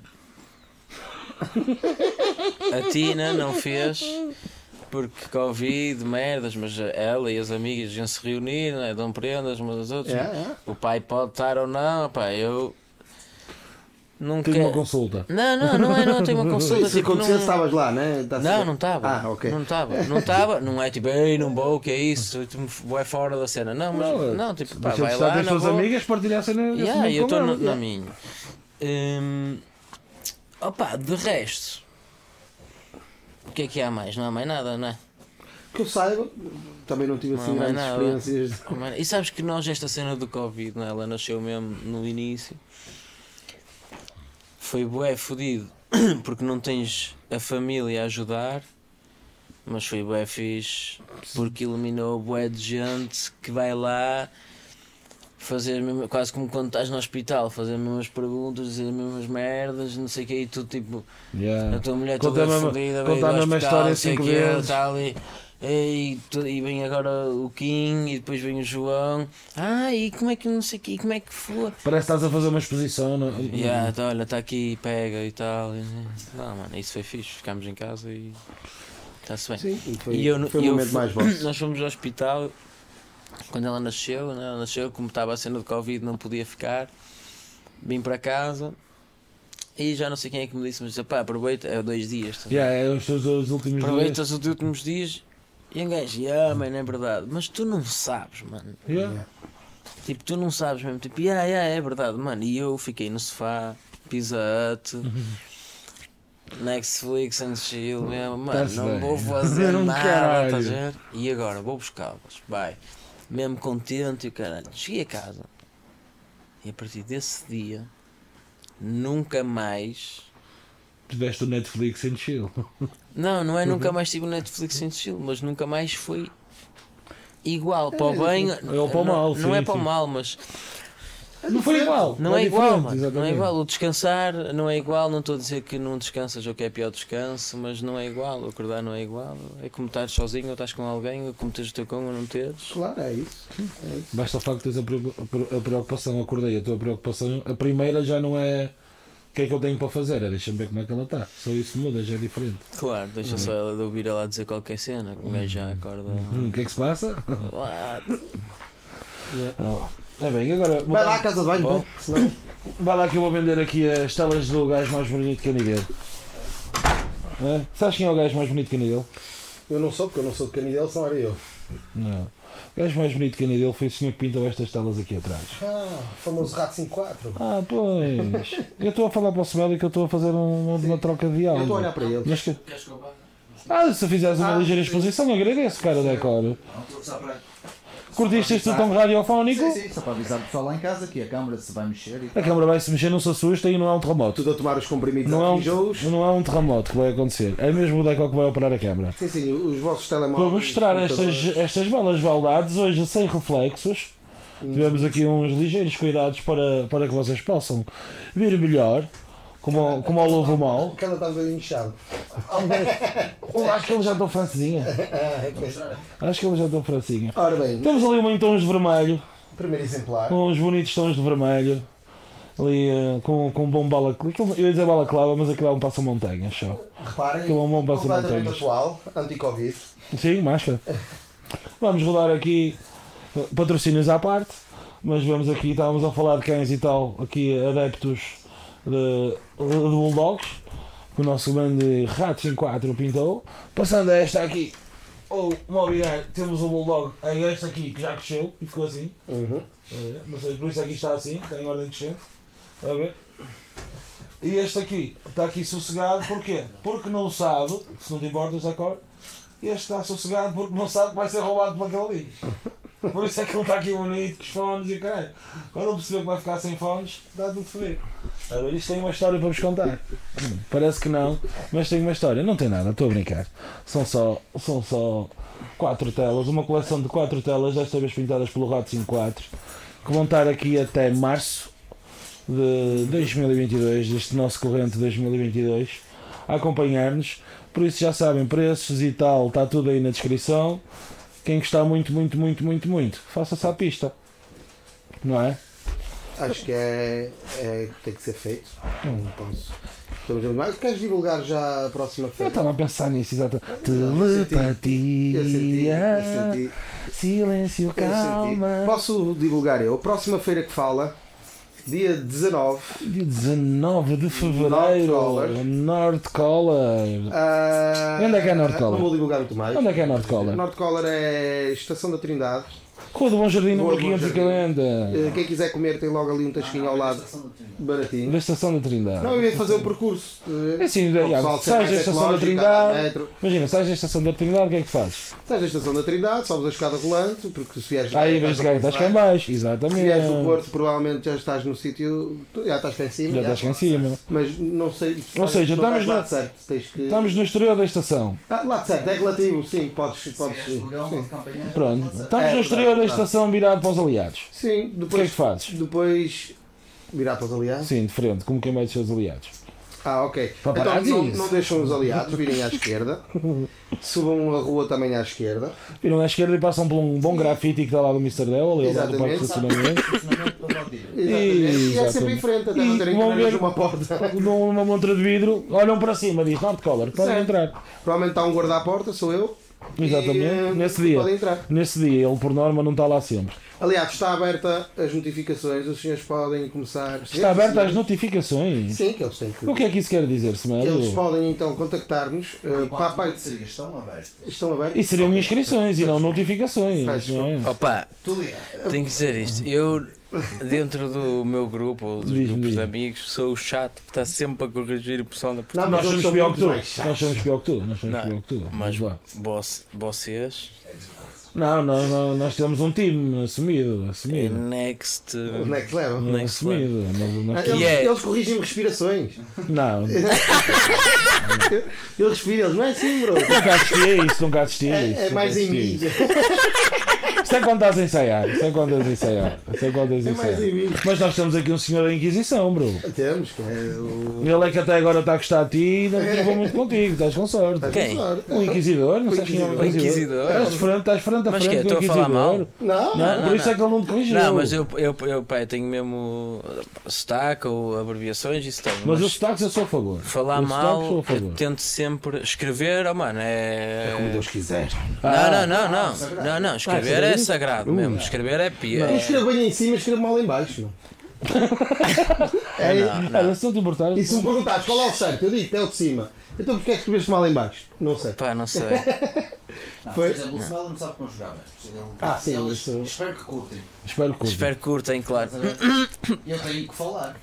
A Tina não fez porque Covid, merdas, mas ela e as amigas iam se reunir, né? dão prendas umas às outras.
Yeah, yeah.
O pai pode estar ou não, pá, eu. Não
Tenho uma
quero.
consulta.
Não, não, não é, não, tenho uma consulta.
Se
tipo, não-
acontecesse, estavas lá, né?
assim.
Tá
não,
certo.
não estava.
Ah, ok.
Não estava. Não estava. Não é tipo, ei, não vou, o que é isso? Tu me vai fora da cena. Não, mas. Não,
Não,
tipo, pá,
Deixa de
vai
estar
lá.
das
Não
tuas
vou.
amigas partilhassem na
Yeah, eu estou na minha. Hum, opa, de resto. O que é que há mais? Não há mais nada, não é?
Que eu saiba, também não tive assim
Não, não é
grandes
nada.
experiências.
Oh, mano, E sabes que nós, esta cena do Covid, não é? ela nasceu mesmo no início. Foi bué fodido, porque não tens a família a ajudar, mas foi bué fixe, porque eliminou bué de gente que vai lá fazer as mesmas- quase como quando estás no hospital, fazer as mesmas perguntas, dizer as mesmas merdas, não sei o que, e tu tipo, a tua mulher
Conta
toda
a mesma-
fodida,
conta
veio do
a mesma
hospital,
história
não sei
cinco
aquilo,
vezes.
tal, e, e, tu- e vem agora o Kim, e depois vem o João. Ah, e como é que não sei o quê, e como é que foi?
Parece que estás a fazer uma exposição. Não?
Yeah, tá, olha, está aqui, pega e tal. e- Não, mano, isso foi fixe, ficámos em casa e está-se bem.
Sim, e foi,
E eu-
foi o
eu
momento
fui-
mais vosso.
Nós fomos ao hospital quando ela nasceu, né? ela nasceu, como estava a cena de Covid, não podia ficar. Vim para casa e já não sei quem é que me disse, mas disse, pá, aproveita, é dois dias. tá?
Yeah, é os teus dois últimos dias. Hum.
Aproveitas os teus últimos dias e um gajo, yeah, mano, é verdade, mas tu não sabes, mano.
Yeah.
Tipo, tu não sabes mesmo, tipo, yeah, yeah, é verdade, mano. E eu fiquei no sofá, pizza hut,
Uhum.
Netflix and chill mesmo, mano,
Tá-se
não
bem.
vou fazer
Não,
nada,
caralho.
estás a ver? E agora, vou buscá-los, vai. Mesmo contente e o caralho. Cheguei a casa e a partir desse dia, nunca mais
Tiveste o Netflix and chill.
Não, não é
Uhum.
nunca mais tive o Netflix and chill, mas nunca mais foi igual. Para o bem.
ou É, para o mal,
Não, não é
sim,
para o
sim.
mal, mas.
Não foi igual.
Não é igual,
diferente,
mano. Não é
exatamente.
igual. O descansar não é igual. Não estou a dizer que não descansas ou que é pior descanso, mas não é igual. O acordar não é igual. É como estás sozinho ou estás com alguém, ou como teres o teu cão ou não teres.
Claro, é isso. É isso.
Basta o facto de teres a preo- a pre- a preocupação. Acordei, a tua preocupação. A primeira já não é o que é que eu tenho para fazer, é deixa-me ver como é que ela está. Só isso muda, já é diferente.
Claro, deixa
Uhum.
só ela de ouvir ela dizer qualquer cena. que O gajo já acorda.
Hum, o que é que se passa?
Lá.
É bem, agora Oh,
Vai lá à casa de banho,
Bom.
pô, senão-
Vai lá que eu vou vender aqui as telas do gajo mais bonito que Canidelo. Hã? Sabes quem é o gajo mais bonito que Canidelo?
Eu não sou, porque eu não sou de Canidel, só era eu.
Não. O gajo mais bonito que Canidelo foi o senhor que pintou estas telas aqui atrás.
Ah, famoso Rato 54.
Ah, pois. eu estou a falar para o Smelly que eu estou a fazer um- uma troca de
Eu
algo.
estou a olhar para ele.
Mas que... Ah, se fizeres uma ligeira exposição, agradeço, cara, decoro. Curtiste este
tão
tom radiofónico?
Sim, sim, só para avisar o pessoal lá em casa que a câmara se vai mexer e
A
tal.
câmara vai se mexer, não se assusta e não é um terremoto.
Tudo a tomar os comprimidos
Não é
anti-enjoos.
um, não é um terremoto que vai acontecer. É mesmo o Deco que vai operar a câmara.
Sim, sim, os vossos telemóveis.
Vou mostrar
computadores.
estas, estas balas baldadas hoje sem reflexos. Tivemos aqui uns ligeiros cuidados para, para que vocês possam ver melhor como, como ao louvo mal.
Aquela está um bocadinho inchado.
Eu acho que eles já estão francesinha.
Ah,
Acho que eles já estão francinha.
é Ora bem,
Temos ali um em tons de vermelho,
primeiro exemplar.
com uns bonitos tons de vermelho. Ali eh, com, com um bom balaclava. Eu ia dizer balaclava, mas aquilo é um passa-montanha, só.
Reparem,
Que é um bom passo de
completamente
montanhas.
atual, anti-Covid.
Sim, máscara. Vamos rodar aqui eh, patrocínios à parte, mas vamos aqui, estávamos a falar de cães e tal, aqui adeptos de, de Bulldogs, que o nosso grande Rato 4 pintou. Passando a esta aqui, ou uma obrigada, temos o Bulldog, é este aqui que já cresceu e ficou assim. Eh, Não sei, por isso aqui está assim, tem ordem crescente. Está a ver? E este aqui está aqui sossegado, porquê? Porque não sabe, se não te importas, acorda? Este está sossegado porque não sabe que vai ser roubado por aquele ali. Por isso é que ele está aqui bonito, com os fones e o caralho. Quando ele perceber que vai ficar sem fones, dá tudo fodido. Agora, isto tem uma história para vos contar. Hum, Parece que não, mas tem uma história. Não tem nada, estou a brincar. São só, são só quatro telas, uma coleção de quatro telas, desta vez pintadas pelo Rato 54, que vão estar aqui até março de 2022, deste nosso corrente 2022, a acompanhar-nos. Por isso já sabem, preços e tal, está tudo aí na descrição. Quem gostar muito, muito, muito, muito, muito, faça-se à pista. Não é?
Acho que é, é tem que ser feito.
Hum.
Não posso. Estamos a mais. Queres divulgar já a próxima
Eu
feira?
estava a pensar nisso, exato.
Eu senti, eu senti.
Telepatia,
eu
silêncio,
senti.
calma.
Posso divulgar eu? A próxima feira que fala, dia 19.
Dia 19 de
Collar.
fevereiro, North Collar.
ah,
Onde é que é North Collar?
Não vou divulgar muito mais.
Onde é que é North Collar?
North Collar é Estação da Trindade.
Rua do Bom Jardim,
Rua
número
do Bom Jardim.
540.
Eh, Quem quiser comer tem logo ali um tasquinho ao lado,
Ah,
baratinho.
Da Estação da Trindade.
Não, eu ia fazer o percurso. eh,
É assim, já, sais da estação da
é
Trindade. Imagina, sais da estação da Trindade, o que é que fazes?
Estás na estação da Trindade, sobes a escada rolante, porque se vieres.
Aí vez de cá estás cá em baixo,
é Se
exatamente.
vieres do Porto, provavelmente já estás no sítio. Já estás cá em cima.
Já estás cá em cima.
Mas não sei.
Ou seja,
não estás
estamos
lá
na-
de certo. Tens que.
Estamos no exterior da estação.
Ah, lá de certo, é relativo, sim, podes. podes
Se és
sim.
legal, de campanha,
Pronto.
É,
Estamos no exterior da
verdade,
estação virado para os aliados.
Sim,
O que é que
depois.
fazes?
Depois. Virar para os aliados?
Sim, de frente, como quem vai dos seus aliados.
Ah, ok. Então
Paparazzi.
não, não deixam os aliados virem à esquerda. Subam a rua também à esquerda.
Viram à esquerda e passam por um bom grafite que está lá do Mr. Dell, ali ao lado do parque de
Exatamente.
estacionamento.
funcionamento para o dia.
Exatamente. E é
Exatamente.
sempre em frente, até não
E
terem que
vão
menos
ver-
uma porta.
Dão uma montra de vidro, olham para cima, diz hard collar, podem
Certo.
entrar.
Provavelmente está um guarda à porta, sou eu.
Exatamente,
eh,
nesse dia.
Podem entrar.
Nesse dia, ele por norma não está lá sempre.
Aliás, está aberta as notificações, os senhores podem começar.
Está aberto às
Sim,
notificações.
Sim, que eles têm que.
O que é que isso quer dizer,
Eles
Semelho?
podem então contactar-nos. eh, para a
Quanto
parte-
baterias estão abertas?
Estão abertos?
Isso seriam inscrições e não notificações.
Faz,
não é?
Opa,
Tu liga.
tenho que dizer isto. Eu, dentro do meu grupo, ou dos
Diz-me,
grupos de
diz-me.
amigos, sou o chato que está sempre a corrigir o pessoal da
Não,
puta.
mas
é Nós
eles
somos
são
pior que
muito
tu.
mais chatos.
Nós somos pior que tu. Nós somos
Não,
pior que tu.
Mas
Vamos lá.
voc- vocês,
Não, não, não, nós temos um time assumido.
é
Assumido.
next. uh,
Onde é que se leva?
Não. next
assumido. Nós-
Ah,
nós-
Eles,
é-
eles corrigem respirações.
Não, nunca
Eles respiram, eles não é assim, bro.
assisti a isso, nunca assisti a isso.
É, é
nunca
mais em
assisti a
mim.
isso. Isso é quando estás a ensaiar. Isso é quando estás a ensaiar. Isso é quando estás a
É mais
ensaiar.
em mim.
Mas nós temos aqui um senhor da Inquisição, bro.
Temos, que é o.
Ele é que até agora está a gostar de ti e não te levou muito contigo. Estás com sorte.
Quem?
O Inquisidor, não sabes quem é o Inquisidor?
O Inquisidor.
Estás de frente, estás de frente a
Mas
frente
quê?
do
Estou a falar
Inquisidor.
mal?
Não,
Não,
não,
por isso
não.
é que ele não te corrigiu.
Não, mas eu, eu, eu pá, eu tenho mesmo sotaque ou abreviações, isso tenho.
Mas os sotaques eu sou a favor.
falar
Os sotaques sou
mal, é
a favor.
eu tento sempre escrever, oh mano, é.
quiser.
Não, não, não, não, não, não, escrever
Ah,
é
sagrado.
sagrado mesmo, escrever é pia.
Eu escrevo bem em cima e escrevo mal em baixo. Não. É,
Olha, se não te importares.
e se me perguntares qual é o certo, eu digo, é o de cima. Então porquê é que escreveste mal em baixo? Não sei.
Pá, não sei.
Não,
Foi-
por exemplo, o Smell não sabe conjugar. mas-
Ah, sim,
Eles-
isso-
Espero que curtem.
Espero que.
Espero que curtem, claro.
Eu tenho que falar.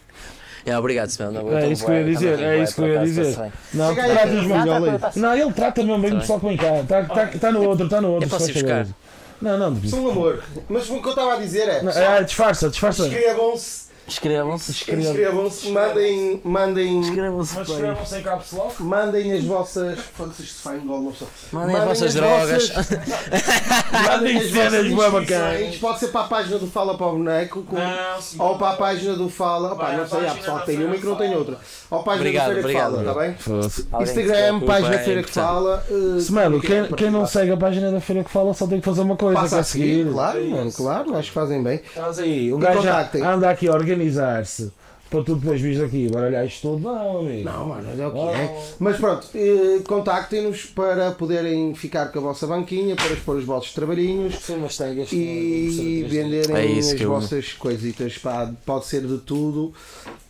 É, obrigado, Sven. não,
É
tão
isso que eu ia
bué,
dizer,
tão
é
bué,
isso que
por
eu ia
acaso,
dizer.
tá-se bem.
Não,
Chega aí, assim.
tratas-me
trata,
melhor.
trata,
Não, ele trata mesmo bem o pessoal que vem cá. Está tá, tá no outro, está no outro.
Eu posso
se
ir
faz
buscar.
favor. Não, não, devia.
São um amor. Mas o que eu estava a dizer é.
Não,
pessoal,
ah, disfarça, disfarça.
Inscrevam-se,
Inscrevam-se.
inscrevam-se, mandem, mandem,
Inscrevam-se. pai.
um
sem cápsula off.
mandem as vossas.
Foda-se, isto sai em gol, não só.
Mandem as vossas drogas.
Mandem cenas bué bacanas.
inscrições. Pode ser para a página do Fala para o Boneco com- ou para a página do Fala. Opá, não sei, há pessoal que tem uma e que não tem outra. Ou a página
Obrigado,
do Feira
obrigado.
que Fala, está
Foda-se.
bem?
Alguém que
Instagram,
se
página
ocupa,
Feira que
é
Fala. eh,
Mano, quem, quem não
participar.
segue a página da Feira que Fala só tem que fazer uma coisa, que
Passa
é
a seguir, claro,
É
mano,
isso.
claro, acho que fazem bem.
Estás aí, o
E
gajo já
contactem.
anda aqui a organizar-se para tu depois vires aqui baralhar isto tudo, não, amigo.
Não, mano, mas é o que é. Mas pronto, eh, contactem-nos para poderem ficar com a vossa banquinha, para expor os vossos trabalhinhos
São umas tegas que
e
não-
venderem
É isso
as
que eu-
vossas coisitas. Pá, pode ser de tudo,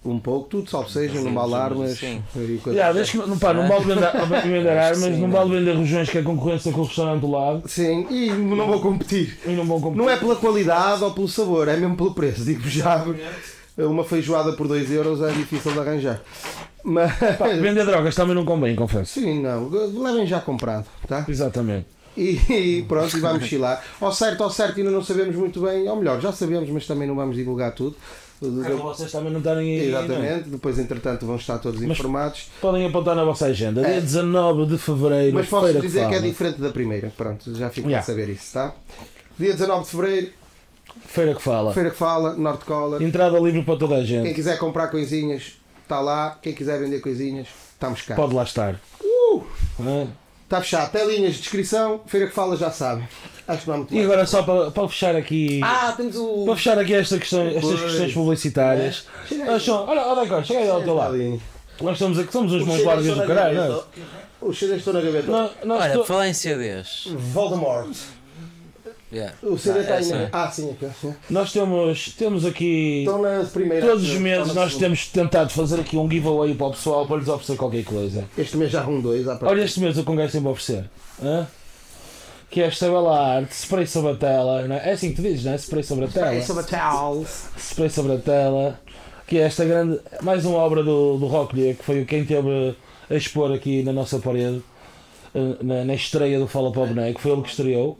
um pouco, tudo, salvo seja, não vale armas.
sim.
e coisas.
Já, desde que, não, pá, não vale vender, vender armas,
sim,
não
né?
vale vender regiões que é concorrência com o restaurante do lado
Sim, e não vou competir.
e não vão comprar.
Não é pela qualidade ou pelo sabor, é mesmo pelo preço, digo já. Uma feijoada por 2€ euros é difícil de arranjar. Mas.
Vender drogas também não convém, confesso.
Sim, não, levem já comprado, tá?
Exatamente.
E, e pronto, e vamos chilar. Ao certo, ao certo, ainda não sabemos muito bem, ou melhor, já sabemos, mas também não vamos divulgar tudo.
vocês também não estarem aí.
Exatamente, depois entretanto vão estar todos informados.
não. Podem apontar na vossa agenda.
É.
Dia 19 de fevereiro,
Mas posso
feira
dizer que,
que
é
fala.
diferente da primeira, pronto, já fico
Yeah.
a saber isso, tá? Dia 19 de Fevereiro,
feira que fala.
Feira que Fala, Norte Cola.
Entrada livre para toda a gente.
Quem é quiser comprar coisinhas, está lá. Quem quiser vender coisinhas, estamos cá.
Pode lá estar.
Uh!
Hã?
Está fechado. Telinhas de descrição, Feira que Fala já sabe. Acho que não há muito
E
mais.
agora só para, para fechar aqui.
Ah, temos o.
Para fechar aqui esta questão, estas
Pois.
questões publicitárias.
Chega aí.
Nós somos- olha, olha agora, É, chega aí ao teu lado.
Telinha.
Nós somos aqui, somos uns mãos
Os
largas
CDs
do
estão na
caralho, não é?
gaveta. Os CDs estão na gaveta.
Nós- nós
Olha,
to-
falar em CDs.
Voldemort.
Yeah.
O CD está aí.
essa
na-
é.
Ah, sim, aqui. sim.
Nós temos, temos aqui.
Estão Então, na primeira.
Todos os
estão
meses
na
nós
segunda.
temos tentado fazer aqui um giveaway para o pessoal para lhes oferecer qualquer coisa.
Este mês já há um, dois. À
Olha este mês o que um gajo tem para oferecer. Hã? Que é esta bela arte, spray sobre a tela. Não é? é assim que tu dizes, não é? Spray sobre a tela. Spray sobre a tela. Que é esta grande. Mais uma obra do, do Rocklier, que foi quem teve a expor aqui na nossa parede. eh, Na, na estreia do Fala para o Boneco, foi ele que estreou.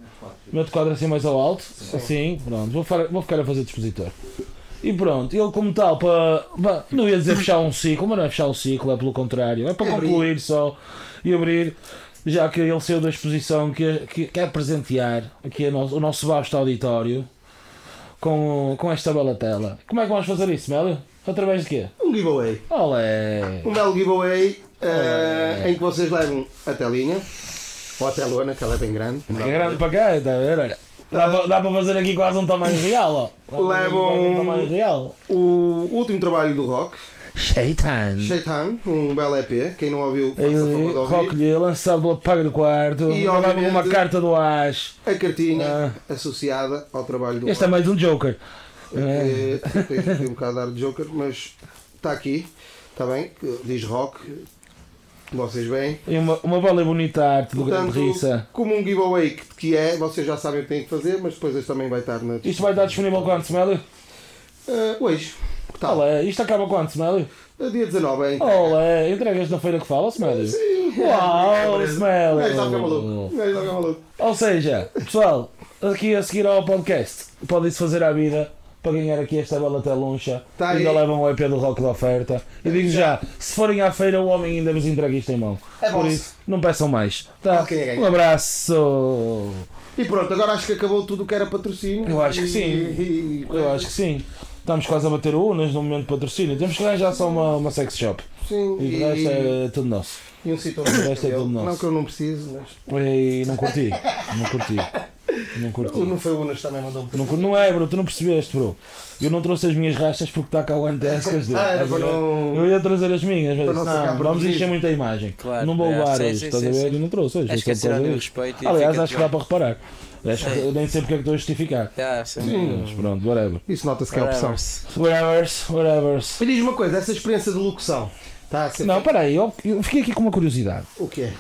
Meu quadro assim mais ao alto, assim, pronto. Vou, fa- vou ficar a fazer dispositor. E pronto, ele como tal, para, para- não ia dizer fechar um ciclo, mas não é fechar um ciclo, é pelo contrário, é para
Abrir.
concluir só e abrir, já que ele saiu da exposição, que que quer presentear aqui a no- o nosso vasto auditório com, o- com esta bela tela. Como é que vamos fazer isso, Mélio? Através de quê?
Um giveaway.
Olé!
Um belo giveaway eh, em que vocês levam a telinha. Ou a telona, que ela é bem grande.
É grande para cá, está a ver? Olha. Dá para, dá para fazer aqui quase um tamanho real, ó.
Levam-
Quase um tamanho real.
O último trabalho do Rock,
Shaitan!
Shaitan, um belo EP. Quem não ouviu, faça favor de ouvir.
Rock-lhe, lançado pela Paga do Quarto,
E,
mandava
obviamente,
uma carta do As.
A cartinha associada ao trabalho do
Ah. Este é
Rock.
mais um Joker.
Eh, tem, tem um bocado de ar de Joker, mas está aqui. Está bem? que Diz Rock. Vocês bem.
E uma, uma bela e bonita arte do Grande
Portanto,
Rissa.
como um giveaway que- que é, vocês já sabem o que têm que fazer, mas depois este também vai estar na.
Isto vai estar disponível quando, Smelly?
Ah, hoje, que tal? É
Olé, isto acaba quando, Smelly?
Dia 19, hein?
Olé, entregas na feira que fala, Smelly? Uau,
O Um gajo está a ficar
Smelly!
maluco. O gajo está a ficar maluco.
Ou seja, pessoal, aqui a seguir ao podcast, podem-se fazer à vida para ganhar aqui esta bela teluncha.
Tá
ainda
aí.
levam o EP do Rock da Oferta. E digo já, se forem à feira, o homem ainda vos entrega isto em mão.
É
Por
bom.
isso, não peçam mais. Tá?
Ok, ok.
Um abraço!
E pronto, agora acho que acabou tudo o que era patrocínio.
Eu acho que sim.
E- e-
Eu acho que sim. Estamos quase a bater o Unas no momento de patrocínio. Temos que arranjar só uma, uma sex shop.
Sim,
E
e,
o resto é tudo nosso.
e um sítio
resto é tudo nosso.
Não que eu não preciso, mas.
E não curti. Não curti. Não curti.
O não foi o Unas também mandou um
Não, cu- não é, bro, tu não percebeste, bro. Eu não trouxe as minhas rastas porque está cá o NTS que as deu.
Ah,
Estás a
para
ver?
não-
Eu ia trazer as minhas, mas
Para não
disse,
ficar
não, vamos
protegido.
encher muita imagem.
Claro,
não vou
é,
levar
sim,
hoje,
sim,
estás
sim,
a ver?
sim.
Eu não trouxe hoje.
Acho
estou
que é
por causa
tirar-lhe o
disto.
respeito e
Aliás,
fica-te
acho que dá
bem.
para reparar. Acho que- eu nem sei porque é que estou a justificar.
Yeah, sim.
Mas pronto, whatever.
Isso nota-se que é opção.
Whatevers.
Whatevers, whatevers.
Me diz uma coisa, essa experiência de locução. Está a ser.
Não, peraí, eu, eu fiquei aqui com uma curiosidade.
O que é?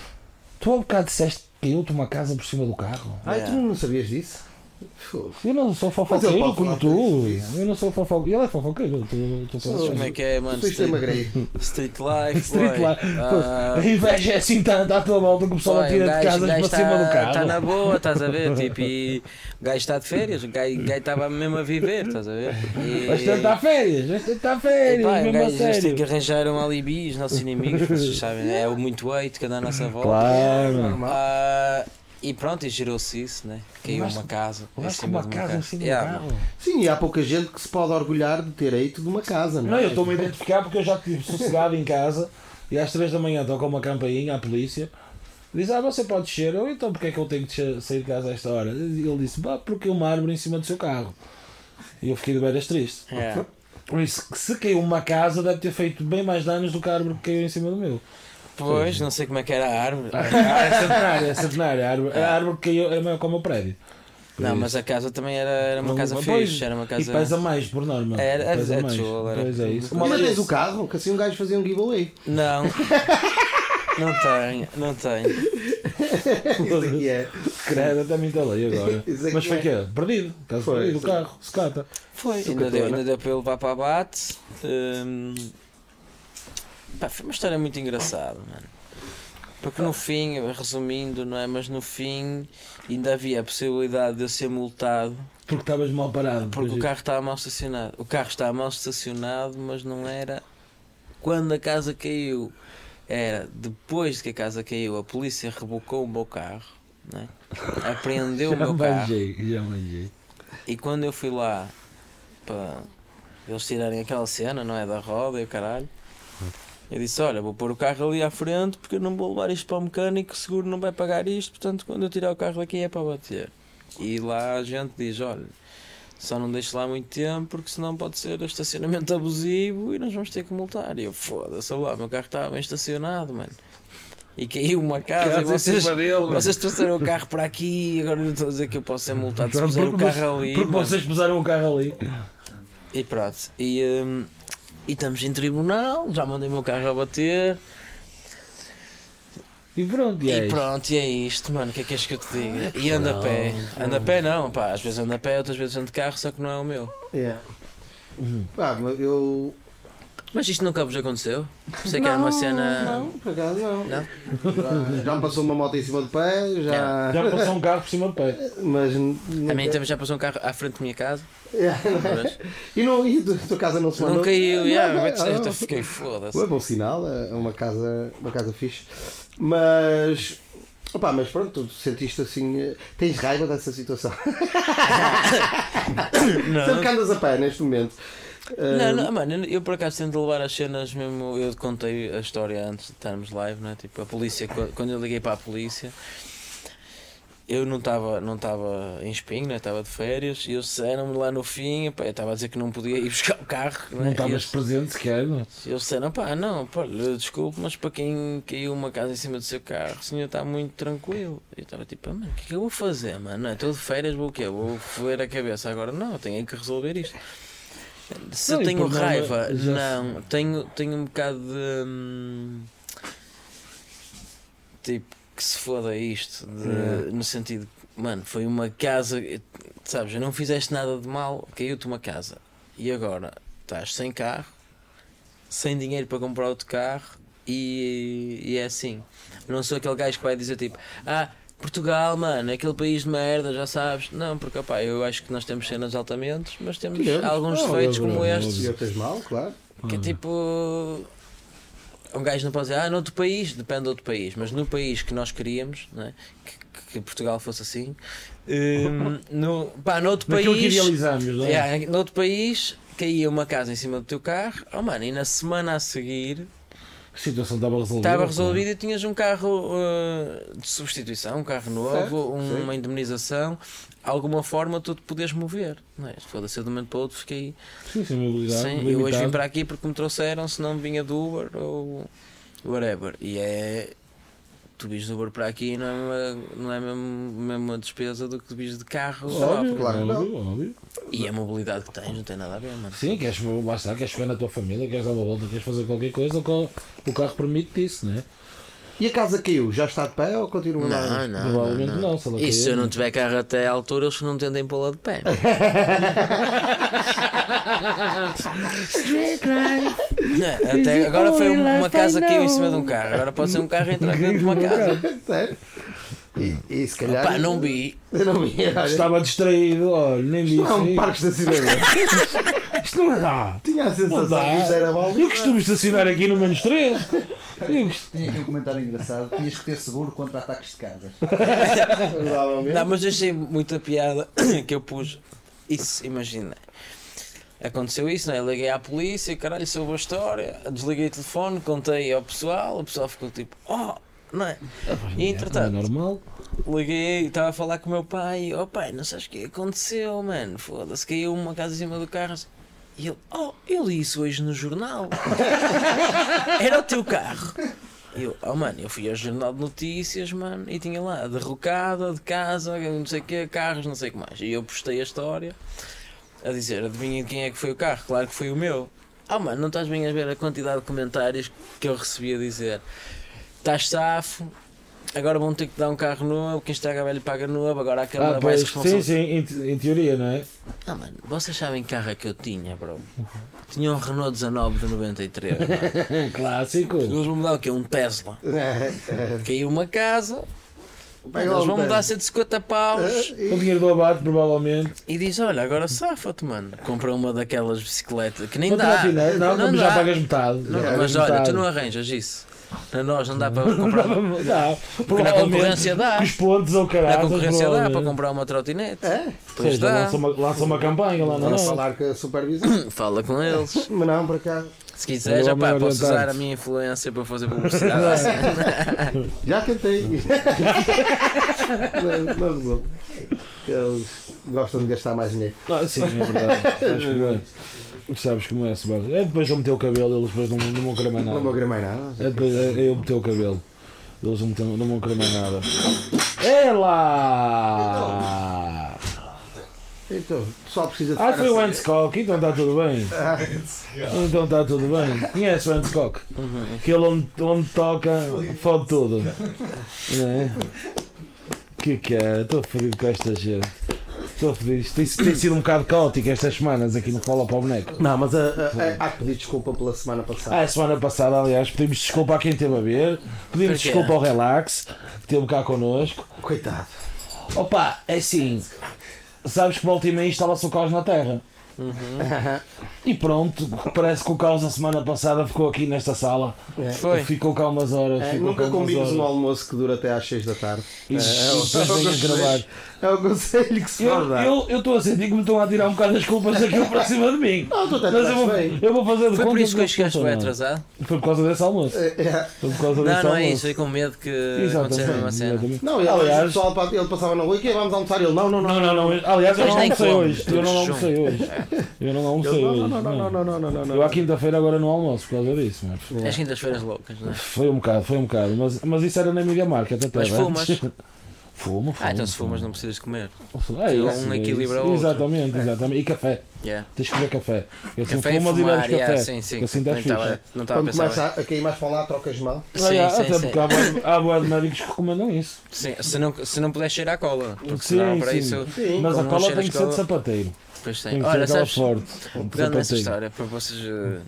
Tu há bocado disseste que caiu-te uma casa por cima do carro?
Ah, tu não sabias disso? Fogo.
Eu não sou
Mas ele
fofoqueiro
pode
como
falar
tu.
tudo isso.
Eu não sou fofoqueiro. Ele é fofoqueiro. eu tô- tô
Sou.
falando.
Como é que é, mano?
Depois tem uma greve.
street life.
Street
boy.
lá.
Ah, um
Pô, A inveja é assim, está tá toda malta que o pessoal
Pô,
atira de casas para cima do carro.
Está tá- na boa, estás a ver? Tipo, e o gajo está de férias, o gajo o gajo estava mesmo a viver, estás a ver? E,
Vais tentar férias, vais tentar
e
férias,
pá, o
mesmo a
um gajo eles têm que
sério.
arranjar um alibi, os nossos inimigos, vocês sabem, né? é o muito hate que anda à nossa volta.
Claro.
Ah, e pronto, e gerou-se isso, né? Caiu uma casa. em
Mas com
cima
uma
de um
casa em cima do
Yeah,
carro.
Sim, e há pouca gente que se pode orgulhar de ter aí tudo uma casa, não
Não,
é?
eu estou-me a identificar porque eu já estive sossegado em casa e às 3 da manhã toca uma campainha à polícia. Diz, ah, você pode descer. Eu, então, porque é que eu tenho que descer- sair de casa a esta hora? E ele disse, bah, porque uma árvore em cima do seu carro. E eu fiquei de veras triste.
yeah.
Por isso, que se caiu uma casa, deve ter feito bem mais danos do que a árvore que caiu em cima do meu.
Pois, não sei como é que era a árvore.
Ah, é centenária, é centenária. A árvore, a árvore que caiu é maior que o meu prédio.
Não, mas a casa também era, era uma casa
Pois,
fixe, era uma
E
casa.
pesa mais, por norma.
Era- era-
pesa
era
mais.
tijolo, era-
Pois é isso.
Mas tens o carro, que assim um gajo fazia um giveaway.
Não. Não tenho, não tenho.
Isso aqui é.
Credo, até me entalei agora.
Isso é que
Mas foi
é.
o quê? Perdido. Caso
Foi,
perdido, o
foi.
carro, secata.
Foi.
Sucateira.
Ainda deu, ainda deu para eu levar para abate. Hum, pá, foi uma história muito engraçada, mano. Porque no fim, resumindo, não é? Mas no fim ainda havia a possibilidade de eu ser multado
Porque estavas mal parado.
porque o
pois é.
carro estava mal estacionado. O carro estava mal estacionado, mas não era quando a casa caiu. Era depois que a casa caiu, a polícia rebocou o meu carro, né? apreendeu é o
é. Já
meu carro.
manjei, já manjei.
E quando eu fui lá para eles tirarem aquela cena, não é? Da roda e o caralho, eu disse: Olha, vou pôr o carro ali à frente porque eu não vou levar isto para o mecânico, o seguro não vai pagar isto, portanto, quando eu tirar o carro daqui é para bater. E lá a gente diz: Olha, só não deixe lá muito tempo porque senão pode ser estacionamento abusivo e nós vamos ter que multar. E eu, foda-se, olha lá, meu carro estava bem estacionado, mano. E caiu uma casa, e Ah, vocês,
é?
vocês trouxeram o carro para aqui e agora eu estou a dizer que eu posso ser multado se puser o
Porque vocês-
um carro ali.
Porque
mano.
vocês puseram o carro ali.
E pronto, e, hum, e estamos em tribunal, já mandei o meu carro a bater.
E pronto, e é
E
isto.
pronto, e é isto, mano, o que é que és que eu te diga? E ando a pé, ando a pé não, pá, às vezes ando a pé, outras vezes ando de carro, só que não é o meu.
Yeah. Pá, mas eu.
Mas isto nunca vos aconteceu? Sei que era uma cena.
Não, por acaso não.
Não?
Já, já me passou uma moto em cima do pé, já.
Já passou um carro por cima do pé.
É
Mas. n-
A mim
nunca-
também já passou um carro à frente da minha casa.
Yeah, não é?
Mas
E, não, e do- tua casa não se mandou?
não caiu,
Não,
yeah,
não,
mas
não.
eu fiquei foda-se.
É bom sinal, é uma casa, uma casa fixe. Mas. Opá, mas pronto, tu sentiste assim. eh, Tens raiva dessa situação. Sempre que andas a pé neste momento. eh,
Não, não, mano, eu por acaso tento levar as cenas mesmo. Eu contei a história antes de estarmos live, né? Tipo, a polícia, qu- quando eu liguei para a polícia, eu não estava não tava em espinho, né? Estava de férias, e eles disseram-me lá no fim, pá, eu estava a dizer que não podia ir buscar o carro,
Não
né? E
estavas
eles,
presente sequer, não é?
eles disseram, pá, não, pá, olha, desculpe, mas para quem caiu uma casa em cima do seu carro, o senhor está muito tranquilo. Eu estava tipo, ah, mano, o que é que eu vou fazer, mano? Estou de férias, vou o quê? Vou foder a cabeça agora? Não, eu tenho que resolver isto. Se
Não,
eu
e
tenho
por norma,
raiva,
já se-
não, tenho, tenho um bocado de. hum, tipo, que se foda isto, de- no sentido, que, mano, foi uma casa, sabes, eu não fizeste nada de mal, caiu-te uma casa e agora estás sem carro, sem dinheiro para comprar outro carro e, e é assim. Não sou aquele gajo que vai dizer tipo, ah, Portugal, mano, é aquele país de merda, já sabes. Não, porque opá, eu acho que nós temos cenas altamente, mas temos
Temos.
alguns
Oh,
defeitos
é
como
verdade,
estes,
E outras mal, claro.
que é tipo. Um gajo não pode dizer, ah, noutro país, depende do outro país, mas no país que nós queríamos, não é? que, que Portugal fosse assim, hum, no, pá, noutro
Naquilo que
país.
idealizámos, não é?
Yeah, noutro país caía uma casa em cima do teu carro, oh mano, e na semana a seguir
A situação estava resolvida.
estava resolvido e tinhas um carro uh, de substituição, um carro novo, um- uma indemnização, alguma forma tu te podias mover. Não é? Foda-se, eu de um momento para o outro fiquei.
Sim, sem mobilidade.
Sim, eu hoje vim
limitado.
para aqui porque me trouxeram, se não vinha do Uber ou whatever. E é. Tu vires do Uber para aqui e não é, uma- não é mesmo, mesmo uma despesa do que vires de carro. sei lá,
Óbvio,
porque-
claro que não.
óbvio, óbvio.
E a mobilidade que tens não tem nada a ver, mano.
Sim, queres, lá está, queres chegar na tua família, queres dar uma volta, queres fazer qualquer coisa, o carro permite isso, não é?
E a casa caiu? Já está de pé ou continua lá?
Não, não.
Provavelmente
não,
não,
não.
se ela
E se eu
cair,
não tiver carro até à altura, eles não tentem pô-la de pé. Não, até agora foi uma casa que caiu em cima de um carro. Agora pode ser um carro entrar dentro de uma casa.
É Sério? E, e se calhar.
Pá, não vi.
Eu não vi. olha.
Estava distraído, olha, nem vi
Isto não é
isso.
um
aí.
parque de estacionamento.
Isto não dá.
Tinha a sensação
Não dá.
que isto era mal.
Eu costumo estacionar aqui no menos 3.
Tinha aqui um comentário engraçado. Tinhas que ter seguro contra ataques de casas.
Não, mas eu achei muita piada que eu pus. Isso, imagina. Aconteceu isso, não é? Eu Liguei à polícia, caralho, soube a história. Desliguei o telefone, contei ao pessoal. O pessoal ficou tipo, oh, não é? E
É
entretanto,
normal.
liguei, estava a falar com o meu pai. Oh, pai, não sabes o que aconteceu, mano? Foda-se, caiu uma casa em cima do carro. E ele, oh, eu li isso hoje no jornal. Era o teu carro. E Eu, oh mano, eu fui ao Jornal de Notícias, mano, e tinha lá derrocada de casa, não sei o quê, carros, não sei o que mais. E eu postei a história a dizer: adivinha de quem é que foi o carro? Claro que foi o meu. Ah, mano, não estás bem a ver a quantidade de comentários que eu recebi a dizer: estás safo, agora vão ter que dar um carro novo, quem estraga velho paga novo, agora a Câmara
Ah,
vai
pois,
se
sim,
responsabilizar.
sim, em, te- em teoria, não é?
Ah, mano, vocês sabem que carro é que eu tinha, bro? Tinha um Renault 19 de 93. mano.
É clássico.
Eles vão mudar o quê? Um Tesla.
É,
Caiu uma casa.
Pega lá
eles
um
vão
Tesla. É.
mudar 150 paus.
O dinheiro do abate, provavelmente.
E diz: Olha, agora safa-te, mano. Compra uma daquelas bicicletas que nem
Uma
dá.
trotinete, né? não,
Não
como já
dá.
pagas metade.
Não,
Já
mas
pagas
olha,
metade.
tu não arranjas isso. Na nós não dá para comprar.
Dá,
Porque na
provavelmente,
concorrência dá.
com Os pontos ou caralho.
Na concorrência dá para comprar uma
É,
trotinete. Pois dá. Hum,
Lança uma, lança uma campanha lá na
Vamos
nossa.
falar com a supervisão.
Fala com eles.
Mas não, para cá.
Se quiser,
Agora
já pá,
vamos
posso usar
orientar-te.
a minha influência para fazer publicidade.
Já tentei. não, não resulta. Eles gostam de gastar mais dinheiro.
Ah, sim, é verdade. Sabes como é. Sabes como é, Sebastião. É depois de eu meter o cabelo, eles depois não, não vão querer mais
Não vou
nada.
querer mais nada.
É depois é eu meter o cabelo. Eles não, metem- não vão querer mais nada. É lá!
Então, só precisa de.
Ah,
ficar assim.
foi o
a-
Hanscock, então está tudo bem. Então está tudo bem. Conhece o Hanscock? Que ele onde, onde toca, fode tudo. Não é? Que cara, estou fodido com esta gente. Estou fodido. Isto tem, tem sido um bocado caótico estas semanas aqui no Fala para o Boneco.
Não, mas a- a- a- há que pedir desculpa pela semana passada.
Ah, a semana passada, aliás, pedimos desculpa a quem esteve a ver, pedimos
Porquê?
desculpa ao Relax, que esteve cá connosco.
Coitado.
Opa, é assim. Sabes que volta e meia instala-se o caos na Terra.
Uhum.
E pronto, parece que o caos a semana passada ficou aqui nesta sala.
Foi.
Ficou cá umas horas.
É,
ficou cá
nunca
umas
combines
horas.
um almoço que dura até às 6 da tarde.
E depois
é o
vem a
conselho-
gravar.
É o conselho que se pode
Eu-
dar.
Eu eu estou a sentir que me estão a tirar um bocado as culpas daquilo para cima de mim.
Não, tu até
Mas
estás
eu vou,
bem.
eu vou fazer de
Foi
conta
por isso que eu
eles
chegaste bem
funcionam.
atrasado?
Foi por causa desse almoço.
É, é.
Foi por causa
Não,
desse
não
almoço.
é isso. Foi com medo que acontecesse a mesma
Exatamente,
cena.
exatamente.
Não, ele,
Aliás-
o pessoal pa- ele passava na rua e "Quê, vamos almoçar. Ele, não, não, não.
Não, não, não. eu- Aliás, eu
Mas
não
nem
almocei
como,
hoje. Eu não
todos
almocei hoje. Eu não
Ele,
almocei
não,
hoje.
não, não, não, não, não, não, não, não.
Eu à quinta-feira agora não almoço por causa disso, mas
As quintas-feiras loucas, não é?
foi um bocado, foi um bocado, mas, mas isso era na mídia marca, até né?
Mas fumas?
Fumo, fumo.
Ah, então se fumas
fumo.
não precisas de
é
comer. um
isso, é isso.
equilibra o outro.
Exatamente, exatamente. E café.
Yeah.
Tens que beber café. Eu assim
Café e
fumo, mas e
fumar,
bebes
yeah,
café.
sim, sim.
Assim
não
estás
estava
fixe.
não estava tá a
Quando
pensar
começa a, a cair mais para lá, trocas mal.
bem.
Ah, yeah,
Sim,
até
sim,
porque há boa- há boa de médicos que recomendam isso.
sim, sim. Se não, se não puder cheirar a cola. Porque
Sim,
senão para
sim.
isso.
Mas
como
a
não
cola
cheiras
tem que ser de sapateiro.
Pois tem.
Tem que ser
Olha,
aquela
sabes,
forte.
pegando nessa
sapateiro.
história, para vocês. eh,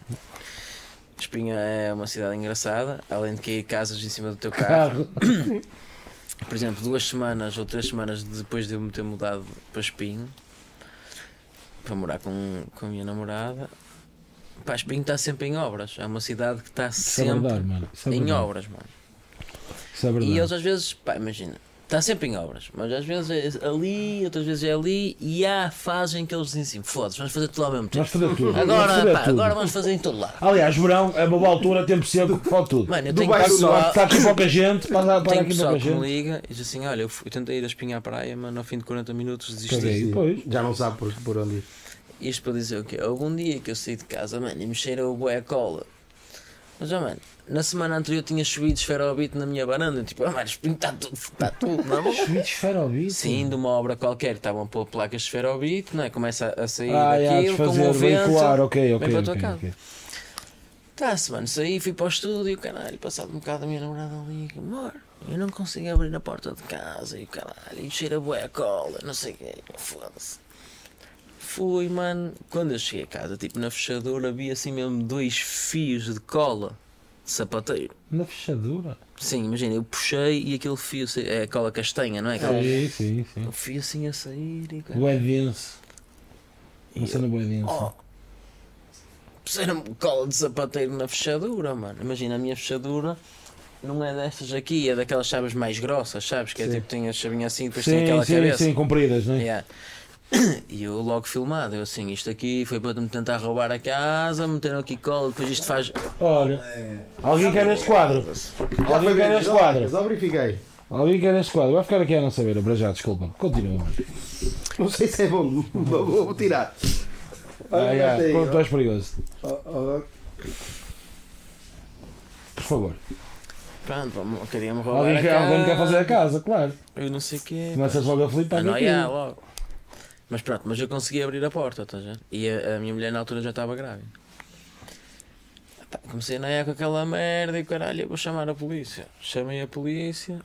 Espinha é uma cidade engraçada, além de cair casas em cima do teu carro.
Carro.
Por exemplo, duas semanas ou três semanas depois de eu me ter mudado para Espinho, para morar com, com a minha namorada, pá, Espinho está sempre em obras. É uma cidade que está
Isso é verdade,
sempre
mano. Isso é
em
verdade.
obras, mano.
Isso é verdade.
E eles às vezes, pá, imagina, está sempre em obras, mas às vezes é ali, outras vezes é ali, e há a fase em que eles dizem assim: foda-se, vamos fazer tudo ao mesmo
Vamos
tempo.
fazer tudo. vamos
Agora,
fazer
pá,
tudo.
agora vamos fazer em todo lado.
Aliás, verão é uma boa altura, tempo seco, pode tudo.
Mano, eu
Do
tenho
bairro do
pessoal,
Está aqui pouca gente, para, para
tenho
aqui
pessoal
pouca
que me
gente.
liga e diz assim: olha, eu, fui, eu tentei ir a espinha à praia, mas ao fim de 40 minutos desisti.
Caguei, pois. é,
Já não sabe por, por onde ir.
Isto para dizer o quê? Algum dia que eu saí de casa, mano, e me cheirou o boi a cola. Mas, ó, mano, na semana anterior tinha chovido esferobite na minha varanda. Tipo, ah, mano, espinho está tudo, está tudo, não é?
Chuí de esferovite.
Sim, de uma obra qualquer, estavam a pôr placas de esferobite, não é? Começa a- a sair
Ah, é,
daquilo, com
desfazer,
o vento.
veicular, ok, ok.
vem para a tua
ok,
casa.
ok.
Tá-se, mano. Saí, fui para o estúdio, caralho. Passado um bocado a minha namorada ali, amor, eu não consigo abrir a porta de casa e o caralho, e cheira bué a cola, não sei o quê, foda-se. Fui, mano. Quando eu cheguei a casa, tipo, na fechadura havia assim mesmo dois fios de cola de sapateiro.
Na fechadura?
Sim, imagina, eu puxei e aquele fio, sa- é cola castanha, não é? Aquela-
Sim, sim, sim.
O fio assim a sair e o caralho.
Bué denso. Uma cena bué densa.
Oh. Puseram cola de sapateiro na fechadura, mano. Imagina, a minha fechadura não é destas aqui, é daquelas chaves mais grossas, sabes? Que é tipo, tem a chavinha assim e depois tem
Sim,
aquela
sim,
cabeça.
sim, compridas, não é?
Yeah. E eu logo filmado, eu assim, isto aqui foi para me tentar roubar a casa, meteram aqui cola, depois isto faz.
Olha,
É.
alguém quer este quadro? Alguém quer este quadro?
Só verifiquei.
Alguém quer este quadro? Vai ficar aqui a não saber, para já, desculpa. Continua, mano.
Não sei se é bom, vou, vou tirar. Oh, Olha,
Ah, yeah,
mete aí,
Quando
ó.
estás perigoso,
Ó, ó,
por favor.
Pronto, vamos- queria-me roubar.
Alguém
a
quer, alguém quer
casa,
fazer a casa, claro.
Eu não sei o quê.
Começas logo a flipar. é?
Ah, não,
com
yeah,
aquilo.
logo. Mas pronto, mas eu consegui abrir a porta, estás a ver? E a, a minha mulher na altura já estava grávida. Pá, Comecei a noiar com aquela merda e caralho, eu vou chamar a polícia. Chamei a polícia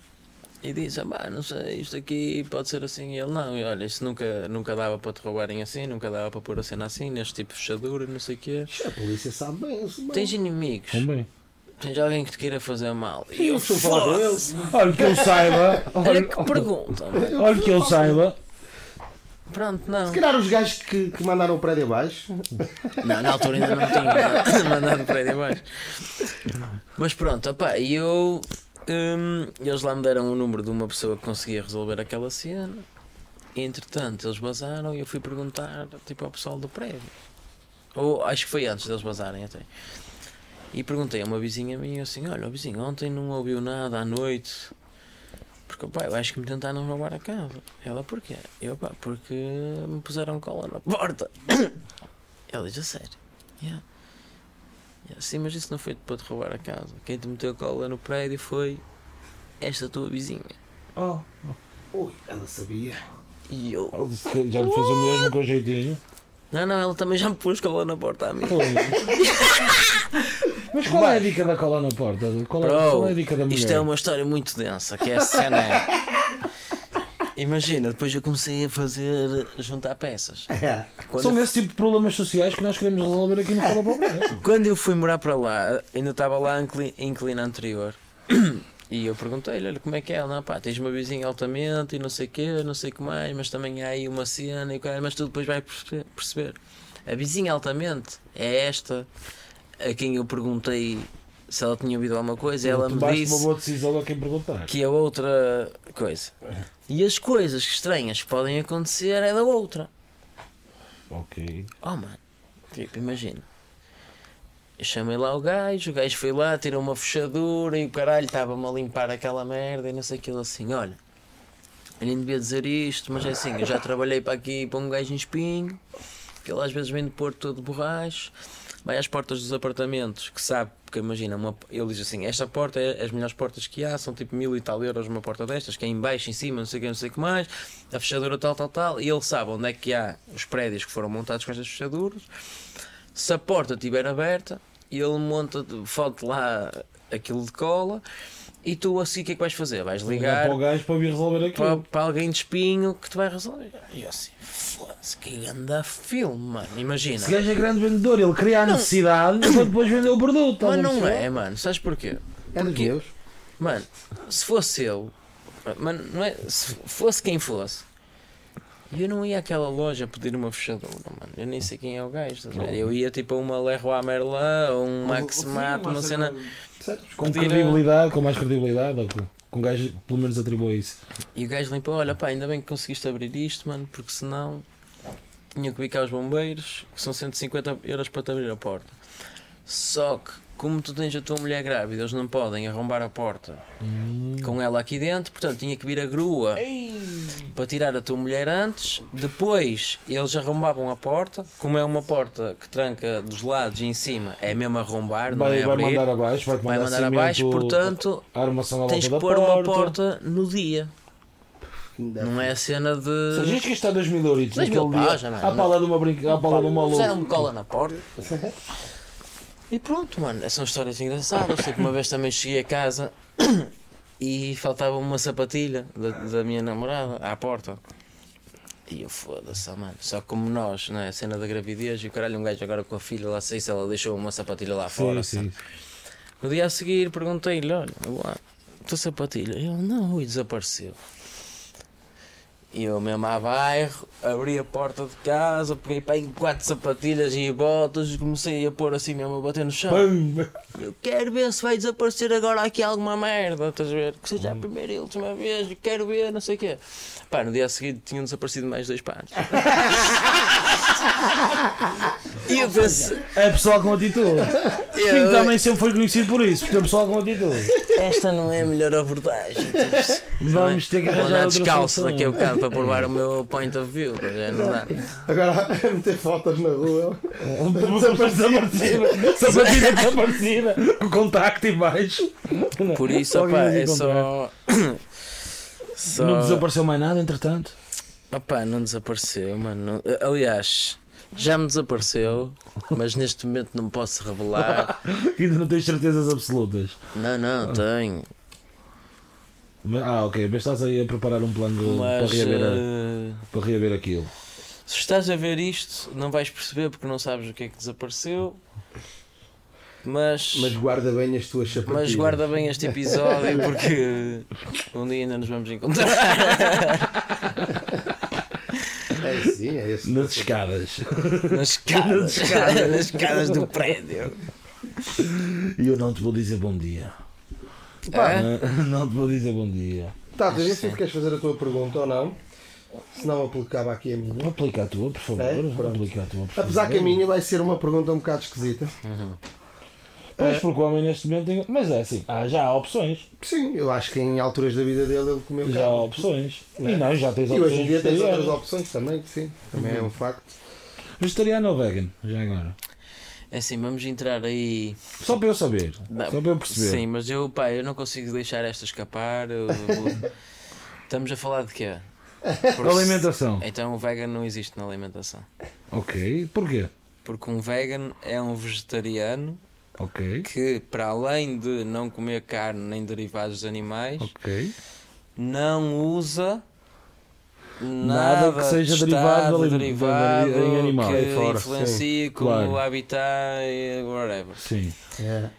e disse: ah, pá, não sei, isto aqui pode ser assim. E ele: não, e olha, isso nunca, nunca dava para te roubarem assim, nunca dava para pôr a cena assim, neste tipo de fechadura, não sei o quê.
A polícia sabe bem isso. mano.
Tens inimigos,
Também.
tens alguém que te queira fazer mal. E eu,
preciso falar com
"Foda-se."
Olha que eu saiba.
Olha
Olha,
que pergunta, mano.
olha que eu saiba.
Pronto, não.
Se calhar os gajos que, que mandaram o prédio abaixo.
Não, na altura ainda não é? tinha mandado para aí abaixo. Mas pronto, opá, e eu. hum, eles lá me deram o número de uma pessoa que conseguia resolver aquela cena. Entretanto, eles basaram e eu fui perguntar tipo, ao pessoal do prédio. Ou acho que foi antes deles basarem até. E perguntei a uma vizinha minha assim: Olha, ó vizinho, ontem não ouviu nada à noite. Porque, pá, eu acho que me tentaram roubar a casa. Ela, porquê? Eu, pá, porque me puseram cola na porta. Ela diz, a sério? Yeah. Yeah, Sim, mas isso não foi para te roubar a casa. Quem te meteu cola no prédio foi esta tua vizinha. Oh.
Ui, ela sabia.
E eu.
Já lhe fez o mesmo com jeitinho.
Não, não, ela também já me pôs cola na porta a mim.
Mas qual é a dica da cola na porta? Qual é, qual é a dica da
Bro,
mulher?
isto é uma história muito densa, que é a cena. é- Imagina, depois eu comecei a fazer juntar peças.
É.
Quando
São esse tipo de problemas sociais que nós queremos resolver aqui no Fala Pobre.
Quando eu fui morar para lá, ainda estava lá em incli- em inquilino anterior. E eu perguntei-lhe, olha, como é que é? Ele, Não, pá, tens uma vizinha altamente e não sei o quê, não sei o que mais, mas também há aí uma cena e o caralho, mas tu depois vais perce- perceber. A vizinha altamente é esta a quem eu perguntei se ela tinha ouvido alguma coisa, ela
tu
me
basta
disse
uma boa decisão a quem perguntar.
que é outra coisa. E as coisas estranhas que podem acontecer é da outra.
Ok.
Oh, mano, tipo, imagina. Eu chamei lá o gajo, o gajo foi lá, tirou uma fechadura e o caralho estava-me a limpar aquela merda e não sei aquilo assim. Olha, eu nem devia dizer isto, mas é assim, eu já trabalhei para aqui para um gajo em espinho, que ele às vezes vem do Porto todo borracho, vai às portas dos apartamentos, que sabe, porque imagina, uma, ele diz assim, esta porta é as melhores portas que há, são tipo mil e tal euros uma porta destas, que é em baixo, em cima, não sei o que, não sei o que mais, a fechadura tal, tal, tal, e ele sabe onde é que há os prédios que foram montados com estas fechaduras, se a porta estiver aberta, ele monta, foto lá aquilo de cola, e tu assim o que é que vais fazer? Vais
Ligar
ligar
para o gajo para vir resolver
para,
aquilo.
para alguém de espinho que te vai resolver. E eu assim, foda-se, que grande filme, mano. Imagina.
Esse gajo é grande vendedor, ele cria a necessidade para depois vender o produto. tá
Mas não é, mano. Sabes porquê?
É dos meus.
Mano, se fosse eu, mano, não é, se fosse quem fosse, eu não ia àquela loja pedir uma fechadura, mano. Eu nem sei quem é o gajo. estás a ver? Eu ia tipo a uma Leroy Merlin, ou um Max Mato, uma cena.
Com
Pedir a-
credibilidade, com mais credibilidade, ou com, com um gajo que pelo menos atribua isso.
E o gajo limpou, olha pá, ainda bem que conseguiste abrir isto, mano, porque senão tinha que bicar os bombeiros, que são 150 euros para te abrir a porta. Só que, como tu tens a tua mulher grávida, eles não podem arrombar a porta
Hum.
com ela aqui dentro, portanto tinha que vir a grua para tirar a tua mulher antes. Depois eles arrombavam a porta, como é uma porta que tranca dos lados e em cima, é mesmo arrombar, não
Vai,
é
vai
abrir.
mandar abaixo, vai,
Vai mandar
cimento,
abaixo, portanto,
a armação à
tens que
volta
pôr
da
uma
porta.
porta no dia.
Ainda
Não é a cena de.
Se a gente que está 2 mil euros,
2 mil
naquele dia,
paus, já não é?
um à pala de uma brinca, à pala de uma
Fizeram
louca.
me cola na porta. E pronto, mano, são histórias engraçadas. Sei que uma vez também cheguei a casa e faltava uma sapatilha da, da minha namorada à porta. E eu foda-se, ah, mano. Só que como nós, né? A cena da gravidez e o caralho, um gajo agora com a filha lá, sei se ela deixou uma sapatilha lá fora.
sim,
sabe?
sim.
No dia a seguir perguntei-lhe, olha, uá, tua sapatilha? Ele, não, e desapareceu. E eu mesmo a bairro, abri a porta de casa, peguei para aí quatro sapatilhas e botas e comecei a pôr assim mesmo a bater no chão. Eu quero ver se vai desaparecer agora aqui alguma merda, estás a ver? Que seja a primeira e última vez, eu quero ver, não sei o quê. Pá, no dia a seguir tinham desaparecido mais dois pares. e eu pensei,
É pessoal com atitude.
Eu-
Pinto também sempre foi conhecido por isso, porque é pessoal com atitude.
esta não é a melhor abordagem. tipo,
Vamos ter que
Vou
arranjar
andar
outra
descalço
solução.
daqui a bocado para provar o meu point of view, mas é, não dá.
Agora a meter fotos na rua.
Desaparecida, desaparecida, desaparecida. Com contacto e baixo.
Por isso,
Logo
opá,
nos
é só. só...
Não desapareceu mais nada, entretanto.
Opá, não desapareceu, mano. Não- Aliás, já me desapareceu, mas neste momento não posso revelar.
Ainda não tens certezas absolutas.
Não,
Ah.
não, tenho.
Mas- Ah, ok. Mas estás aí a preparar um plano de-
Mas.
para, reaver, a-
eh,
para reaver aquilo.
Se estás a ver isto, não vais perceber porque não sabes o que é que desapareceu. Mas.
Mas guarda bem as tuas sapatilhas.
Mas guarda bem este episódio porque um dia ainda nos vamos encontrar.
É sim, é esse.
Nas escadas.
Nas escadas, nas escadas do prédio.
E eu não te vou dizer bom dia. Ah,
É?
Não, não te vou dizer bom dia.
Tá, tu se queres fazer a tua pergunta ou não. Se não, aplicava aqui a minha.
Aplica a tua, por favor.
É? Pronto.
Aplica a tua, por favor.
Apesar que a minha vai ser uma pergunta um bocado esquisita.
Pois,
É.
porque o homem neste momento tem... Mas é assim, há- já há opções.
Sim, eu acho que em alturas da vida dele ele comeu
Já há
carne.
opções. E não, já tens
É. E
opções. Uhum.
hoje em dia tens outras
vegetarianas.
opções também, que sim. Também é um facto.
Vegetariano ou vegan? Já agora.
É assim, vamos entrar aí.
Só para eu saber.
Não.
Só para eu perceber.
Sim, mas eu, pá, eu não consigo deixar esta escapar. eu vou- Estamos a falar de quê? Por-
Da alimentação.
Então o vegan não existe na alimentação.
Ok. Porquê?
Porque um vegan é um vegetariano
Ok.
que, para além de não comer carne nem derivados de animais,
Ok.
não usa
Nada que seja
de
derivado
estado
da- da-
derivado
em animal.
que
É fora,
influencia
sim,
como
claro.
o habitat e whatever.
Sim.
É.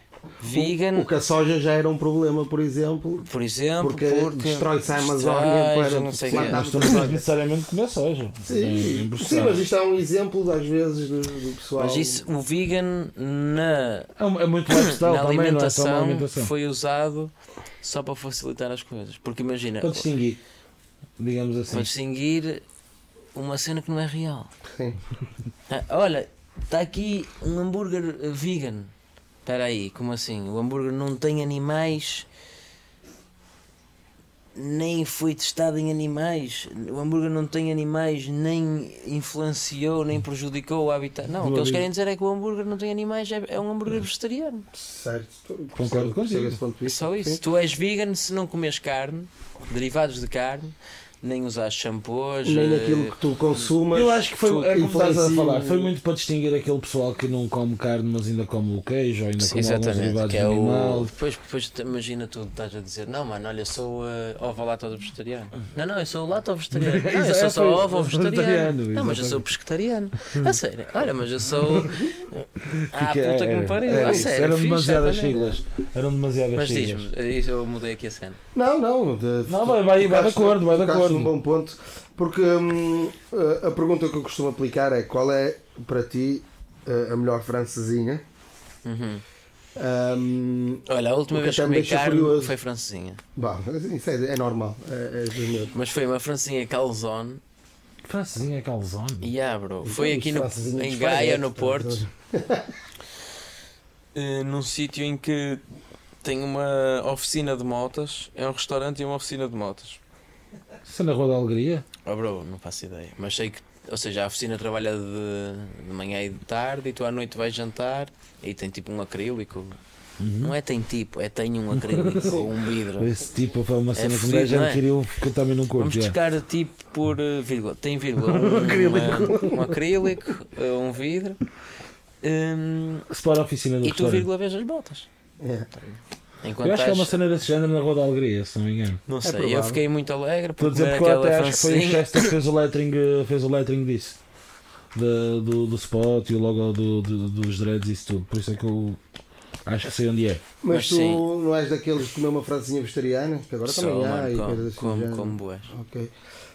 Vegan,
O que a soja já era um problema, por exemplo.
por exemplo,
Porque destrói-se a Amazónia
destrói-se,
para
não sei
plantar-
quê.
Nós estamos a necessariamente comer soja. Em- em
Sim, sim,
processado.
mas isto é um exemplo, às vezes, do, do pessoal.
Mas isso, o vegan na,
É um- é muito lifestyle
na
também, não é só uma
alimentação,
alimentação.
foi usado só para facilitar as coisas. Porque imagina,
Para distinguir. Digamos assim.
para distinguir uma cena que não é real.
Sim.
Ah, Olha, está aqui um hambúrguer eh, vegan. Espera aí, como assim? O hambúrguer não tem animais, nem foi testado em animais. O hambúrguer não tem animais, nem influenciou, nem prejudicou o habitat. Não, o que eles querem dizer é que o hambúrguer não tem animais, é, é um hambúrguer vegetariano.
Certo.
Concordo contigo.
É só isso. Tu és vegan se não comes carne, derivados de carne, nem usas shampoos.
Nem
eh,
naquilo que tu consumas.
Eu acho que foi,
tu
é como estás a
influencia-
falar, foi muito para distinguir aquele pessoal que não come carne, mas ainda come o queijo, ou ainda come alguns
Exatamente,
derivados
que
de
é o.
animal.
Depois, depois te- imagina tu estás a dizer: Não, mano, olha, eu sou uh, ovo lato ou vegetariano. Não, não, eu sou lato ou vegetariano. Não, eu
Isso
sou
é,
só
pois,
ovo ou vegetariano.
vegetariano,
Não, mas eu sou pescetariano. A sério, olha, mas eu sou. Ah,
Que é-
puta que me pariu.
é
A
isso,
sério,
eram
fixe,
demasiadas
olha.
siglas. Eram demasiadas
Mas
siglas.
diz-me, eh, isso eu mudei aqui a cena.
Não, não. de-
Não, vai- vai- vai de
tocaste-
acordo, vai de
tocaste
acordo.
num bom ponto. Porque hum, a- a pergunta que eu costumo aplicar é qual é, para ti, a a melhor francesinha?
Uhum.
Hum,
Olha, a última
O que
vez que
até me
comi
deixa
carne
curioso.
foi francesinha.
bom, mas isso é, é normal. É, é dos meus.
Mas foi uma francesinha calzone
Francesinha calzone.
E abro.
Então,
Foi
os
aqui no,
francesinhos
em
de
Gaia,
espaguete,
no
tá
Porto. Eh, num sítio em que tem uma oficina de motas. É um restaurante e uma oficina de motas.
Isso é na Rua da Alegria?
Oh, bro, não faço ideia. Mas sei que. Ou seja, a oficina trabalha de, de manhã e de tarde e tu à noite vais jantar e tem tipo um acrílico. Não é tem tipo, é tem um acrílico ou um vidro.
Uhum. Esse tipo foi uma cena que um
fedido,
gajo
não é?
adquiriu que eu também não
Vamos
curto. é.
buscar tipo por eh, vírgula. Tem vírgula. Um, acrílico. Um acrílico, eh, um vidro. hum,
Separa a oficina do
e tu,
restaurante.
vírgula, vês as botas.
É.
Enquanto
Eu acho que é uma
estás-
cena desse género na Rua da Alegria, se não me engano.
Não sei, eu
provável.
fiquei muito alegre
Estou a
por
dizer
comer
porque eu
Né, aquela
até acho que foi um o
francesinha.
Chester que fez o lettering, eh, fez o lettering disso. Da- do, do spot e o logo do- do- dos dreads e isso tudo. Por isso é que eu acho que sei onde é.
Mas,
Mas
tu
sim.
não és daqueles que comeu uma francesinha vegetariana? Que agora
Só,
também há
mano,
e
como-
coisas assim. do
como,
género.
como boas.
Ok.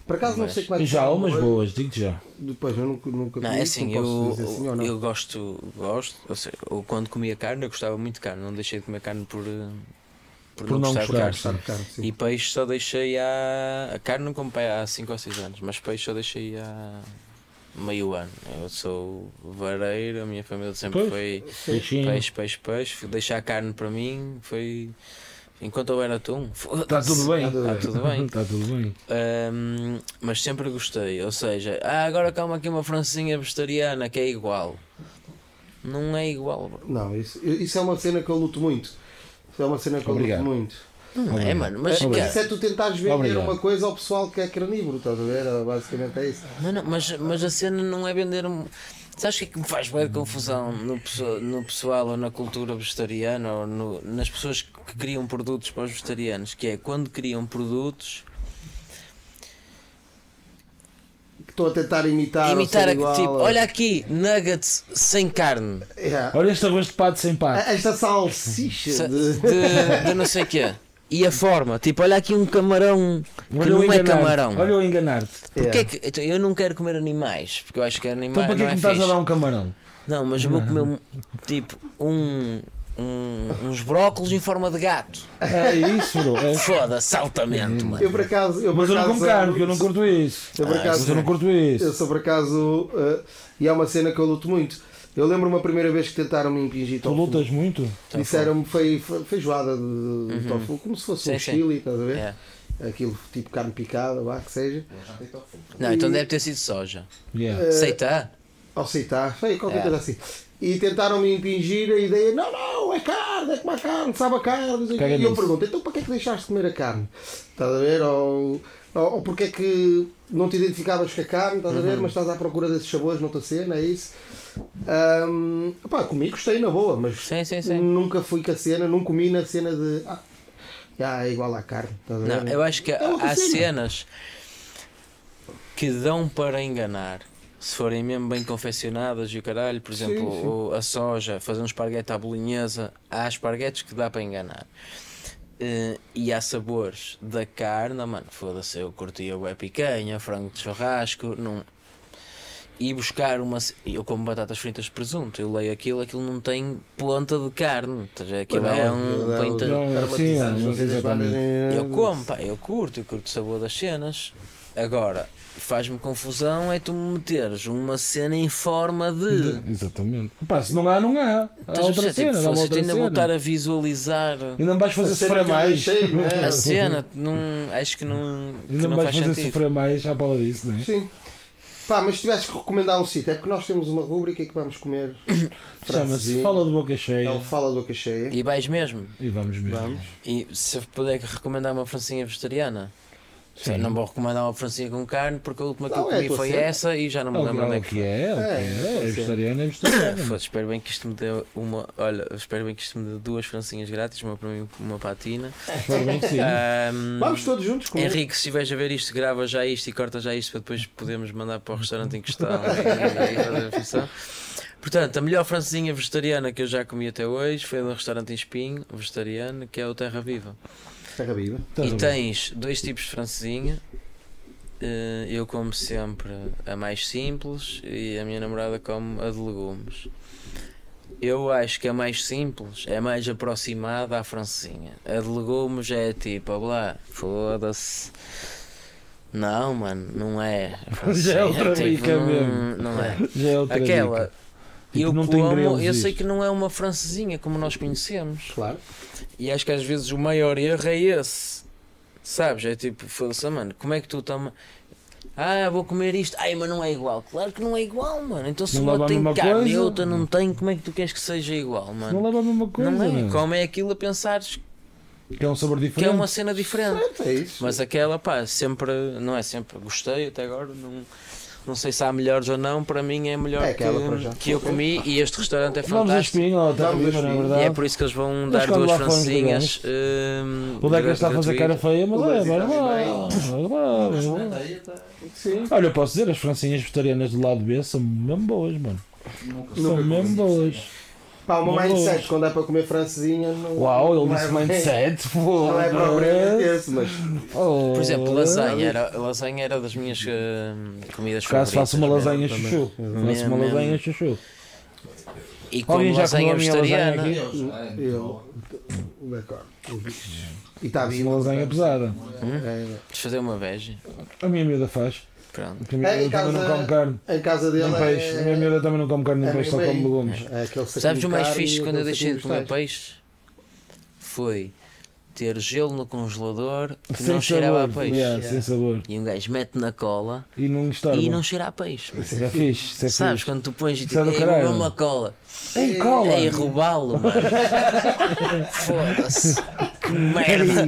Por acaso não
Mas-
sei é quanto.
Já há umas boas, digo-te já.
Depois eu nunca, nunca
Não,
comi,
é assim,
não posso
eu,
dizer sim ou não.
eu gosto, gosto, ou seja, eu quando comia carne, eu gostava muito de carne, não deixei de comer carne por, eh, por, não, gostar de
gostar,
carne.
sim.
Está de carne, sim.
E peixe só deixei há. A carne não comprei há 5 ou 6 anos, mas peixe só deixei há meio ano. Eu sou vareiro, a minha família sempre
Pois.
foi
Peixinho.
peixe, peixe, peixe. Deixar a carne para mim foi. Enquanto eu era atum,
Tá
Está tudo bem.
Está tudo bem.
Está tudo bem.
Ahm, mas sempre gostei, ou seja, ah, agora calma aqui uma francinha vegetariana que é igual. Não é igual, bro.
Não, isso, isso é uma cena que eu luto muito. Isso é uma cena que eu
Obrigado.
luto muito.
não é, mano. Mas,
Mas
cara,
isso é tu tentares vender
Obrigado.
uma coisa ao pessoal que é carnívoro, estás a ver? Basicamente é isso.
Não, não, mas, mas a cena não é vender. um- Sabes o que é que me faz bem confusão no, pesso- no pessoal ou na cultura vegetariana ou no- nas pessoas que criam produtos para os vegetarianos? Que é quando criam produtos,
Que estou a tentar imitar. ou
imitar
Ah, ser
a,
igual,
tipo,
ou-
olha aqui, nuggets sem carne,
Yeah.
Olha este arroz de pato sem pato.
Esta salsicha
se-
de.
de, de não sei o quê. E a forma, tipo, olha aqui um camarão que
Olha eu
não é
enganar-te.
camarão.
Olha eu a enganar-te.
Porquê que, então, eu não quero comer animais, porque eu acho que animais
Então para que é
não
que
é
me estás a
fixe.
dar um camarão?
Não, mas eu vou comer um- tipo um, um- uns brócolos em forma de gato.
É isso, bro. É.
Foda-se, altamente,
Eu
mano.
por acaso. Eu, por
Mas eu não
acaso,
como carne, porque eu não curto isso.
Eu por
É,
acaso-
Mas eu não curto isso.
Eu sou por acaso. eh, e é uma cena que eu luto muito. Eu lembro-me a primeira vez que tentaram me impingir
Tu
tofu.
lutas muito?
Disseram-me foi foi feijoada de, de tofu, como se fosse
Uhum. Sim,
um
sim.
chili, estás a ver?
É.
Aquilo tipo carne picada, lá que seja.
Não, então deve ter sido soja. É,
Yeah.
Aceita?
Ou aceitar, sei, qualquer
É.
coisa assim. E tentaram-me impingir a ideia, não, não, é carne, é como a carne, sabe a carne. não sei o quê.
Caga
E eu
nisso.
pergunto, então para que é que deixaste de comer a carne? Estás a ver? Ou, ou, ou porque é que não te identificavas com a carne, estás a
Uhum.
ver? Mas estás à procura desses sabores, não te cena, é isso? Hum, pá, comi, gostei na boa, mas
Sim, sim, sim.
nunca fui com a cena, não comi na cena de. Ah, já é igual à carne, estás a ver?
Não, eu acho que
É outra
há
cena.
cenas que dão para enganar. Se forem mesmo bem confeccionadas e o caralho, por exemplo, o- a soja, fazer um esparguete à bolinhesa, há esparguetes que dá para enganar. Eh, e há sabores da carne, mano, foda-se, eu curtia bué picanha, frango de churrasco, não... e buscar uma. ce- Eu como batatas fritas de presunto, eu leio aquilo, aquilo não tem ponta de carne, ou seja, aquilo é um.
Não,
pinta-
Não,
aromatizantes,
sim, é,
não sei das
exatamente.
várias-
eu como, pá, eu curto, eu curto o sabor das cenas. Agora, faz-me confusão é tu me meteres uma cena em forma de.
Exatamente. Pá, se não há, não há. Há
Estás a
outra
perceber?
cena,
Tipo,
dá uma
fosse-te
outra
ainda voltar
cena.
a visualizar
Ainda me vais
A
fazer
cena
sofrer
que eu
mais.
deixei, não é?
a cena, não, acho que não, que
Ainda me
não
vais
faz
fazer
sentido.
sofrer mais à pala disso, não é?
Sim. Pá, mas se tivesse que recomendar um sítio, é porque nós temos uma rúbrica que vamos comer.
Chama-se
francesinha.
Fala de Boca
É
Cheia
o Fala do Cacheia.
E vais mesmo?
e vamos mesmo.
E se puder recomendar uma francinha vegetariana? Não vou recomendar uma francinha com carne porque a última que
Não,
eu
é a
comi
tua
foi
cena.
essa e já não
É
me
o que-
lembro onde
é
é
o
que
que é, é o que é. É vegetariano, é
Ah,
vegetariano.
foda, espero bem que isto me dê uma. Olha, espero bem que isto me dê duas francinhas grátis, uma para mim e uma para a Tina.
Espero bem que sim.
Ah, Ahm,
Vamos todos juntos comer.
Henrique, se estiveres a ver isto, grava já isto e corta já isto para depois podermos mandar para o restaurante em questão e, e fazer a refeição. Portanto, a melhor francesinha vegetariana que eu já comi até hoje foi num restaurante em Espinho, vegetariano, que é o Terra Viva.
Terra viva.
Estás a ver?
e tens dois tipos de francesinha. Eh, Eu como sempre a mais simples e a minha namorada come a de legumes. Eu acho que a mais simples é mais aproximada à francesinha. A de legumes é tipo, ó lá, foda-se. Não, mano, não é. A francesinha, tipo,
Já é outra bica
não,
mesmo.
não é.
Já é outra
Aquela.
dica. E
Eu
que não tem
como,
grelos
eu sei
isto.
que não é uma francesinha como nós conhecemos.
Claro.
E acho que às vezes o maior erro é esse. Sabes? É tipo, foda-se, mano, como é que tu toma. Ah, vou comer isto. Ai, mas não é igual. Claro que não é igual, mano. Então se
Não leva
uma
a
tem
mesma
carne e
coisa?
outra não tem, como é que tu queres que seja igual,
Não
mano?
leva a mesma coisa.
é.
meu.
Come é aquilo a pensares
Que é um sabor
que
diferente.
é uma cena diferente.
É isso.
Mas aquela, pá, sempre, não é sempre, gostei até agora, não, Não sei se há melhores ou não, para mim é melhor
É
que,
aquela para já.
que eu comi e este restaurante é
Vamos a
fantástico.
espinho, ó, tá
Vamos a
viva, na
espinho.
verdade.
E é por isso que eles vão
Mas
dar
quando
duas
lá fomos é
francinhas. hum,
O Deca está a
gra-
fazer cara
gratuito.
feia, mas
O
olha,
Deca
bora
está
lá.
bem.
bora lá, bora lá.
Aí, tá.
Olha, eu posso dizer, as francinhas vegetarianas do lado B são mesmo boas, mano.
Nunca
São mesmo boas.
Pá, uma
Não
mindset,
vamos.
quando é para comer francesinha, não,
Uau, ele
não
disse
é bem-
mindset.
Não é propriamente esse, mas
Oh.
Por exemplo, lasanha era, lasanha era das minhas hum, comidas
Caso
favoritas.
faço uma
mesmo.
lasanha chuchu. Faço uma
Mesmo,
lasanha
mesmo.
chuchu. Alguém
E como
já comeu
lasanha
a minha lasanha
vegetariana.
aqui?
Deus, é,
eu. O bacon. E está
Faço uma
vivo.
lasanha pesada.
É,
Hum? Deixa fazer uma vez.
A minha miúda faz.
Pronto.
A minha
É, em
miúda também não
casa-
come carne.
Em casa dele
Nem
é-
peixe. A minha miúda também não come carne nem
é
peixe, só
meio
come
meio.
legumes.
é aquele saquinho
Sabes o mais
carne e
fixe quando eu
aquele
deixei de
saquinho
comer
vegetais.
peixe? Foi ter gelo no congelador que
Sem
não cheirava a
sabor.
peixe.
Yeah, Sem sabor.
E um gajo mete na cola
E não gostava.
e não cheira a peixe.
Isso é fixe. Isso é
Sabes
fixe.
quando tu pões e
Isso é
tipo,
do
ei,
caralho."
bebeu uma cola.
Ei, cola!
Ei, roubá-lo, mano. Foda-se. Que merda.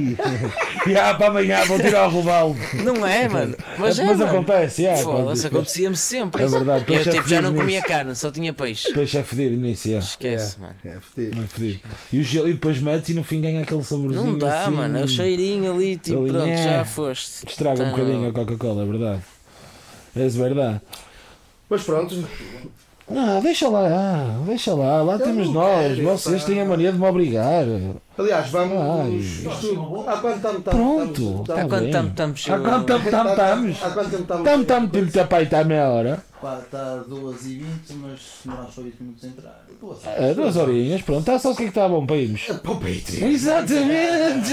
E ah, para amanhã vou tirar o robalo.
Não é, mano. Mas, é,
Mas
mano.
acontece, yeah,
Foda-se,
acontece.
acontecia-me sempre.
É verdade, tu
Eu
já
tipo, já não
fiz
comia
nisso.
carne, só tinha peixe.
Peixe é fedido nisso, yeah.
Esquece, mano.
É, fedido.
Não é fedido. E, o gelo, e depois metes e no fim ganha aquele saborzinho.
Não dá,
assim,
mano. É o cheirinho ali, tipo,
Ali,
pronto,
é.
já foste.
que Estraga um
Tá,
bocadinho
não.
a Coca-Cola, é verdade. É verdade.
Mas pronto,
Ah, deixa lá, deixa lá, lá temos nós.
quero,
Vocês
pá.
têm a mania de me obrigar.
aliás,
Ai.
vamos. Ah, Isto, há quanto tempo estamos?
Pronto.
estamos-
Há
Tá
quanto
bem.
tempo estamos?
Há quanto tempo estamos?
Há quanto tempo estamos?
Estamos, estamos, tipo, te apai, está meia hora.
Pá, tá está 2h20, mas demorámos só 8 minutos a entrar. Duas horas.
É, duas horinhas, pronto, está só o que é que está bom para irmos.
Para o Patreon.
Exatamente!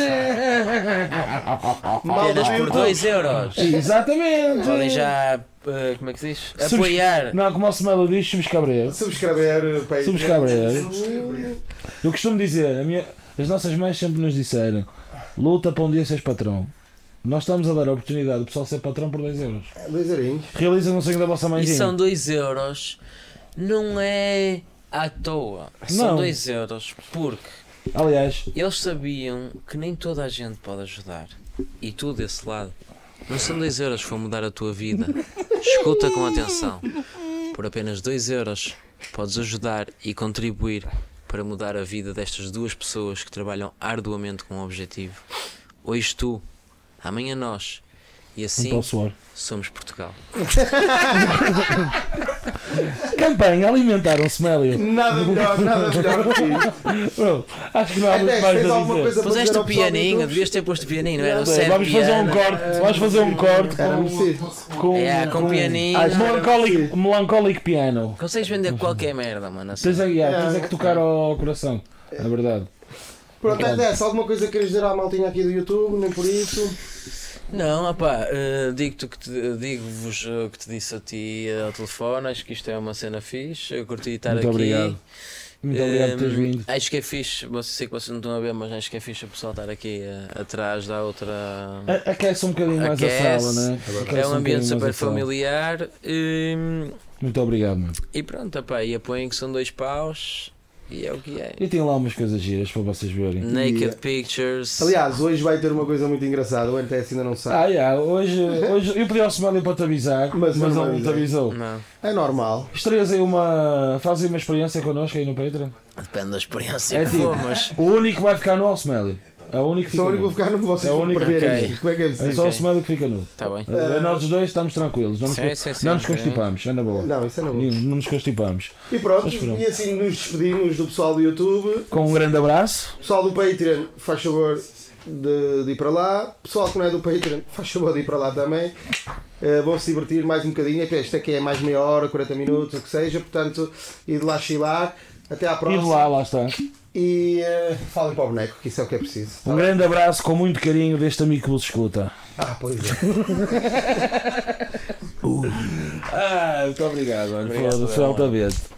Apenas eh, por
Malta,
2 euros. Podem
Exatamente!
já, eh, como é que se diz?
Subs-
Apoiar.
Não, como o Smelo diz, subscrever.
Subscrever, Patreon.
Subscrever.
Subscrever.
Eu costumo dizer, a minha- as nossas mães sempre nos disseram: luta para um dia seres patrão. Nós estamos a dar a oportunidade do pessoal ser patrão por 10 euros.
Dois arinhos.
Realiza um sonho da vossa
E
mãezinha.
são 2 euros. Não é à toa.
Não.
São 2 euros porque
Aliás,
eles sabiam que nem toda a gente pode ajudar. E tu desse lado. Não são 2 euros que vão mudar a tua vida. Escuta com atenção. Por apenas 2 euros podes ajudar e contribuir para mudar a vida destas duas pessoas que trabalham arduamente com um objetivo. Hoje tu, amanhã nós. E
não
assim
posso suar.
somos Portugal.
Campanha alimentar um Smélio.
Nada melhor, nada melhor do que isto.
Bro, acho que não há muito
Até
mais
tens
a
alguma
dizer.
coisa para dizer
Puseste
ao pessoal
o
do
pianinho,
YouTube?
deviam ter posto o pianinho, não era? O
Bem,
set
Vamos fazer um
piano.
corte, vamos fazer um corte
É, Era
com.
merecido.
com,
né? É, com pianinho.
um
Ah, Melancholic, melancholic piano.
Consegues vender qualquer merda, mano. assim.
Tens, a, yeah, tens a
É,
que tocar ao coração. É verdade.
Pronto, é dessa. Alguma coisa que queres dizer à maltinha aqui do YouTube? Nem por isso.
Não, opá, eh, digo-te o que te- digo-vos eh, o que te disse a ti eh, ao telefone, acho que isto é uma cena fixe, eu curti estar
Muito
aqui.
obrigado. Muito obrigado por teres
Ehm,
vindo.
Acho que é fixe, vocês sei que vocês não estão a ver, mas acho que é fixe o pessoal estar aqui eh, atrás da outra.
A- Aquece um bocadinho mais a
Aquece.
sala, né? Aquece
É um ambiente
bocadinho
super
mais a sala.
familiar. ehm,
Muito obrigado, mano.
E pronto, opá, e apoiem que são dois paus e é o que é.
E tem lá umas coisas giras para vocês verem.
Naked Pictures.
Aliás, hoje vai ter uma coisa muito engraçada. O NTS ainda não sabe.
Ah, yeah, hoje, hoje eu pedi ao Smiley para te avisar, mas,
Mas eu não
ele não te avisou.
Não,
É normal.
Estreias aí uma. Fazes aí uma experiência connosco aí no Patreon.
depende da experiência
É
que
tipo-
for, mas.
O único que vai ficar nu é o Smiley. É o único que fica
Só o único
nu.
a ficar no vocês
É o
vão
único,
perder
ok.
isto. Como é que é
É
possível?
só o Smiley que fica nu.
Está Tá bem.
É.
Eh, Nós os dois estamos tranquilos, não nos,
Sim, sim, sim,
não nos
ok.
constipamos, anda boa.
Não, isso é na boa.
Não- não nos constipamos.
E pronto,
Mas pronto.
e assim nos despedimos do pessoal do YouTube.
Com um grande abraço,
Pessoal do Patreon, faz favor de, de ir para lá. Pessoal que não é do Patreon, faz favor de ir para lá também. Eh, vão se divertir mais um bocadinho. É que Esta aqui é mais meia hora, 40 minutos, o que seja. Portanto, e de lá chilar. Até à
e de
próxima.
lá, lá está.
E eh, falem para o boneco, que isso é o que é preciso.
Um grande abraço com muito carinho deste amigo que vos escuta.
Ah, pois é.
Ah, muito obrigado, olha. Foi, foi altamente.